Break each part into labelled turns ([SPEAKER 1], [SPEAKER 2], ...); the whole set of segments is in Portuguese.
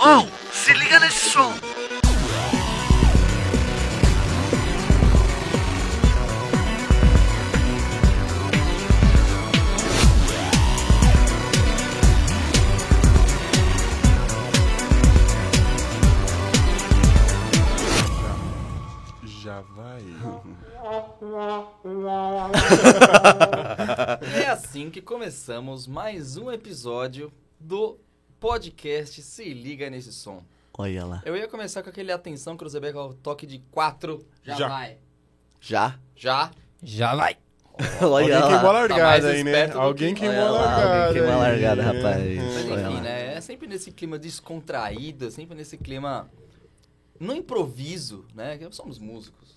[SPEAKER 1] Oh, se liga nesse som.
[SPEAKER 2] Já vai.
[SPEAKER 3] É assim que começamos mais um episódio do podcast Se Liga Nesse Som.
[SPEAKER 1] Olha lá.
[SPEAKER 3] Eu ia começar com aquele atenção, Cruz Rebeca, o toque de quatro. Já,
[SPEAKER 2] Já.
[SPEAKER 3] vai.
[SPEAKER 1] Já?
[SPEAKER 3] Já.
[SPEAKER 4] Já vai.
[SPEAKER 1] Olha
[SPEAKER 2] Alguém queimou a
[SPEAKER 1] lá.
[SPEAKER 2] largada
[SPEAKER 3] Tá mais
[SPEAKER 2] aí, né?
[SPEAKER 3] esperto do
[SPEAKER 2] Alguém
[SPEAKER 3] que-
[SPEAKER 2] queimou
[SPEAKER 1] Olha
[SPEAKER 2] a
[SPEAKER 1] lá, alguém
[SPEAKER 2] largada.
[SPEAKER 1] queimou a
[SPEAKER 2] aí.
[SPEAKER 1] largada, rapaz.
[SPEAKER 3] Mas
[SPEAKER 1] Olha
[SPEAKER 3] enfim,
[SPEAKER 1] lá.
[SPEAKER 3] né? É sempre nesse clima descontraído, é sempre nesse clima no improviso, né? Que Somos músicos.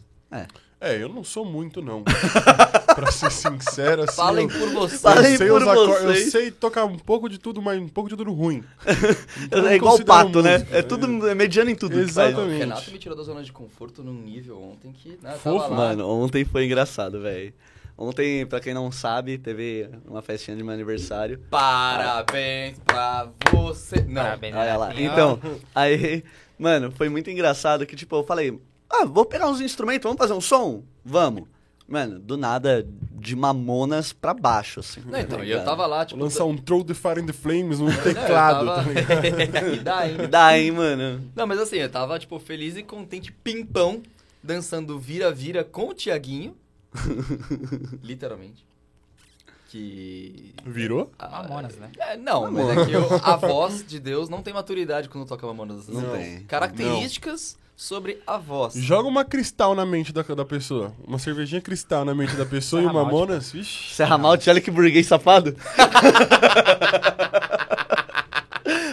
[SPEAKER 2] É, eu não sou muito, não. pra ser sincero, assim.
[SPEAKER 3] Falem
[SPEAKER 2] eu...
[SPEAKER 3] por vocês.
[SPEAKER 2] eu
[SPEAKER 1] Falem
[SPEAKER 2] sei
[SPEAKER 1] por
[SPEAKER 2] os acordes-
[SPEAKER 1] vocês.
[SPEAKER 2] Eu sei tocar um pouco de tudo, mas um pouco de tudo ruim. Então,
[SPEAKER 1] É igual o
[SPEAKER 2] considero
[SPEAKER 1] pato, né?
[SPEAKER 2] música,
[SPEAKER 1] É tudo é mediano em tudo. que faz.
[SPEAKER 3] Não, o
[SPEAKER 2] Exatamente.
[SPEAKER 3] Renato me tirou da zona de conforto num nível ontem que. Né,
[SPEAKER 2] Fofo,
[SPEAKER 3] tava lá.
[SPEAKER 1] Mano, ontem foi engraçado, velho. Ontem, pra quem não sabe, teve uma festinha de meu aniversário.
[SPEAKER 3] Parabéns pra você. Não.
[SPEAKER 4] Parabéns,
[SPEAKER 1] Olha lá.
[SPEAKER 4] Renatinho.
[SPEAKER 1] Então, aí, mano, foi muito engraçado que, tipo, eu falei, ah, vou pegar uns instrumentos, vamos fazer um som? Vamos. Mano, do nada, de mamonas pra baixo, assim.
[SPEAKER 3] Não, então,
[SPEAKER 1] tá É,
[SPEAKER 3] e eu
[SPEAKER 1] ligado?
[SPEAKER 3] tava lá, tipo.
[SPEAKER 2] Vou lançar um Throw the Fire in the Flames num
[SPEAKER 3] Não, eu
[SPEAKER 2] teclado.
[SPEAKER 3] tava-
[SPEAKER 2] tá ligado?
[SPEAKER 3] e daí?
[SPEAKER 1] E daí, mano?
[SPEAKER 3] Não, mas assim, eu tava, tipo, feliz e contente, pimpão, dançando vira-vira com o Tiaguinho. literalmente. Que.
[SPEAKER 2] Virou?
[SPEAKER 3] ah,
[SPEAKER 4] Mamonas, né?
[SPEAKER 3] é, não, mas é que eu- a voz de Deus não tem maturidade quando toca Mamonas.
[SPEAKER 1] Não
[SPEAKER 3] São
[SPEAKER 1] tem.
[SPEAKER 3] Características sobre a voz.
[SPEAKER 2] Joga uma cristal na mente da, da pessoa. Uma cervejinha cristal na mente da pessoa e
[SPEAKER 1] Tá
[SPEAKER 2] uma
[SPEAKER 4] Serra
[SPEAKER 2] mamonas. Vixe.
[SPEAKER 1] Serra Malte, olha que burguês safado.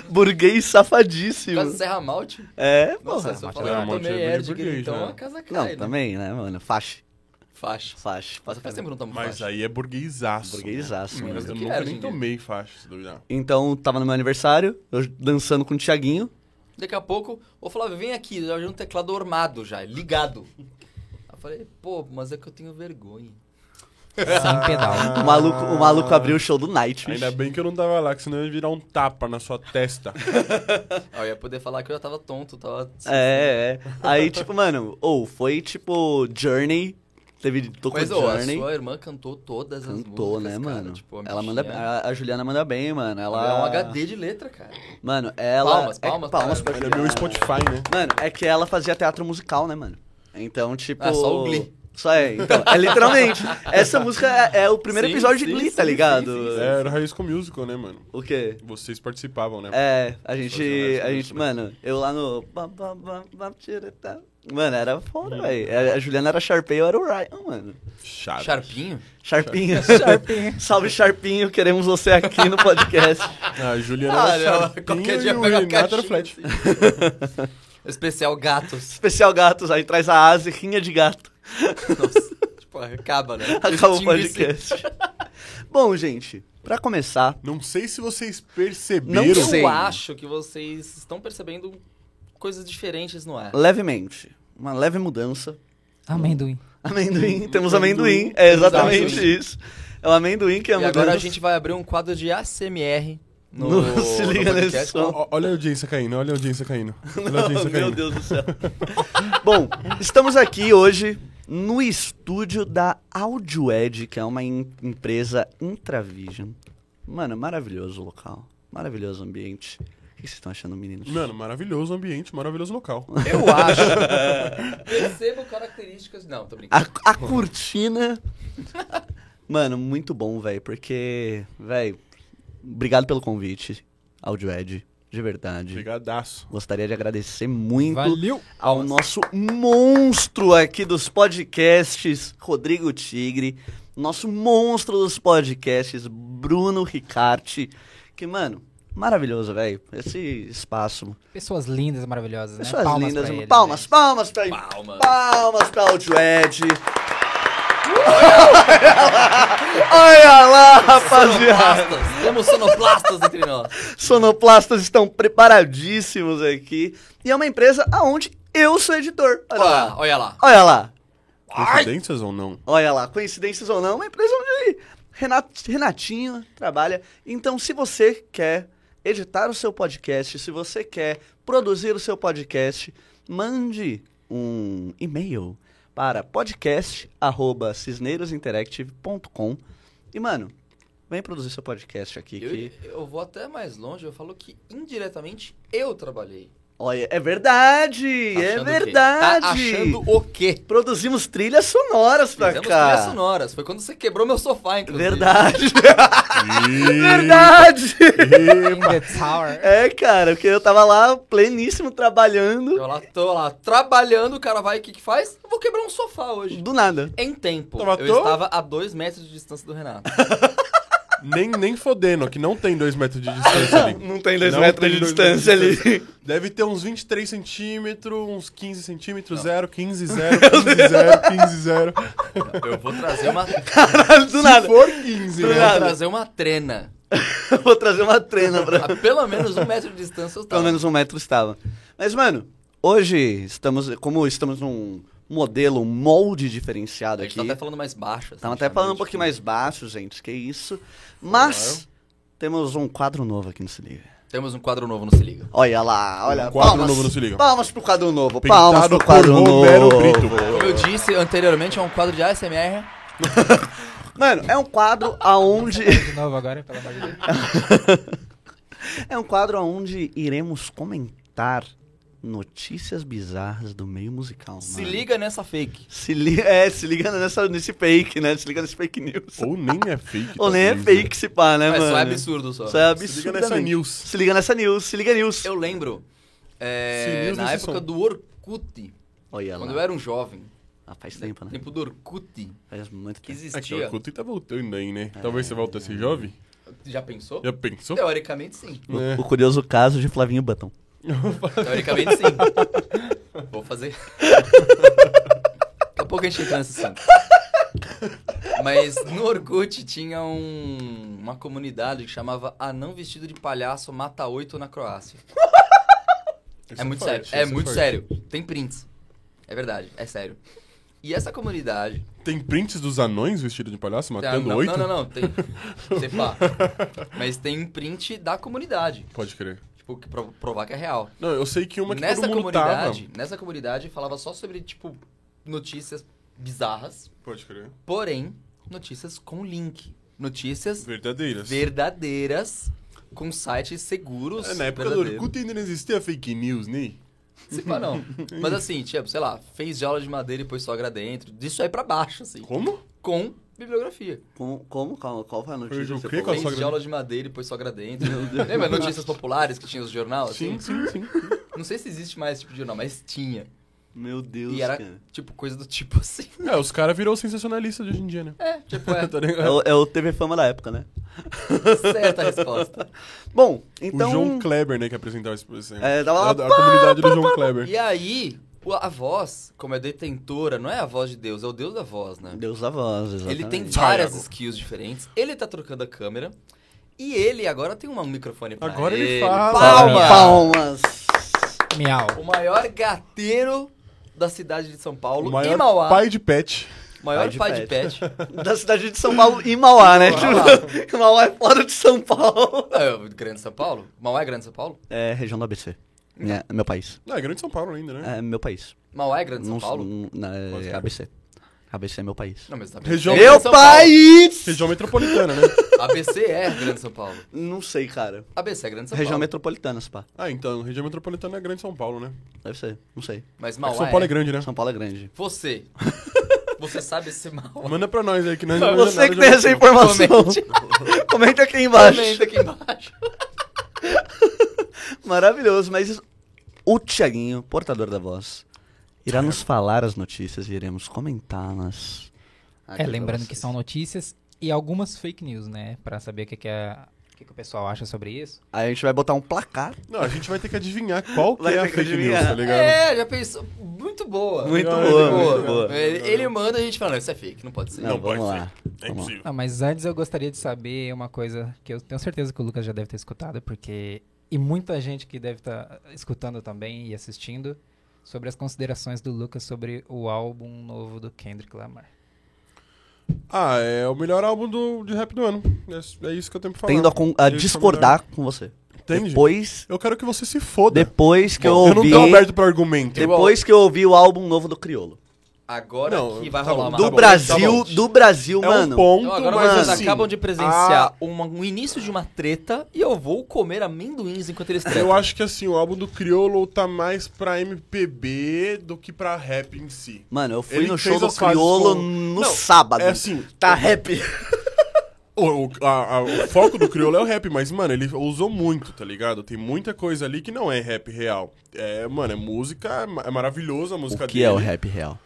[SPEAKER 1] burguês safadíssimo.
[SPEAKER 3] Casa Serra Malte.
[SPEAKER 1] É,
[SPEAKER 3] Nossa,
[SPEAKER 1] porra.
[SPEAKER 3] se eu
[SPEAKER 4] Malte
[SPEAKER 3] falar
[SPEAKER 2] Serra
[SPEAKER 3] que eu
[SPEAKER 2] Malte
[SPEAKER 3] tomei
[SPEAKER 2] é de
[SPEAKER 3] Erdig,
[SPEAKER 2] burguês,
[SPEAKER 3] então
[SPEAKER 2] né?
[SPEAKER 3] a casa
[SPEAKER 1] Não,
[SPEAKER 3] cai, né?
[SPEAKER 1] também, né, mano? Faixa.
[SPEAKER 3] Faixa.
[SPEAKER 1] Faixa.
[SPEAKER 3] Nossa, faz tempo que eu não tomo
[SPEAKER 2] Mas
[SPEAKER 3] faixa.
[SPEAKER 2] aí é burguesaço.
[SPEAKER 1] Tá Burguesaço,
[SPEAKER 2] Mas
[SPEAKER 1] mano.
[SPEAKER 2] eu
[SPEAKER 3] Que
[SPEAKER 2] nunca
[SPEAKER 3] era,
[SPEAKER 2] nem
[SPEAKER 3] gente.
[SPEAKER 2] tomei faixa, tá se duvidar.
[SPEAKER 1] Então, tava no meu aniversário, eu dançando com o Thiaguinho.
[SPEAKER 3] Daqui a pouco, ô Flávio, vem aqui, já tinha um teclado armado já, ligado. Aí eu falei, pô, mas é que eu tenho vergonha.
[SPEAKER 4] Sem pedal.
[SPEAKER 1] O maluco, o maluco abriu o show do Night. bicho.
[SPEAKER 2] Ah. Ainda bem que eu não tava lá, que senão ia virar um tapa na sua testa.
[SPEAKER 3] Aí eu ia poder falar que eu já tava tonto, tava.
[SPEAKER 1] É, é. Aí, tipo, mano, ou foi tipo Journey. Teve tocou
[SPEAKER 3] Mas, ô, a
[SPEAKER 1] Journey.
[SPEAKER 3] sua irmã cantou todas as músicas.
[SPEAKER 1] Cantou, né,
[SPEAKER 3] cara,
[SPEAKER 1] mano?
[SPEAKER 3] Tipo, a
[SPEAKER 1] ela
[SPEAKER 3] bichinha-
[SPEAKER 1] manda a, a Juliana manda bem, mano. Ela,
[SPEAKER 3] Ela é um HD de letra, cara.
[SPEAKER 1] Mano, ela
[SPEAKER 3] Palmas, palmas,
[SPEAKER 1] é, palmas
[SPEAKER 3] cara.
[SPEAKER 1] pra
[SPEAKER 2] Era
[SPEAKER 1] Juliana.
[SPEAKER 2] meu Spotify, né?
[SPEAKER 1] Mano, é que ela fazia teatro musical, né, mano? Então, tipo,
[SPEAKER 3] Ah, só o Glee.
[SPEAKER 1] Só é, então, é literalmente. Essa música é, é o primeiro
[SPEAKER 3] Sim,
[SPEAKER 1] episódio de
[SPEAKER 3] sim,
[SPEAKER 1] Glee,
[SPEAKER 3] sim,
[SPEAKER 1] tá
[SPEAKER 3] sim,
[SPEAKER 1] ligado?
[SPEAKER 3] sim, sim.
[SPEAKER 2] É, Era o High School Musical, né, mano?
[SPEAKER 1] O quê?
[SPEAKER 2] Vocês participavam, né?
[SPEAKER 1] É, a gente.
[SPEAKER 2] Fazer um
[SPEAKER 1] A
[SPEAKER 2] verso
[SPEAKER 1] gente,
[SPEAKER 2] desse,
[SPEAKER 1] mano, eu lá no. ba, ba, ba, ba, tireta. Mano, era
[SPEAKER 3] Hum.
[SPEAKER 1] foda, velho. A Juliana era Sharpay, eu era o Ryan, mano. Ah,
[SPEAKER 2] Chato.
[SPEAKER 3] Sharpinho?
[SPEAKER 1] Sharpinho. Salve, Sharpinho. Queremos você aqui no podcast.
[SPEAKER 2] Ah, a Juliana
[SPEAKER 3] Ah,
[SPEAKER 2] era
[SPEAKER 3] não,
[SPEAKER 2] Sharpinho
[SPEAKER 3] qualquer dia
[SPEAKER 2] e o
[SPEAKER 3] pega a
[SPEAKER 2] Renato
[SPEAKER 3] caixinha.
[SPEAKER 2] era Flat.
[SPEAKER 3] assim. Especial gatos.
[SPEAKER 1] Especial Gatos, aí traz a asa e rinha de gato.
[SPEAKER 3] Nossa, tipo, acaba, né?
[SPEAKER 1] Acaba o
[SPEAKER 3] Extingue esse-
[SPEAKER 1] podcast. Bom, gente, pra começar,
[SPEAKER 2] Não sei se vocês perceberam.
[SPEAKER 1] Não sei.
[SPEAKER 3] Eu acho que vocês estão percebendo coisas diferentes no ar.
[SPEAKER 1] levemente, uma leve mudança.
[SPEAKER 4] Amendoim.
[SPEAKER 1] Amendoim, temos
[SPEAKER 2] Amendoim.
[SPEAKER 1] amendoim. É exatamente
[SPEAKER 3] Amendoim.
[SPEAKER 1] isso. É o amendoim que é
[SPEAKER 3] E
[SPEAKER 1] mudança.
[SPEAKER 3] agora a gente vai abrir um quadro de ACMR no,
[SPEAKER 1] No- se liga
[SPEAKER 3] no podcast.
[SPEAKER 1] nesse som.
[SPEAKER 2] Ó, ó, Olha a audiência caindo, olha a audiência caindo. Olha a
[SPEAKER 1] Oh,
[SPEAKER 2] audiência
[SPEAKER 1] meu
[SPEAKER 2] caindo.
[SPEAKER 1] Deus do céu. Bom, estamos aqui hoje no estúdio da AudioEd, que é uma em- empresa Intravision. Mano, maravilhoso o local, maravilhoso o ambiente. O que vocês estão achando, meninos?
[SPEAKER 2] Mano, maravilhoso ambiente, maravilhoso local.
[SPEAKER 3] Eu acho. Percebo características. Não, tô brincando.
[SPEAKER 1] A, a cortina... Mano, muito bom, velho, porque... Velho, obrigado pelo convite, AudioEd, de verdade.
[SPEAKER 2] Brigadaço.
[SPEAKER 1] Gostaria de agradecer muito...
[SPEAKER 4] Valeu.
[SPEAKER 1] ao nosso monstro aqui dos podcasts, Rodrigo Tigre, nosso monstro dos podcasts, Bruno Ricarte, que, mano, maravilhoso, velho, esse espaço.
[SPEAKER 4] Pessoas lindas, maravilhosas, né?
[SPEAKER 1] Pessoas
[SPEAKER 4] palmas
[SPEAKER 1] lindas, um
[SPEAKER 4] pra eles,
[SPEAKER 1] palmas,
[SPEAKER 4] né?
[SPEAKER 1] palmas pra
[SPEAKER 3] Palmas.
[SPEAKER 1] palmas pra Audioed. Olha lá, rapaziada.
[SPEAKER 3] Sonoplastas. Temos sonoplastas entre nós.
[SPEAKER 1] Sonoplastas estão preparadíssimos aqui. E é uma empresa aonde eu sou editor. Olha
[SPEAKER 3] Olha lá,
[SPEAKER 1] lá.
[SPEAKER 3] olha lá.
[SPEAKER 1] Olha lá.
[SPEAKER 2] Coincidências ou não?
[SPEAKER 1] Olha lá, coincidências ou não, uma empresa onde Renato, Renatinho trabalha. Então, se você quer editar o seu podcast, se você quer produzir o seu podcast, mande um e-mail para podcast@cisneirosinteractive.com e mano, vem produzir seu podcast aqui que
[SPEAKER 3] Eu, eu vou até mais longe, eu falo que indiretamente eu trabalhei.
[SPEAKER 1] olha, é verdade,
[SPEAKER 3] Tá
[SPEAKER 1] é
[SPEAKER 3] achando o quê?
[SPEAKER 1] verdade.
[SPEAKER 3] Tá achando o quê?
[SPEAKER 1] Produzimos trilhas sonoras pra
[SPEAKER 3] Fizemos
[SPEAKER 1] cá.
[SPEAKER 3] trilhas sonoras. Foi quando você quebrou meu sofá, inclusive.
[SPEAKER 1] Verdade.
[SPEAKER 2] Verdade.
[SPEAKER 1] Verdade.
[SPEAKER 4] In the tower.
[SPEAKER 1] É, cara, porque eu tava lá pleníssimo trabalhando
[SPEAKER 3] Eu lá tô lá trabalhando, o cara vai, o que que faz? Eu vou quebrar um sofá hoje.
[SPEAKER 1] do nada.
[SPEAKER 3] Em tempo,
[SPEAKER 2] Tava
[SPEAKER 3] eu
[SPEAKER 2] tô?
[SPEAKER 3] estava a dois metros de distância do Renato.
[SPEAKER 2] Nem, nem fodendo, que não tem dois metros de distância ali.
[SPEAKER 1] Não tem
[SPEAKER 2] dois metros de distância
[SPEAKER 1] ali.
[SPEAKER 2] Deve ter uns 23 centímetros, uns 15 centímetros, 0, 15, 0, 15, 0, 15, 0.
[SPEAKER 3] Eu vou trazer uma,
[SPEAKER 1] do nada.
[SPEAKER 2] Se for 15,
[SPEAKER 1] Do
[SPEAKER 2] né?
[SPEAKER 1] nada.
[SPEAKER 3] vou trazer uma trena.
[SPEAKER 1] Eu vou trazer uma trena
[SPEAKER 2] Ah,
[SPEAKER 1] pra.
[SPEAKER 2] tá.
[SPEAKER 3] A pelo menos um metro de distância eu
[SPEAKER 1] Pelo
[SPEAKER 3] tava.
[SPEAKER 1] menos um metro estava. Mas, mano, hoje estamos. Como estamos num modelo, um molde diferenciado
[SPEAKER 3] A
[SPEAKER 1] aqui.
[SPEAKER 3] gente tá até falando mais baixo. assim,
[SPEAKER 1] Estamos até falando um pouquinho mais baixo, gente. Que isso. Mas temos um quadro novo aqui no Se Liga.
[SPEAKER 3] Temos um quadro novo, não se liga.
[SPEAKER 1] Olha lá, olha.
[SPEAKER 2] Um quadro
[SPEAKER 1] palmas,
[SPEAKER 2] novo no Se Liga.
[SPEAKER 1] Palmas pro quadro novo.
[SPEAKER 2] Pintado
[SPEAKER 1] palmas pro
[SPEAKER 2] por
[SPEAKER 1] quadro
[SPEAKER 2] Romero
[SPEAKER 1] novo.
[SPEAKER 2] Brito.
[SPEAKER 3] Como eu disse anteriormente, é um quadro de ASMR.
[SPEAKER 1] Mano, é um quadro aonde.
[SPEAKER 4] De novo agora, pelo amor de Deus.
[SPEAKER 1] É um quadro onde iremos comentar notícias bizarras do meio musical. Mano.
[SPEAKER 3] Se liga nessa fake.
[SPEAKER 1] Se liga, é, se liga nessa, nesse fake, né? Se liga nesse fake news.
[SPEAKER 2] Ou nem é fake.
[SPEAKER 1] Ou nem é
[SPEAKER 2] talvez,
[SPEAKER 1] fake se pá, né,
[SPEAKER 3] Mas
[SPEAKER 1] mano?
[SPEAKER 3] só é absurdo só.
[SPEAKER 1] Isso é
[SPEAKER 2] né?
[SPEAKER 1] absurdo.
[SPEAKER 2] Se liga nessa news. É
[SPEAKER 1] Se liga nessa news, se liga news.
[SPEAKER 3] Eu lembro, é,
[SPEAKER 2] Se liga
[SPEAKER 3] na
[SPEAKER 2] nesse
[SPEAKER 3] época
[SPEAKER 2] som.
[SPEAKER 3] do Orkut,
[SPEAKER 1] Olha
[SPEAKER 3] quando eu
[SPEAKER 1] lá.
[SPEAKER 3] era um jovem,
[SPEAKER 1] Ah, faz tempo, né?
[SPEAKER 3] tempo do Orkut,
[SPEAKER 1] Faz muito tempo.
[SPEAKER 2] É que o
[SPEAKER 3] que existia.
[SPEAKER 2] Orkut tá voltando aí, né? Talvez você volte a ser jovem.
[SPEAKER 3] Já pensou?
[SPEAKER 2] Já pensou?
[SPEAKER 3] Teoricamente sim.
[SPEAKER 2] É.
[SPEAKER 1] O curioso caso de Flavinho Button.
[SPEAKER 3] Teoricamente sim. Vou fazer. Daqui a pouco a gente entra nesse assunto. Mas no Orkut tinha um- uma comunidade que chamava Anão Vestido de Palhaço Mata 8 na Croácia.
[SPEAKER 2] Isso
[SPEAKER 3] É muito
[SPEAKER 2] forte,
[SPEAKER 3] sério, é
[SPEAKER 2] isso
[SPEAKER 3] muito
[SPEAKER 2] forte.
[SPEAKER 3] sério. Tem prints. É verdade, é sério. E essa comunidade.
[SPEAKER 2] Tem prints dos anões vestidos de palhaço matando
[SPEAKER 3] não,
[SPEAKER 2] oito?
[SPEAKER 3] não, não, não, tem. Sei lá. Mas tem um print da comunidade.
[SPEAKER 2] Pode crer.
[SPEAKER 3] Tipo, que pro- provar que é real.
[SPEAKER 2] Não, eu sei é que uma que
[SPEAKER 3] nessa
[SPEAKER 2] todo mundo
[SPEAKER 3] comunidade, nessa comunidade falava só sobre, tipo, notícias bizarras,
[SPEAKER 2] tava. Pode crer.
[SPEAKER 3] porém, notícias com link. Notícias
[SPEAKER 2] Verdadeiras.
[SPEAKER 3] verdadeiras com sites seguros.
[SPEAKER 2] É, na época do
[SPEAKER 3] verdadeiros.
[SPEAKER 2] Orkut ainda não existia fake news, né?
[SPEAKER 3] Se pá, não. Mas assim, tipo, sei lá, fez jaula de madeira e pôs sogra dentro. Disso aí pra baixo, assim.
[SPEAKER 2] Como?
[SPEAKER 3] Com bibliografia.
[SPEAKER 1] Como? como qual, qual foi a notícia?
[SPEAKER 2] Hoje o
[SPEAKER 1] que você
[SPEAKER 2] quê?
[SPEAKER 1] falou?
[SPEAKER 2] Qual
[SPEAKER 3] Fez
[SPEAKER 2] sogra
[SPEAKER 3] jaula de madeira e pôs sogra dentro. Lembra notícias populares que tinha os jornal, assim?
[SPEAKER 2] Sim, sim, sim.
[SPEAKER 3] Não sei se existe mais esse tipo de jornal, mas tinha.
[SPEAKER 1] Meu Deus,
[SPEAKER 3] e era,
[SPEAKER 1] cara.
[SPEAKER 3] tipo, coisa do tipo assim.
[SPEAKER 2] É, os caras virou sensacionalista de hoje em dia, né?
[SPEAKER 3] É, tipo, é.
[SPEAKER 2] Tá
[SPEAKER 1] É
[SPEAKER 2] ligado?
[SPEAKER 1] o, é o TV Fama da época, né?
[SPEAKER 3] Certa resposta.
[SPEAKER 1] Bom,
[SPEAKER 2] O
[SPEAKER 1] então...
[SPEAKER 2] João Kleber, né, que apresentava esse programa.
[SPEAKER 1] É, tava lá,
[SPEAKER 2] A, a comunidade do João Kleber.
[SPEAKER 3] E aí, o- a voz, como é detentora, não é a voz de Deus, é o Deus da voz, né?
[SPEAKER 1] Deus da voz, exatamente.
[SPEAKER 3] Ele tem várias
[SPEAKER 2] Thiago.
[SPEAKER 3] skills diferentes. Ele tá trocando a câmera. E ele agora tem uma- um microfone pra
[SPEAKER 2] Agora ele
[SPEAKER 3] ele.
[SPEAKER 2] fala.
[SPEAKER 3] Palma!
[SPEAKER 1] Palmas!
[SPEAKER 4] Miau.
[SPEAKER 3] O maior gateiro da cidade de São
[SPEAKER 1] é um
[SPEAKER 3] Paulo.
[SPEAKER 2] O
[SPEAKER 3] e
[SPEAKER 2] maior
[SPEAKER 1] ah.
[SPEAKER 3] Mauá.
[SPEAKER 2] pai de pet.
[SPEAKER 3] maior pai,
[SPEAKER 1] Pai de
[SPEAKER 3] de pet.
[SPEAKER 1] Da cidade de São Paulo e Mauá, né? Tipo, Mauá é fora de São Paulo.
[SPEAKER 3] Ah, é grande São Paulo? Mauá é grande São Paulo?
[SPEAKER 1] É, região do ABC. Minha- meu país.
[SPEAKER 2] Não, é grande São Paulo ainda, né?
[SPEAKER 1] É, meu país.
[SPEAKER 3] Mauá é grande São
[SPEAKER 1] Não-
[SPEAKER 3] Paulo?
[SPEAKER 1] não- na-
[SPEAKER 2] Pode
[SPEAKER 1] é
[SPEAKER 2] crer.
[SPEAKER 1] ABC. ABC é meu país.
[SPEAKER 3] Não, mas ABC
[SPEAKER 2] Região-
[SPEAKER 3] é grande
[SPEAKER 1] Meu
[SPEAKER 3] São
[SPEAKER 1] país!
[SPEAKER 2] Região metropolitana, né?
[SPEAKER 3] Paulo. ABC é grande São Paulo.
[SPEAKER 1] Não sei, cara.
[SPEAKER 3] ABC é grande São
[SPEAKER 1] região
[SPEAKER 3] Paulo.
[SPEAKER 1] metropolitana, se pá.
[SPEAKER 2] Ah, então, região metropolitana é grande São Paulo, né?
[SPEAKER 1] Deve ser. Não sei.
[SPEAKER 3] Mas
[SPEAKER 2] É que
[SPEAKER 3] Mauá
[SPEAKER 2] São Paulo é
[SPEAKER 3] é.
[SPEAKER 2] grande, né?
[SPEAKER 1] São Paulo é grande.
[SPEAKER 3] Você. Você sabe ser Mauá.
[SPEAKER 2] Manda pra nós aí que nós não manja
[SPEAKER 1] Você
[SPEAKER 2] nada
[SPEAKER 1] que
[SPEAKER 2] de
[SPEAKER 1] tem essa
[SPEAKER 2] São Paulo.
[SPEAKER 1] informação. Comenta aqui embaixo.
[SPEAKER 3] Comenta aqui embaixo.
[SPEAKER 1] Maravilhoso, mas o Tiaguinho, portador da voz, irá nos falar as notícias e iremos comentá-las. aqui
[SPEAKER 4] É,
[SPEAKER 1] pra
[SPEAKER 4] lembrando
[SPEAKER 1] vocês.
[SPEAKER 4] que são notícias e algumas fake news, né? Pra saber o que, que, é, o que, que o pessoal acha sobre isso.
[SPEAKER 1] Aí a gente vai botar um placar.
[SPEAKER 2] Não, a gente vai ter que adivinhar qual que
[SPEAKER 1] Vai
[SPEAKER 2] é a
[SPEAKER 1] ter que
[SPEAKER 2] fake
[SPEAKER 1] adivinhar.
[SPEAKER 2] news, tá ligado?
[SPEAKER 3] É, já pensou. Muito boa.
[SPEAKER 1] Muito
[SPEAKER 2] Legal,
[SPEAKER 1] boa,
[SPEAKER 2] legal,
[SPEAKER 1] muito
[SPEAKER 2] legal.
[SPEAKER 1] boa.
[SPEAKER 3] Ele, ele manda e a gente fala, não, isso é fake, não pode ser.
[SPEAKER 1] Não,
[SPEAKER 2] pode
[SPEAKER 1] vamos lá.
[SPEAKER 2] ser. É
[SPEAKER 1] Vamos lá.
[SPEAKER 2] impossível.
[SPEAKER 4] Ah, mas antes eu gostaria de saber uma coisa que eu tenho certeza que o Lucas já deve ter escutado, porque. E muita gente que deve estar escutando também e assistindo sobre as considerações do Lucas sobre o álbum novo do Kendrick Lamar.
[SPEAKER 2] Ah, é o melhor álbum do, de rap do ano. É, é isso que eu tenho pra falar.
[SPEAKER 1] Tendo a, con- a
[SPEAKER 2] Eles são
[SPEAKER 1] discordar com você.
[SPEAKER 2] melhor. Entende?
[SPEAKER 1] Depois,
[SPEAKER 2] Eu quero que você se foda.
[SPEAKER 1] depois que eu
[SPEAKER 2] eu não
[SPEAKER 1] ouvi.
[SPEAKER 2] tô aberto pra argumento.
[SPEAKER 1] Depois que eu ouvi o álbum novo do Criolo.
[SPEAKER 3] Agora
[SPEAKER 2] Não,
[SPEAKER 3] que vai
[SPEAKER 2] tá
[SPEAKER 3] rolar
[SPEAKER 2] bom,
[SPEAKER 3] uma
[SPEAKER 1] Do
[SPEAKER 2] tá bom,
[SPEAKER 1] Brasil,
[SPEAKER 2] tá bom.
[SPEAKER 1] do Brasil,
[SPEAKER 2] é
[SPEAKER 1] mano.
[SPEAKER 2] um ponto,
[SPEAKER 3] Então agora
[SPEAKER 2] mas
[SPEAKER 3] vocês
[SPEAKER 2] assim,
[SPEAKER 3] acabam de
[SPEAKER 2] Ah.
[SPEAKER 3] presenciar uma- um início de uma treta e eu vou comer amendoins enquanto eles tretam.
[SPEAKER 2] Eu acho que assim, o álbum do Criolo tá mais pra MPB do que pra rap em si. É
[SPEAKER 1] Mano, eu fui
[SPEAKER 2] Ele
[SPEAKER 1] no
[SPEAKER 2] fez
[SPEAKER 1] show do
[SPEAKER 2] as fases
[SPEAKER 1] Criolo
[SPEAKER 2] com-
[SPEAKER 1] no
[SPEAKER 2] Não,
[SPEAKER 1] sábado.
[SPEAKER 2] é assim,
[SPEAKER 1] tá rap.
[SPEAKER 2] O, o- a- a- o foco do Criolo é o rap, mas, mano, ele usou muito, tá ligado? Tem muita coisa ali que não é rap real. É, mano, é música, é ma- é maravilhosa a música
[SPEAKER 1] O que
[SPEAKER 2] dele.
[SPEAKER 1] é o rap real?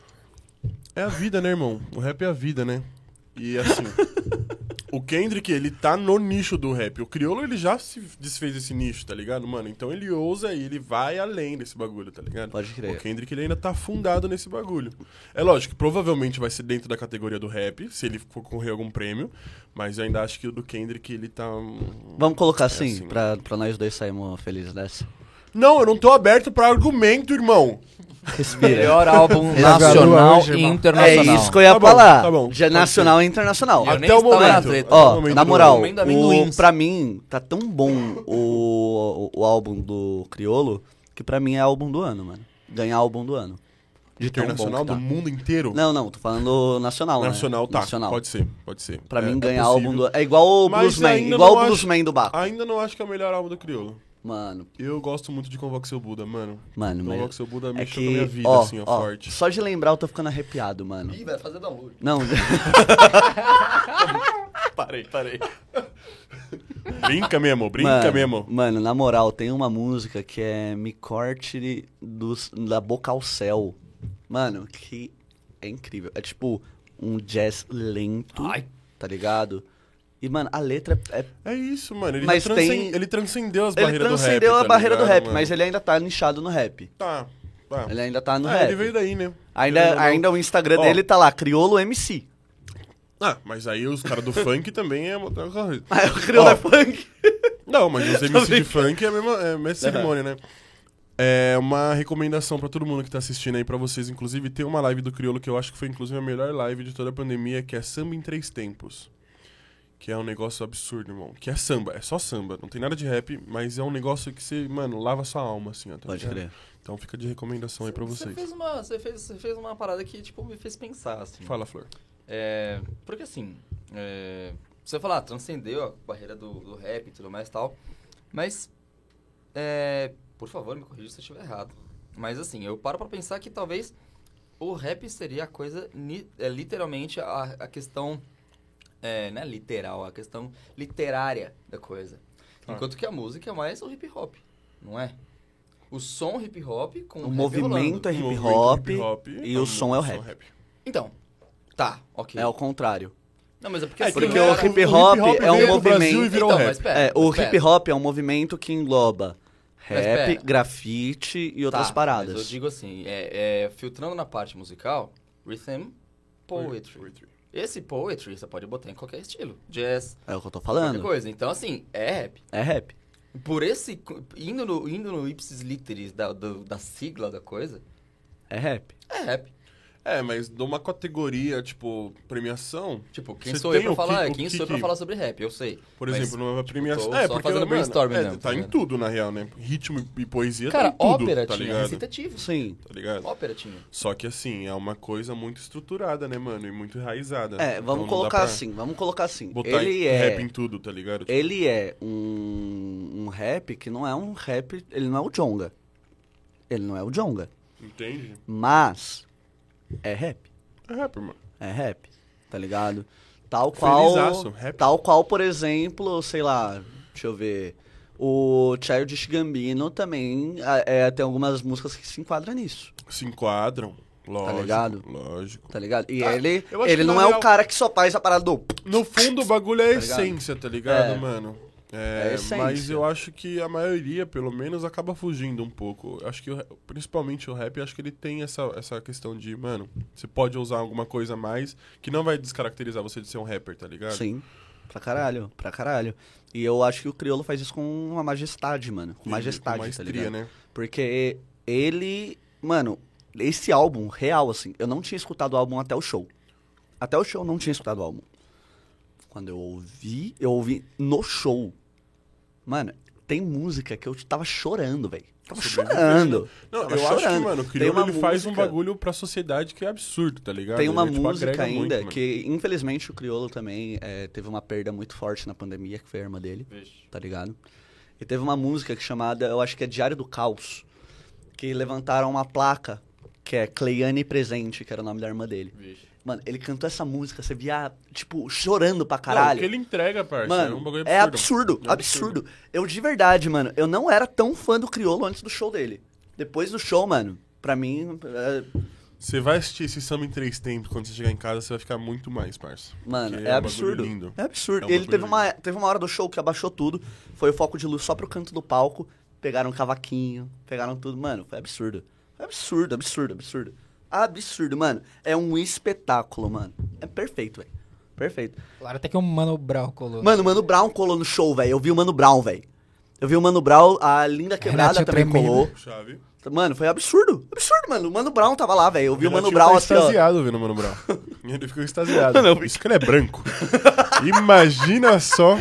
[SPEAKER 2] É a vida, né, irmão? O rap é a vida, né? E assim. o Kendrick, ele tá no nicho do rap. O Criolo, ele já se desfez desse nicho, tá ligado, mano? Então ele ousa e ele vai além desse bagulho, tá ligado?
[SPEAKER 1] Pode crer.
[SPEAKER 2] O Kendrick, ele ainda tá fundado nesse bagulho. É lógico, provavelmente vai ser dentro da categoria do rap, se ele concorrer a algum prêmio. Mas eu ainda acho que o do Kendrick, ele tá. hum,
[SPEAKER 1] Vamos colocar assim,
[SPEAKER 2] assim,
[SPEAKER 1] pra, pra nós dois sairmos felizes dessa.
[SPEAKER 2] Não, eu não tô aberto pra argumento, irmão. é
[SPEAKER 1] Respira.
[SPEAKER 3] Melhor álbum
[SPEAKER 4] Ele abriu a lua
[SPEAKER 3] nacional
[SPEAKER 4] hoje,
[SPEAKER 3] e
[SPEAKER 4] irmão.
[SPEAKER 1] É
[SPEAKER 3] internacional.
[SPEAKER 1] isso que eu ia
[SPEAKER 2] Tá bom,
[SPEAKER 1] falar.
[SPEAKER 2] tá bom.
[SPEAKER 1] De nacional e internacional.
[SPEAKER 3] Eu nem
[SPEAKER 2] até o
[SPEAKER 3] estava na
[SPEAKER 2] momento.
[SPEAKER 3] treta.
[SPEAKER 2] até o
[SPEAKER 1] Ó,
[SPEAKER 2] momento
[SPEAKER 1] na
[SPEAKER 2] do-
[SPEAKER 1] moral,
[SPEAKER 3] Comendo
[SPEAKER 1] o,
[SPEAKER 3] amendoins.
[SPEAKER 1] pra mim tá tão bom o, o, o álbum do Criolo que pra mim é álbum do ano, mano. Ganhar álbum do ano. De tão bom
[SPEAKER 2] Internacional
[SPEAKER 1] que tá.
[SPEAKER 2] do mundo inteiro?
[SPEAKER 1] Não, não, tô falando nacional, né?
[SPEAKER 2] Nacional, tá.
[SPEAKER 1] Nacional.
[SPEAKER 2] Pode ser, pode ser.
[SPEAKER 1] Pra
[SPEAKER 2] É-
[SPEAKER 1] mim
[SPEAKER 2] é
[SPEAKER 1] ganhar
[SPEAKER 2] possível.
[SPEAKER 1] álbum do ano. É igual o
[SPEAKER 2] Mas
[SPEAKER 1] Bluesman,
[SPEAKER 2] ainda
[SPEAKER 1] igual
[SPEAKER 2] não
[SPEAKER 1] o
[SPEAKER 2] acho-
[SPEAKER 1] Bluesman do Baco.
[SPEAKER 2] Ainda não acho que é o melhor álbum do Criolo.
[SPEAKER 1] Mano,
[SPEAKER 2] Eu gosto muito de Convoque Seu Buda, mano.
[SPEAKER 1] mano, mas-
[SPEAKER 2] Convoque Seu Buda
[SPEAKER 1] É
[SPEAKER 2] mexeu
[SPEAKER 1] que,
[SPEAKER 2] com a minha vida,
[SPEAKER 1] ó,
[SPEAKER 2] assim, ó,
[SPEAKER 1] ó,
[SPEAKER 2] forte.
[SPEAKER 1] só de lembrar eu tô ficando arrepiado, mano.
[SPEAKER 3] Ih, vai fazer download.
[SPEAKER 1] Não,
[SPEAKER 3] Parei, parei.
[SPEAKER 2] Brinca mesmo, brinca
[SPEAKER 1] mano,
[SPEAKER 2] mesmo.
[SPEAKER 1] Mano, na moral, tem uma música que é Me Corte dos, da Boca ao Céu. Mano, que é incrível. É tipo um jazz lento,
[SPEAKER 3] Ai.
[SPEAKER 1] tá ligado? E, mano, a letra é
[SPEAKER 2] É isso, mano. Ele,
[SPEAKER 1] Mas
[SPEAKER 2] transcen-
[SPEAKER 1] tem-
[SPEAKER 2] ele transcendeu as
[SPEAKER 1] Ele
[SPEAKER 2] barreiras do rap.
[SPEAKER 1] transcendeu a
[SPEAKER 2] tá
[SPEAKER 1] barreira do
[SPEAKER 2] ligado,
[SPEAKER 1] rap,
[SPEAKER 2] mano?
[SPEAKER 1] mas ele ainda tá nichado no rap.
[SPEAKER 2] Tá, tá.
[SPEAKER 1] Ele ainda tá no
[SPEAKER 2] ah,
[SPEAKER 1] rap.
[SPEAKER 2] ele veio daí, né? Querendo ou
[SPEAKER 1] Ainda,
[SPEAKER 2] não.
[SPEAKER 1] ainda o Instagram
[SPEAKER 2] Ó.
[SPEAKER 1] dele tá lá, Criolo MC.
[SPEAKER 2] Ah, mas aí os caras do funk também é outra coisa.
[SPEAKER 1] Aí o Criolo
[SPEAKER 2] Ó.
[SPEAKER 1] é funk.
[SPEAKER 2] Não, mas os
[SPEAKER 1] Tô
[SPEAKER 2] MC de funk é a mesma, é a mesma cerimônia, né? É uma recomendação pra todo mundo que tá assistindo aí, pra vocês, inclusive, tem uma live do Criolo que eu acho que foi inclusive a melhor live de toda a pandemia, que é Samba em Três Tempos. Que é um negócio absurdo, irmão. Que é samba, é só samba, não tem nada de rap, mas é um negócio que você, mano, lava sua alma, assim, ó. tá
[SPEAKER 1] Pode
[SPEAKER 2] ligado?
[SPEAKER 1] crer.
[SPEAKER 2] Então fica de recomendação aí pra
[SPEAKER 3] Você
[SPEAKER 2] vocês.
[SPEAKER 3] fez, uma, você, fez, você fez uma parada que, tipo, me fez pensar, assim.
[SPEAKER 2] Fala, Flor.
[SPEAKER 3] É, porque assim, é, você falar, ah, transcendeu a barreira do, do rap e tudo mais e tal. Mas, é, por favor, me corrija se eu estiver errado. Mas assim, eu paro pra pensar que talvez o rap seria a coisa, ni- é, literalmente, a, a questão, é, não é literal, a questão literária da coisa.
[SPEAKER 2] Tá.
[SPEAKER 3] Enquanto que a música é mais o hip hop, não é? O som hip hop com
[SPEAKER 1] O
[SPEAKER 3] rap
[SPEAKER 1] movimento
[SPEAKER 3] rolando.
[SPEAKER 1] é hip
[SPEAKER 2] Movimento
[SPEAKER 1] hop
[SPEAKER 2] hip hop
[SPEAKER 1] e o som é o rap.
[SPEAKER 3] Então, tá, ok.
[SPEAKER 1] É o contrário.
[SPEAKER 3] Não, mas é porque,
[SPEAKER 2] É
[SPEAKER 3] assim,
[SPEAKER 2] que
[SPEAKER 1] Porque
[SPEAKER 3] eu
[SPEAKER 1] o
[SPEAKER 3] era-
[SPEAKER 1] hip hop é um
[SPEAKER 2] veio do Brasil e
[SPEAKER 1] movimento-
[SPEAKER 2] virou
[SPEAKER 3] então,
[SPEAKER 2] rap.
[SPEAKER 3] mas pera,
[SPEAKER 1] É, o
[SPEAKER 3] mas
[SPEAKER 1] hip
[SPEAKER 3] pera.
[SPEAKER 1] hop é um movimento que engloba rap,
[SPEAKER 3] pera.
[SPEAKER 1] grafite e
[SPEAKER 3] Tá,
[SPEAKER 1] outras paradas.
[SPEAKER 3] Mas eu digo assim, é, é, filtrando na parte musical, rhythm, poetry. Esse poetry você pode botar em qualquer estilo. Jazz,
[SPEAKER 1] É o que eu tô
[SPEAKER 3] qualquer
[SPEAKER 1] falando.
[SPEAKER 3] coisa. Então, assim, é rap.
[SPEAKER 1] É rap.
[SPEAKER 3] Por esse... co- Indo no, indo no ipsis literis da, do- da sigla da coisa,
[SPEAKER 1] É rap.
[SPEAKER 3] é rap.
[SPEAKER 2] É, mas de uma categoria, tipo, premiação,
[SPEAKER 3] Tipo, quem
[SPEAKER 2] Você
[SPEAKER 3] sou eu
[SPEAKER 2] tem
[SPEAKER 3] pra
[SPEAKER 2] o que-
[SPEAKER 3] falar?
[SPEAKER 2] o
[SPEAKER 3] quem
[SPEAKER 2] que
[SPEAKER 3] sou eu pra
[SPEAKER 2] que-
[SPEAKER 3] falar sobre rap? Eu sei.
[SPEAKER 2] Por
[SPEAKER 3] Mas, tipo,
[SPEAKER 2] exemplo, numa premiação.
[SPEAKER 3] tô
[SPEAKER 2] é,
[SPEAKER 3] só
[SPEAKER 2] porque
[SPEAKER 3] fazendo
[SPEAKER 2] mano,
[SPEAKER 3] brainstorming
[SPEAKER 2] é,
[SPEAKER 3] mesmo, tá
[SPEAKER 2] tá em
[SPEAKER 3] ligado?
[SPEAKER 2] tudo, na real, né? Ritmo e poesia
[SPEAKER 3] Cara,
[SPEAKER 2] tá em tudo,
[SPEAKER 3] ópera
[SPEAKER 2] tá
[SPEAKER 3] tinha
[SPEAKER 2] ligado?
[SPEAKER 3] recitativo.
[SPEAKER 1] Sim.
[SPEAKER 2] Tá ligado?
[SPEAKER 3] Ópera tinha.
[SPEAKER 2] Só que assim, é uma coisa muito estruturada, né, mano? E muito enraizada.
[SPEAKER 1] É,
[SPEAKER 2] Então
[SPEAKER 1] vamos
[SPEAKER 2] não dá
[SPEAKER 1] colocar
[SPEAKER 2] pra
[SPEAKER 1] assim, vamos colocar assim.
[SPEAKER 2] Botar
[SPEAKER 1] Ele é
[SPEAKER 2] rap em tudo, tá ligado? Tipo,
[SPEAKER 1] ele é um, um rap que não é um rap. Ele não é o Jonga. Ele não é o Jonga.
[SPEAKER 2] Entende?
[SPEAKER 1] Mas é rap.
[SPEAKER 2] É rap, mano.
[SPEAKER 1] É rap. Tá ligado? Tal qual.
[SPEAKER 2] Felizaço, rap.
[SPEAKER 1] Tal qual, por exemplo, sei lá, deixa eu ver. O Childish Gambino também a- é, tem algumas músicas que se enquadram nisso,
[SPEAKER 2] Se enquadram, lógico.
[SPEAKER 1] Tá ligado?
[SPEAKER 2] Lógico.
[SPEAKER 1] tá ligado? E
[SPEAKER 2] Ah,
[SPEAKER 1] ele,
[SPEAKER 2] eu acho
[SPEAKER 1] ele
[SPEAKER 2] que
[SPEAKER 1] não
[SPEAKER 2] na
[SPEAKER 1] é o
[SPEAKER 2] real-
[SPEAKER 1] cara que só faz a parada do.
[SPEAKER 2] No fundo, o bagulho é
[SPEAKER 1] Tá
[SPEAKER 2] a
[SPEAKER 1] ligado?
[SPEAKER 2] essência, tá ligado,
[SPEAKER 1] É.
[SPEAKER 2] mano?
[SPEAKER 1] É
[SPEAKER 2] É,
[SPEAKER 1] a essência.
[SPEAKER 2] mas eu acho que a maioria, pelo menos, acaba fugindo um pouco. Eu Acho que, o ra- principalmente o rap, eu acho que ele tem essa, essa questão de, mano, você pode usar alguma coisa a mais que não vai descaracterizar você de ser um rapper, tá ligado?
[SPEAKER 1] Sim. Pra caralho, pra caralho. E eu acho que o Criolo faz isso com uma majestade, mano. Com
[SPEAKER 2] E-
[SPEAKER 1] majestade,
[SPEAKER 2] com
[SPEAKER 1] tá ligado?
[SPEAKER 2] maestria, né?
[SPEAKER 1] Porque ele. Mano, esse álbum, real, assim, eu não tinha escutado o álbum até o show. Até o show eu não tinha escutado o álbum. Quando eu ouvi, eu ouvi no show. Mano, tem música que eu tava chorando, velho. Tava chorando.
[SPEAKER 2] Não,
[SPEAKER 1] Tava
[SPEAKER 2] eu acho que,
[SPEAKER 1] chorando.
[SPEAKER 2] mano, o
[SPEAKER 1] Tem
[SPEAKER 2] crioulo
[SPEAKER 1] uma
[SPEAKER 2] ele faz um
[SPEAKER 1] música-
[SPEAKER 2] bagulho pra sociedade que é absurdo, tá ligado?
[SPEAKER 1] Tem uma
[SPEAKER 2] Ele, tipo,
[SPEAKER 1] música
[SPEAKER 2] agrega muito,
[SPEAKER 1] ainda
[SPEAKER 2] mano.
[SPEAKER 1] que, infelizmente, o Criolo também é, teve uma perda muito forte na pandemia, que foi a irmã dele,
[SPEAKER 3] Vixe.
[SPEAKER 1] tá ligado? E teve uma música que chamada, eu acho que é Diário do Caos, que levantaram uma placa, que é Cleiane Presente, que era o nome da irmã dele.
[SPEAKER 3] Vixe.
[SPEAKER 1] Mano, ele cantou essa música, você via, tipo, chorando pra
[SPEAKER 2] Não,
[SPEAKER 1] caralho.
[SPEAKER 2] o que ele entrega, parça, é
[SPEAKER 1] Mano,
[SPEAKER 2] um bagulho
[SPEAKER 1] é absurdo,
[SPEAKER 2] É absurdo.
[SPEAKER 1] absurdo, Eu de verdade, mano, eu não era tão fã do Criolo antes do show dele. Depois do show, mano, pra mim, é,
[SPEAKER 2] Você vai assistir esse samba em três tempos, quando você chegar em casa, você vai ficar muito mais, parça.
[SPEAKER 1] Mano,
[SPEAKER 2] Que
[SPEAKER 1] é,
[SPEAKER 2] um
[SPEAKER 1] absurdo.
[SPEAKER 2] bagulho lindo.
[SPEAKER 1] É absurdo.
[SPEAKER 2] É um
[SPEAKER 1] E ele
[SPEAKER 2] bagulho
[SPEAKER 1] teve
[SPEAKER 2] lindo.
[SPEAKER 1] uma, teve uma hora do show que abaixou tudo, foi o foco de luz só pro canto do palco, pegaram um cavaquinho, pegaram tudo. Mano, foi absurdo. Foi absurdo, absurdo, absurdo. Absurdo, mano. É um espetáculo, mano. É perfeito, velho. Perfeito.
[SPEAKER 4] Claro, até que um Mano Brown colou.
[SPEAKER 1] Mano, o Mano Brown colou no show, velho. Eu vi o Mano Brown, velho. Eu vi o Mano Brown, a Linda Quebrada
[SPEAKER 4] Renatinho
[SPEAKER 1] também
[SPEAKER 4] tremendo.
[SPEAKER 1] colou.
[SPEAKER 2] Chave.
[SPEAKER 1] Mano, foi absurdo. Absurdo, mano. O Mano Brown tava lá, velho. Eu vi o Mano
[SPEAKER 2] Renatinho
[SPEAKER 1] Brown
[SPEAKER 2] tá
[SPEAKER 1] assim, ó.
[SPEAKER 2] extasiado vendo o Mano Brown. Ele ficou extasiado. Isso que ele é branco. Imagina só.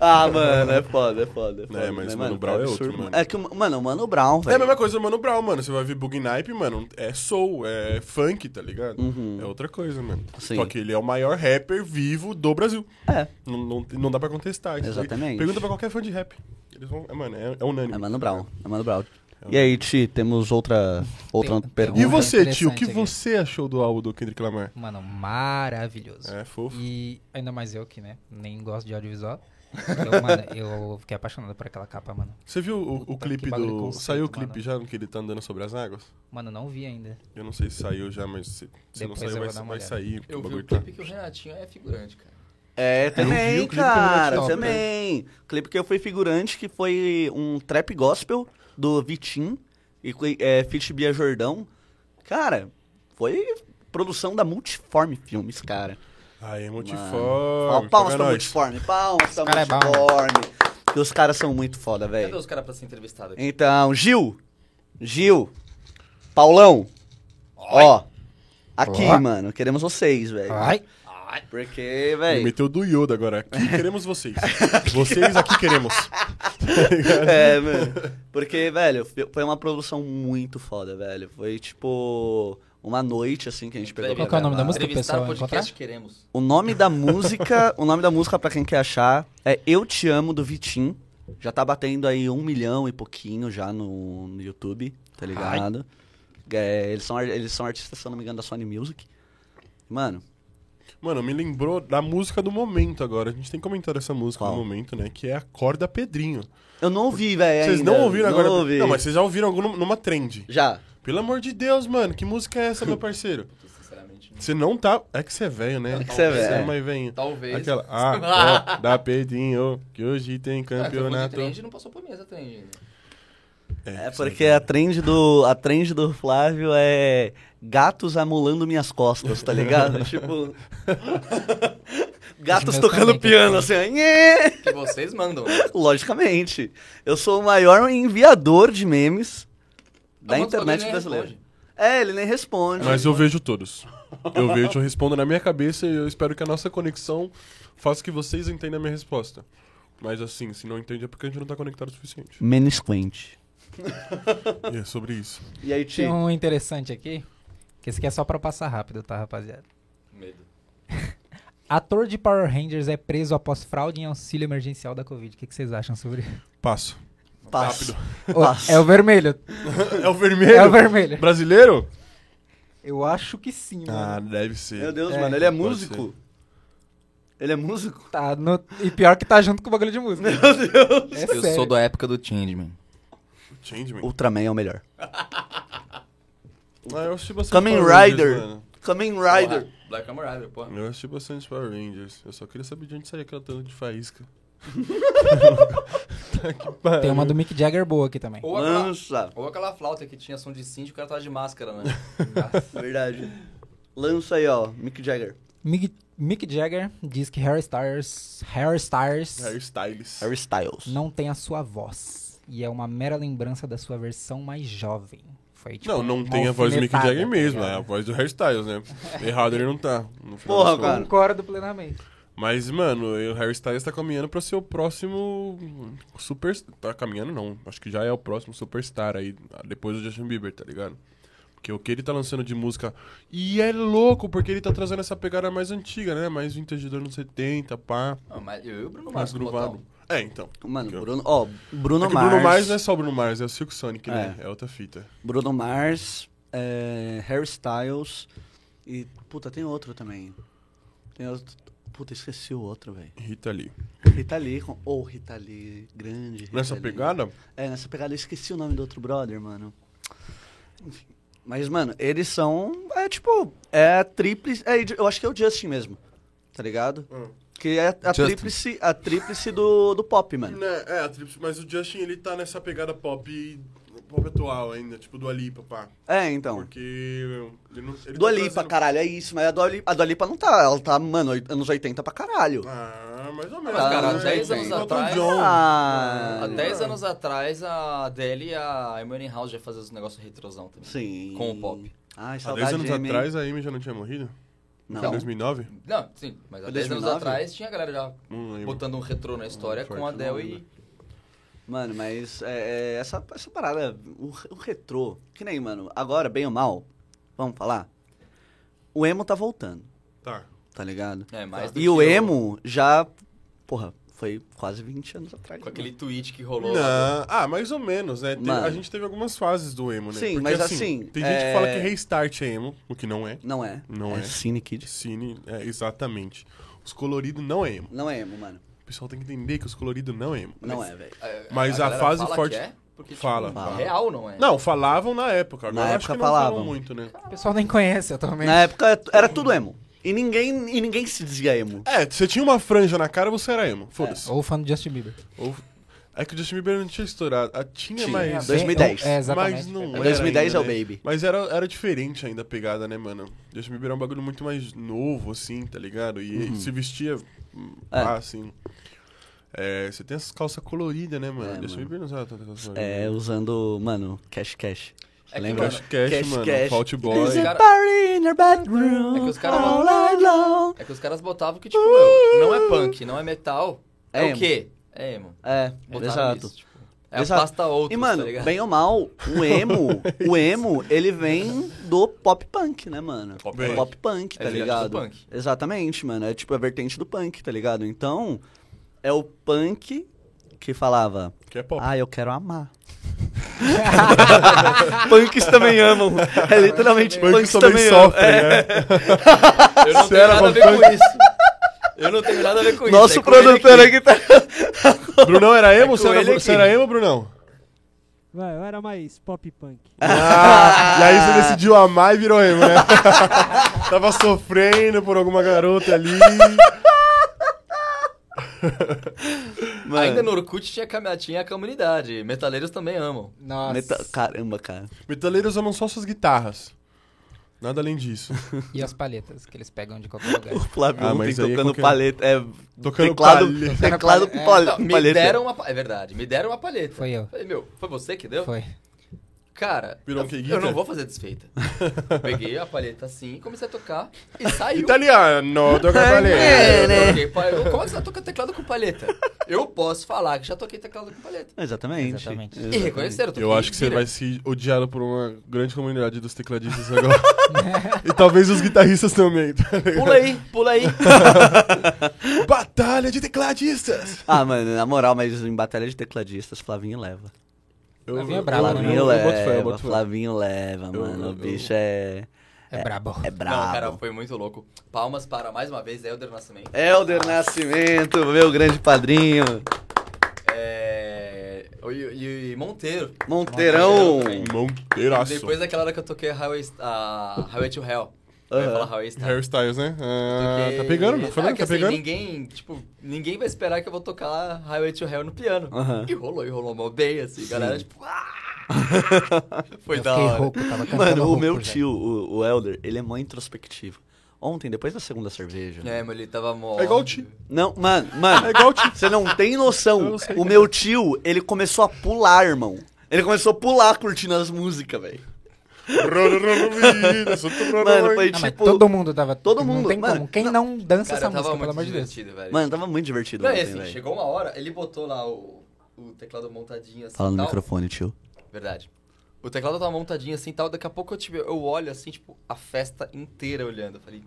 [SPEAKER 1] Ah, mano, é foda, é foda. É, foda,
[SPEAKER 2] mas
[SPEAKER 1] né,
[SPEAKER 2] o Mano Brown é outro,
[SPEAKER 1] absurdo,
[SPEAKER 2] mano.
[SPEAKER 1] É que, o- mano, o Mano Brown,
[SPEAKER 2] É
[SPEAKER 1] velho.
[SPEAKER 2] a mesma coisa do Mano Brown, mano. Você vai ver Bug Nipe, mano. É soul, é funk, tá ligado? É outra coisa, mano.
[SPEAKER 1] Uhum. Sim.
[SPEAKER 2] Só que ele é o maior rapper vivo do Brasil.
[SPEAKER 1] É.
[SPEAKER 2] Não, não, não dá pra contestar isso. aí.
[SPEAKER 1] Exatamente.
[SPEAKER 2] Pergunta pra qualquer fã de rap. Eles vão. É, mano, é, é unânime.
[SPEAKER 1] É Mano Brown, é Mano Brown. E aí, Ti, temos outra, outra
[SPEAKER 4] Tem-
[SPEAKER 1] pergunta.
[SPEAKER 2] E
[SPEAKER 4] Muito
[SPEAKER 2] você, tio, o que
[SPEAKER 4] interessante aqui.
[SPEAKER 2] você achou do álbum do Kendrick Lamar?
[SPEAKER 4] Mano, maravilhoso.
[SPEAKER 2] É fofo.
[SPEAKER 4] E ainda mais eu que, né, nem gosto de audiovisual. Eu, mano, eu fiquei apaixonado por aquela capa, mano.
[SPEAKER 2] Você viu o, o
[SPEAKER 4] Puta,
[SPEAKER 2] clipe
[SPEAKER 4] que bagulho
[SPEAKER 2] do.
[SPEAKER 4] conceito,
[SPEAKER 2] Saiu o
[SPEAKER 4] mano.
[SPEAKER 2] clipe já no que ele tá andando sobre as águas?
[SPEAKER 4] Mano, não vi ainda.
[SPEAKER 2] Eu não sei se saiu já, mas se, se não
[SPEAKER 4] Depois
[SPEAKER 2] saiu,
[SPEAKER 4] eu
[SPEAKER 2] vai,
[SPEAKER 4] vou dar uma
[SPEAKER 2] vai
[SPEAKER 4] olhada.
[SPEAKER 2] sair.
[SPEAKER 3] Eu vi
[SPEAKER 2] bagulho
[SPEAKER 3] o
[SPEAKER 2] tá.
[SPEAKER 3] clipe que o Renatinho é figurante, cara.
[SPEAKER 1] É,
[SPEAKER 2] vi
[SPEAKER 1] também,
[SPEAKER 2] o clipe do
[SPEAKER 1] cara,
[SPEAKER 2] Mano Brown,
[SPEAKER 1] também. Clipe que eu fui figurante, que foi um trap gospel do Vitim e co- é, Fit Bia Jordão. Cara, foi produção da Multiforme Filmes, cara.
[SPEAKER 2] Aí, é
[SPEAKER 1] Mano, palmas
[SPEAKER 2] multiforme. paga
[SPEAKER 1] pra
[SPEAKER 2] nós.
[SPEAKER 1] Multiforme, palmas pra
[SPEAKER 4] cara é bom.
[SPEAKER 1] Multiforme. Que os caras são muito foda,
[SPEAKER 3] Cadê
[SPEAKER 1] velho.
[SPEAKER 3] os caras pra ser entrevistado aqui?
[SPEAKER 1] Então, Gil, Gil, Paulão, ó, aqui,
[SPEAKER 4] Ó.
[SPEAKER 1] mano, queremos vocês,
[SPEAKER 2] É,
[SPEAKER 1] velho.
[SPEAKER 4] Ai,
[SPEAKER 3] Ai,
[SPEAKER 1] Porque,
[SPEAKER 2] Ele
[SPEAKER 1] velho.
[SPEAKER 2] meteu do Yoda agora. Aqui queremos vocês. vocês aqui queremos. Tá ligado?
[SPEAKER 1] É, mano. Porque, velho, f- foi uma produção muito foda, velho. Foi tipo uma noite assim que a gente pegou. pra
[SPEAKER 4] Qual que é o nome da
[SPEAKER 1] gravar.
[SPEAKER 4] música,
[SPEAKER 3] Entrevistar
[SPEAKER 4] pessoal,
[SPEAKER 3] o podcast
[SPEAKER 4] encontrar?
[SPEAKER 3] Queremos.
[SPEAKER 1] O nome da música, o nome da música pra quem quer achar é Eu Te Amo do Vitim. Já tá batendo aí um milhão e pouquinho já no, no YouTube, tá ligado? É, eles, são, ar- eles são artistas, se eu não me engano, da Sony Music. Mano,
[SPEAKER 2] Mano, me lembrou da música do momento agora. A gente tem comentado essa música
[SPEAKER 1] Qual?
[SPEAKER 2] do momento, né? Que é Acorda Pedrinho.
[SPEAKER 1] eu não ouvi, velho.
[SPEAKER 2] Vocês
[SPEAKER 1] É ainda.
[SPEAKER 2] não ouviram agora?
[SPEAKER 1] Não, ouvi.
[SPEAKER 2] Não, mas vocês já ouviram alguma numa trend.
[SPEAKER 1] Já.
[SPEAKER 2] Pelo amor de Deus, mano, que música é essa, meu parceiro?
[SPEAKER 3] Puta, Sinceramente, não.
[SPEAKER 2] Você não tá. É que você é velho, né? É
[SPEAKER 1] que você é velho.
[SPEAKER 2] mais velho.
[SPEAKER 3] Talvez.
[SPEAKER 2] Aquela. Ah, ó, dá pedinho, que hoje tem
[SPEAKER 3] Ah, foi um de
[SPEAKER 2] campeonato.
[SPEAKER 3] trend não passou por mim essa trend ainda.
[SPEAKER 1] É porque a trend do a trend do Flávio é gatos amolando minhas costas, tá ligado? tipo
[SPEAKER 4] Os
[SPEAKER 1] gatos
[SPEAKER 4] meus
[SPEAKER 1] tocando
[SPEAKER 4] também,
[SPEAKER 1] piano assim. ó, nhê!
[SPEAKER 3] Que vocês mandam. né?
[SPEAKER 1] Logicamente, eu sou o maior enviador de memes da
[SPEAKER 3] Alguns bagulho
[SPEAKER 1] internet
[SPEAKER 3] nem
[SPEAKER 1] brasileira.
[SPEAKER 3] responde.
[SPEAKER 1] É, ele nem responde.
[SPEAKER 2] Mas eu vejo todos. Eu vejo, eu respondo na minha cabeça e eu espero que a nossa conexão faça que vocês entendam a minha resposta. Mas assim, se não entende é porque a gente não tá conectado o suficiente.
[SPEAKER 1] Menisquente.
[SPEAKER 2] E é sobre isso.
[SPEAKER 1] E aí, Ti?
[SPEAKER 4] tem um interessante aqui, que esse aqui é só pra passar rápido, tá, rapaziada?
[SPEAKER 3] Medo.
[SPEAKER 4] Ator de Power Rangers é preso após fraude em auxílio emergencial da Covid. O que, que vocês acham sobre isso?
[SPEAKER 2] Passo.
[SPEAKER 1] Passo.
[SPEAKER 4] Ô, é o vermelho.
[SPEAKER 2] É o vermelho?
[SPEAKER 4] É o vermelho.
[SPEAKER 2] Brasileiro?
[SPEAKER 4] Eu acho que sim,
[SPEAKER 2] Ah,
[SPEAKER 4] mano.
[SPEAKER 2] deve ser.
[SPEAKER 1] Meu Deus,
[SPEAKER 4] É,
[SPEAKER 1] mano, ele é
[SPEAKER 2] pode
[SPEAKER 1] músico. Ele é músico?
[SPEAKER 4] Tá no- E pior que tá junto com o bagulho de música. Meu Deus. É sério.
[SPEAKER 3] da época do Changeman.
[SPEAKER 2] Changeman.
[SPEAKER 1] Ultraman é o melhor.
[SPEAKER 2] Ah, eu assisti bastante
[SPEAKER 1] Kamen
[SPEAKER 2] Power Rangers,
[SPEAKER 1] Rider.
[SPEAKER 2] mano.
[SPEAKER 1] Kamen Rider.
[SPEAKER 3] Porra, Black Hammer Rider, porra.
[SPEAKER 2] Eu assisti bastante Power Rangers. Eu só queria saber de onde saía aquela tela de faísca. tá que pariu.
[SPEAKER 4] Tem uma do Mick Jagger boa aqui também.
[SPEAKER 3] Ou aquela,
[SPEAKER 1] Lança.
[SPEAKER 3] ou aquela flauta que tinha som de cinto e o cara tava de máscara, né?
[SPEAKER 1] Verdade. Lança aí, ó. Mick Jagger.
[SPEAKER 4] Mick, Mick Jagger diz que Harry Styles, Harry Styles
[SPEAKER 2] Harry Styles.
[SPEAKER 1] Harry Styles.
[SPEAKER 4] não tem a sua voz. E é uma mera lembrança da sua versão mais jovem. Foi, tipo,
[SPEAKER 2] Não, não
[SPEAKER 4] uma
[SPEAKER 2] tem a voz do Mick
[SPEAKER 4] alfinetada,
[SPEAKER 2] Jagger
[SPEAKER 4] tá
[SPEAKER 2] mesmo, é
[SPEAKER 4] ligado?
[SPEAKER 2] a voz do Hairstyles, né? Errado ele não tá. no final
[SPEAKER 1] Porra,
[SPEAKER 2] das contas.
[SPEAKER 1] cara.
[SPEAKER 4] Concordo plenamente.
[SPEAKER 2] Mas, mano, o Harry Styles tá caminhando pra ser o próximo super... Tá caminhando, não. Acho que já é o próximo superstar aí, depois do Justin Bieber, tá ligado? Porque o que ele tá lançando de música... E é louco, porque ele tá trazendo essa pegada mais antiga, né? Mais vintage dos anos 70, pá.
[SPEAKER 3] Ah, mas eu e o Bruno
[SPEAKER 2] Mais
[SPEAKER 3] Mars.
[SPEAKER 2] gruvado. É, então.
[SPEAKER 1] Mano,
[SPEAKER 2] Que eu-
[SPEAKER 1] Bruno, ó, Bruno
[SPEAKER 2] é que
[SPEAKER 1] Mars.
[SPEAKER 2] Bruno Mars não é só Bruno Mars, é o Silk Sonic, né? É outra fita.
[SPEAKER 1] Bruno Mars, é, Harry Styles e. Puta, tem outro também. Tem outro. Puta, esqueci o outro, velho.
[SPEAKER 2] Rita Lee.
[SPEAKER 1] Rita Lee, com- ou Rita Lee, grande. Rita
[SPEAKER 2] Nessa
[SPEAKER 1] Lee.
[SPEAKER 2] pegada,
[SPEAKER 1] É, nessa pegada eu esqueci o nome do outro brother, mano. Enfim. Mas, mano, eles são. É tipo. É a tríplice. É, eu acho que é o Justin mesmo. Tá ligado?
[SPEAKER 2] Ah.
[SPEAKER 1] Que é a
[SPEAKER 5] Justin.
[SPEAKER 1] tríplice, a tríplice do, do pop, mano.
[SPEAKER 2] Né, é, a Trips, mas o Justin, ele tá nessa pegada pop, pop atual ainda, tipo do Alipa, pá.
[SPEAKER 1] É, então.
[SPEAKER 2] Porque ele não... Ele
[SPEAKER 1] Dua
[SPEAKER 2] tá
[SPEAKER 1] Lipa,
[SPEAKER 2] trazendo-
[SPEAKER 1] caralho, é isso. Mas a Dua, Lipa, a Dua Lipa não tá. Ela tá, mano, oit- anos 80 pra caralho.
[SPEAKER 2] Ah, mais ou menos.
[SPEAKER 3] Mas, cara,
[SPEAKER 1] Ah,
[SPEAKER 3] há 10 anos
[SPEAKER 5] entendi.
[SPEAKER 2] Elton
[SPEAKER 3] atrás...
[SPEAKER 2] John.
[SPEAKER 1] Ah,
[SPEAKER 3] Há 10 anos atrás, a Adele e a Emily House já faziam os negócios retrosão também.
[SPEAKER 1] Sim.
[SPEAKER 3] Com o pop.
[SPEAKER 1] Ai,
[SPEAKER 2] Há
[SPEAKER 1] saudade
[SPEAKER 2] 10 anos
[SPEAKER 1] de Eminem.
[SPEAKER 2] atrás, a Amy já não tinha morrido?
[SPEAKER 1] Não.
[SPEAKER 2] Em 2009?
[SPEAKER 3] Não, sim, mas há
[SPEAKER 1] Foi
[SPEAKER 3] 10 anos
[SPEAKER 1] 2009?
[SPEAKER 3] atrás tinha a galera já
[SPEAKER 2] Não lembro.
[SPEAKER 3] botando um retrô na história
[SPEAKER 2] Forte né?
[SPEAKER 3] com a Adele
[SPEAKER 2] nome,
[SPEAKER 3] e...
[SPEAKER 1] Mano, mas é, é, essa, essa parada, o, re- o retrô, que nem, mano, agora, bem ou mal, vamos falar? O emo tá voltando,
[SPEAKER 2] Tá.
[SPEAKER 1] tá ligado?
[SPEAKER 3] É, mais do
[SPEAKER 1] e
[SPEAKER 3] que
[SPEAKER 1] o emo já, porra, foi quase 20 anos atrás.
[SPEAKER 3] Com aquele
[SPEAKER 1] mano.
[SPEAKER 3] tweet que rolou. lá
[SPEAKER 2] Não, ah, mais ou menos, né? Teve-
[SPEAKER 1] Mano.
[SPEAKER 2] a gente teve algumas fases do emo, né?
[SPEAKER 1] Sim, mas assim,
[SPEAKER 2] Tem gente que
[SPEAKER 1] é-
[SPEAKER 2] fala que restart é emo, o que não é.
[SPEAKER 1] Não é.
[SPEAKER 2] Não é.
[SPEAKER 1] Cine Kid.
[SPEAKER 2] Cine, é, exatamente. Os coloridos não é emo.
[SPEAKER 1] Não é emo, mano.
[SPEAKER 2] O pessoal tem que entender que os coloridos não é emo.
[SPEAKER 1] Não é, velho.
[SPEAKER 3] do-
[SPEAKER 2] Mas a
[SPEAKER 3] galera
[SPEAKER 2] fase
[SPEAKER 3] fala
[SPEAKER 2] forte-
[SPEAKER 3] que é, porque, tipo,
[SPEAKER 2] Fala.
[SPEAKER 1] Fala.
[SPEAKER 3] real não é.
[SPEAKER 2] Não, falavam na época. Agora
[SPEAKER 1] Na
[SPEAKER 2] eu acho
[SPEAKER 1] época
[SPEAKER 2] que não falam
[SPEAKER 1] falavam.
[SPEAKER 2] muito, né?
[SPEAKER 4] O pessoal nem conhece atualmente.
[SPEAKER 1] Na época era tudo emo. E ninguém, e ninguém se dizia emo.
[SPEAKER 2] É, você tinha uma franja na cara, você era emo.
[SPEAKER 1] É.
[SPEAKER 2] Foda-se.
[SPEAKER 4] Ou fã do Justin Bieber.
[SPEAKER 2] Ou- É que o Justin Bieber não tinha estourado. Ah, tinha,
[SPEAKER 1] Tinha. Dois-
[SPEAKER 2] mas...
[SPEAKER 1] 2010.
[SPEAKER 4] É, exatamente.
[SPEAKER 2] Mas não
[SPEAKER 1] É
[SPEAKER 2] era
[SPEAKER 1] 2010
[SPEAKER 2] ainda,
[SPEAKER 1] é o
[SPEAKER 2] né?
[SPEAKER 1] Baby.
[SPEAKER 2] Mas era, era diferente ainda a pegada, né, mano? Justin Bieber é um bagulho muito mais novo, assim, tá ligado? E ele se vestia hum,
[SPEAKER 1] Uhum. É.
[SPEAKER 2] pá, assim... É, você tem essas calças coloridas, né, mano?
[SPEAKER 1] É,
[SPEAKER 2] Justin
[SPEAKER 1] mano.
[SPEAKER 2] Bieber não usava tanta calça colorida.
[SPEAKER 1] É, usando, mano, Cash Cash.
[SPEAKER 3] É que,
[SPEAKER 1] Lembra?
[SPEAKER 3] mano,
[SPEAKER 2] Cash Cash,
[SPEAKER 1] Cash
[SPEAKER 2] mano.
[SPEAKER 1] Cash. é
[SPEAKER 2] Fault
[SPEAKER 1] There's
[SPEAKER 2] Boy.
[SPEAKER 1] a
[SPEAKER 3] cara-
[SPEAKER 1] party in her bedroom
[SPEAKER 3] É que os caras-
[SPEAKER 1] all night long.
[SPEAKER 3] É que os caras botavam que, tipo, meu, não é punk, não é metal.
[SPEAKER 1] É
[SPEAKER 3] É, o
[SPEAKER 1] emo.
[SPEAKER 3] quê? É emo.
[SPEAKER 1] É,
[SPEAKER 3] Botaram
[SPEAKER 1] exato.
[SPEAKER 3] isso, tipo, é
[SPEAKER 1] Exato.
[SPEAKER 3] a pasta outra,
[SPEAKER 1] E, mano,
[SPEAKER 3] tá ligado?
[SPEAKER 1] bem ou mal, o emo, o emo, ele vem do pop punk, né, mano?
[SPEAKER 2] Pop
[SPEAKER 1] Do
[SPEAKER 2] punk.
[SPEAKER 1] pop punk,
[SPEAKER 3] É
[SPEAKER 1] tá
[SPEAKER 3] vertente
[SPEAKER 1] ligado?
[SPEAKER 3] do punk.
[SPEAKER 1] Exatamente, mano. É tipo a vertente do punk, tá ligado? Então, é o punk que falava,
[SPEAKER 2] Que é pop.
[SPEAKER 1] ah, eu quero amar. punks também amam. É literalmente punks,
[SPEAKER 2] Punks
[SPEAKER 1] também,
[SPEAKER 2] também
[SPEAKER 1] amam.
[SPEAKER 2] sofrem,
[SPEAKER 1] É.
[SPEAKER 2] né?
[SPEAKER 3] Eu não
[SPEAKER 2] Você
[SPEAKER 3] tenho
[SPEAKER 2] era
[SPEAKER 3] nada a ver
[SPEAKER 2] punk?
[SPEAKER 3] com isso. Eu não tenho nada a ver com isso.
[SPEAKER 1] Nosso
[SPEAKER 3] é com ele
[SPEAKER 1] produtor aqui tá...
[SPEAKER 2] Brunão era emo?
[SPEAKER 3] É
[SPEAKER 2] você,
[SPEAKER 3] com
[SPEAKER 2] era,
[SPEAKER 3] ele
[SPEAKER 2] você
[SPEAKER 3] que-
[SPEAKER 2] era emo, Brunão?
[SPEAKER 6] Vai, eu era mais pop punk.
[SPEAKER 2] Ah, e aí você decidiu amar e virou emo, né? Tava sofrendo por alguma garota ali.
[SPEAKER 1] Mano,
[SPEAKER 3] Ainda no Orkut tinha, cam- tinha a comunidade. Metaleiros também amam.
[SPEAKER 4] Nossa.
[SPEAKER 1] meta- Caramba, cara.
[SPEAKER 2] Metaleiros amam só suas guitarras. Nada além disso.
[SPEAKER 4] E as palhetas que eles pegam de qualquer lugar.
[SPEAKER 1] O Flávio
[SPEAKER 2] Ah,
[SPEAKER 1] ontem
[SPEAKER 2] mas aí é
[SPEAKER 1] um tocando
[SPEAKER 2] qualquer-
[SPEAKER 1] paleta. É,
[SPEAKER 2] Tocando
[SPEAKER 1] teclado,
[SPEAKER 2] palheta.
[SPEAKER 1] teclado
[SPEAKER 4] Tocando
[SPEAKER 1] com
[SPEAKER 4] palheta.
[SPEAKER 1] paleta.
[SPEAKER 3] Não, me deram uma... pa- É verdade, me deram uma palheta.
[SPEAKER 4] Foi eu.
[SPEAKER 3] Falei, meu, foi você que deu?
[SPEAKER 4] Foi.
[SPEAKER 3] Cara,
[SPEAKER 2] Virou um
[SPEAKER 3] eu,
[SPEAKER 2] que
[SPEAKER 3] eu
[SPEAKER 2] guita?
[SPEAKER 3] não vou fazer desfeita. Peguei a palheta assim, comecei a tocar e saiu.
[SPEAKER 1] Então
[SPEAKER 2] Italiano, toca
[SPEAKER 1] É,
[SPEAKER 2] palheta.
[SPEAKER 1] né?
[SPEAKER 3] Eu toquei pa- eu- Como é que você toca teclado com palheta? Eu posso falar que já toquei teclado com palheta.
[SPEAKER 1] Exatamente.
[SPEAKER 4] Exatamente.
[SPEAKER 3] E reconheceram.
[SPEAKER 2] Eu acho que você vai ser odiado por uma grande comunidade dos tecladistas agora. e talvez os guitarristas também. tá ligado?
[SPEAKER 3] Pula aí, pula aí.
[SPEAKER 2] Batalha de tecladistas!
[SPEAKER 1] Ah, mano, na moral, mas em batalha de tecladistas, Flavinho leva.
[SPEAKER 2] Eu,
[SPEAKER 4] Flavinho é brabo, Ah,
[SPEAKER 1] Flavinho
[SPEAKER 4] eu-
[SPEAKER 1] leva,
[SPEAKER 2] boto fé, né? eu boto fé.
[SPEAKER 1] Flavinho leva,
[SPEAKER 2] Eu-
[SPEAKER 1] mano.
[SPEAKER 2] eu-
[SPEAKER 1] o bicho é,
[SPEAKER 4] É, brabo.
[SPEAKER 1] é
[SPEAKER 3] Não, cara,
[SPEAKER 1] brabo.
[SPEAKER 3] foi muito louco. Palmas para, mais uma vez, Helder Nascimento.
[SPEAKER 1] Helder Nascimento, meu grande padrinho.
[SPEAKER 3] É... E, e- e Monteiro.
[SPEAKER 1] Monteirão.
[SPEAKER 3] Monteirão,
[SPEAKER 2] Monteiraço.
[SPEAKER 3] Depois daquela hora que eu toquei a Highway, a Highway to Hell. Eu ia
[SPEAKER 1] Aham.
[SPEAKER 3] falar Highway Star.
[SPEAKER 2] Hairstyles, né? Ah,
[SPEAKER 3] Porque-
[SPEAKER 2] tá pegando, tá
[SPEAKER 3] Ah,
[SPEAKER 2] falando,
[SPEAKER 3] que
[SPEAKER 2] tá
[SPEAKER 3] assim,
[SPEAKER 2] pegando.
[SPEAKER 3] Ninguém, tipo, ninguém vai esperar que eu vou tocar Highway to Hell no piano.
[SPEAKER 1] Aham.
[SPEAKER 3] E rolou, e rolou mal bem, assim, galera, tipo... "Ah!" Foi
[SPEAKER 4] eu
[SPEAKER 3] da
[SPEAKER 4] fiquei
[SPEAKER 3] hora.
[SPEAKER 4] rouco, tava cantando
[SPEAKER 1] Mano, o
[SPEAKER 4] rouco
[SPEAKER 1] meu
[SPEAKER 4] já.
[SPEAKER 1] tio, o, o Helder, ele é mó introspectivo. Ontem, depois da segunda cerveja.
[SPEAKER 3] É, mas ele tava mó...
[SPEAKER 2] É igual o Ti.
[SPEAKER 1] Não, mano, mano.
[SPEAKER 2] É igual o Ti.
[SPEAKER 1] Você não tem noção.
[SPEAKER 2] Eu sei,
[SPEAKER 1] O meu tio, ele começou a pular, irmão. Ele começou a pular curtindo as músicas, velho. Mano, foi
[SPEAKER 4] Ah, mas
[SPEAKER 1] tipo.
[SPEAKER 4] todo mundo tava.
[SPEAKER 1] todo mundo,
[SPEAKER 4] Não tem
[SPEAKER 1] mano,
[SPEAKER 4] como. Quem
[SPEAKER 1] não-
[SPEAKER 4] não, dança
[SPEAKER 3] Cara, tava
[SPEAKER 4] essa música, pelo
[SPEAKER 3] muito
[SPEAKER 4] amor de Deus.
[SPEAKER 3] divertido, velho.
[SPEAKER 1] Mano, tava muito divertido
[SPEAKER 3] Não, e
[SPEAKER 1] ontem,
[SPEAKER 3] assim,
[SPEAKER 1] velho.
[SPEAKER 3] chegou uma hora, ele botou lá o, o teclado montadinho assim
[SPEAKER 1] Fala no
[SPEAKER 3] tal.
[SPEAKER 1] microfone, tio.
[SPEAKER 3] Verdade. O teclado tava montadinho assim e tal, daqui a pouco eu, tive, eu olho assim, tipo, a festa inteira olhando. Eu falei,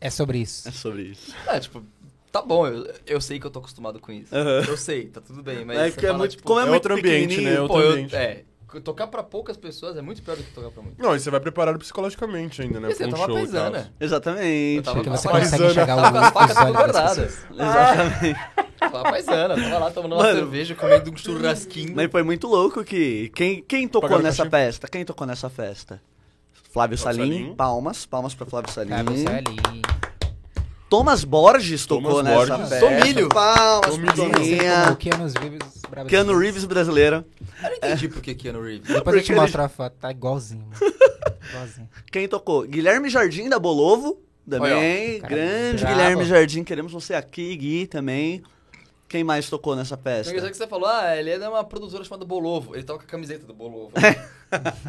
[SPEAKER 4] É sobre isso.
[SPEAKER 1] É sobre isso.
[SPEAKER 3] ah, tipo, tá bom, eu, eu sei que eu tô acostumado com isso. Eu sei, tá tudo bem, mas.
[SPEAKER 1] É
[SPEAKER 3] você
[SPEAKER 1] que é
[SPEAKER 3] fala,
[SPEAKER 1] muito-
[SPEAKER 3] tipo,
[SPEAKER 1] como
[SPEAKER 2] é
[SPEAKER 1] muito
[SPEAKER 2] outro ambiente, né?
[SPEAKER 1] pequenininho,
[SPEAKER 2] É outro
[SPEAKER 3] pô, eu-
[SPEAKER 2] ambiente.
[SPEAKER 3] é, tocar pra poucas pessoas é muito pior do que tocar pra muitas.
[SPEAKER 2] Não, e você vai preparado psicologicamente ainda, né?
[SPEAKER 3] Porque
[SPEAKER 2] pra
[SPEAKER 3] eu
[SPEAKER 2] um
[SPEAKER 3] tava
[SPEAKER 2] show e tal.
[SPEAKER 3] paisana.
[SPEAKER 1] Exatamente.
[SPEAKER 3] Eu tava
[SPEAKER 4] Porque
[SPEAKER 3] com a
[SPEAKER 4] você
[SPEAKER 3] faca- Ah,
[SPEAKER 4] consegue
[SPEAKER 2] paisana.
[SPEAKER 4] enxergar
[SPEAKER 3] Tava com as
[SPEAKER 4] o- os
[SPEAKER 3] facas tudo
[SPEAKER 4] olhos das pessoas.
[SPEAKER 3] guardadas.
[SPEAKER 1] Exatamente.
[SPEAKER 3] Tava paisana, tava lá tomando uma
[SPEAKER 1] Mano.
[SPEAKER 3] cerveja, comendo um churrasquinho.
[SPEAKER 1] Mas foi muito louco que. Quem, quem tocou
[SPEAKER 2] Pagaram
[SPEAKER 1] nessa
[SPEAKER 2] cachê?
[SPEAKER 1] festa? Quem tocou nessa festa? Flávio, Salim,
[SPEAKER 2] Salim.
[SPEAKER 1] palmas, palmas pra Flávio Salim.
[SPEAKER 4] Sabe, isso é ali.
[SPEAKER 1] Thomas Borges tocou
[SPEAKER 2] Thomas
[SPEAKER 1] nessa
[SPEAKER 2] Borges.
[SPEAKER 1] festa.
[SPEAKER 3] Tomilho.
[SPEAKER 1] Palmas,
[SPEAKER 2] Tomilho.
[SPEAKER 4] Como
[SPEAKER 1] palminha.
[SPEAKER 4] o Keanu Reeves. brabo. assim.
[SPEAKER 1] Keanu Reeves brasileiro.
[SPEAKER 3] Eu não entendi por que Keanu Reeves.
[SPEAKER 4] Depois eu
[SPEAKER 1] Porque
[SPEAKER 4] te
[SPEAKER 1] ele-
[SPEAKER 4] mostro a foto, tá igualzinho. mano. Igualzinho.
[SPEAKER 1] Quem tocou? Guilherme Jardim da Bolovo. Também.
[SPEAKER 4] Olha, ó.
[SPEAKER 1] Grande
[SPEAKER 4] Caramba,
[SPEAKER 1] Guilherme
[SPEAKER 4] brabo.
[SPEAKER 1] Jardim. Queremos você aqui, Gui, também. Quem mais tocou nessa
[SPEAKER 3] Eu queria
[SPEAKER 1] festa?
[SPEAKER 3] que você falou, ah, ele é de uma produtora chamada Bolovo. Ele tava com a camiseta do Bolovo.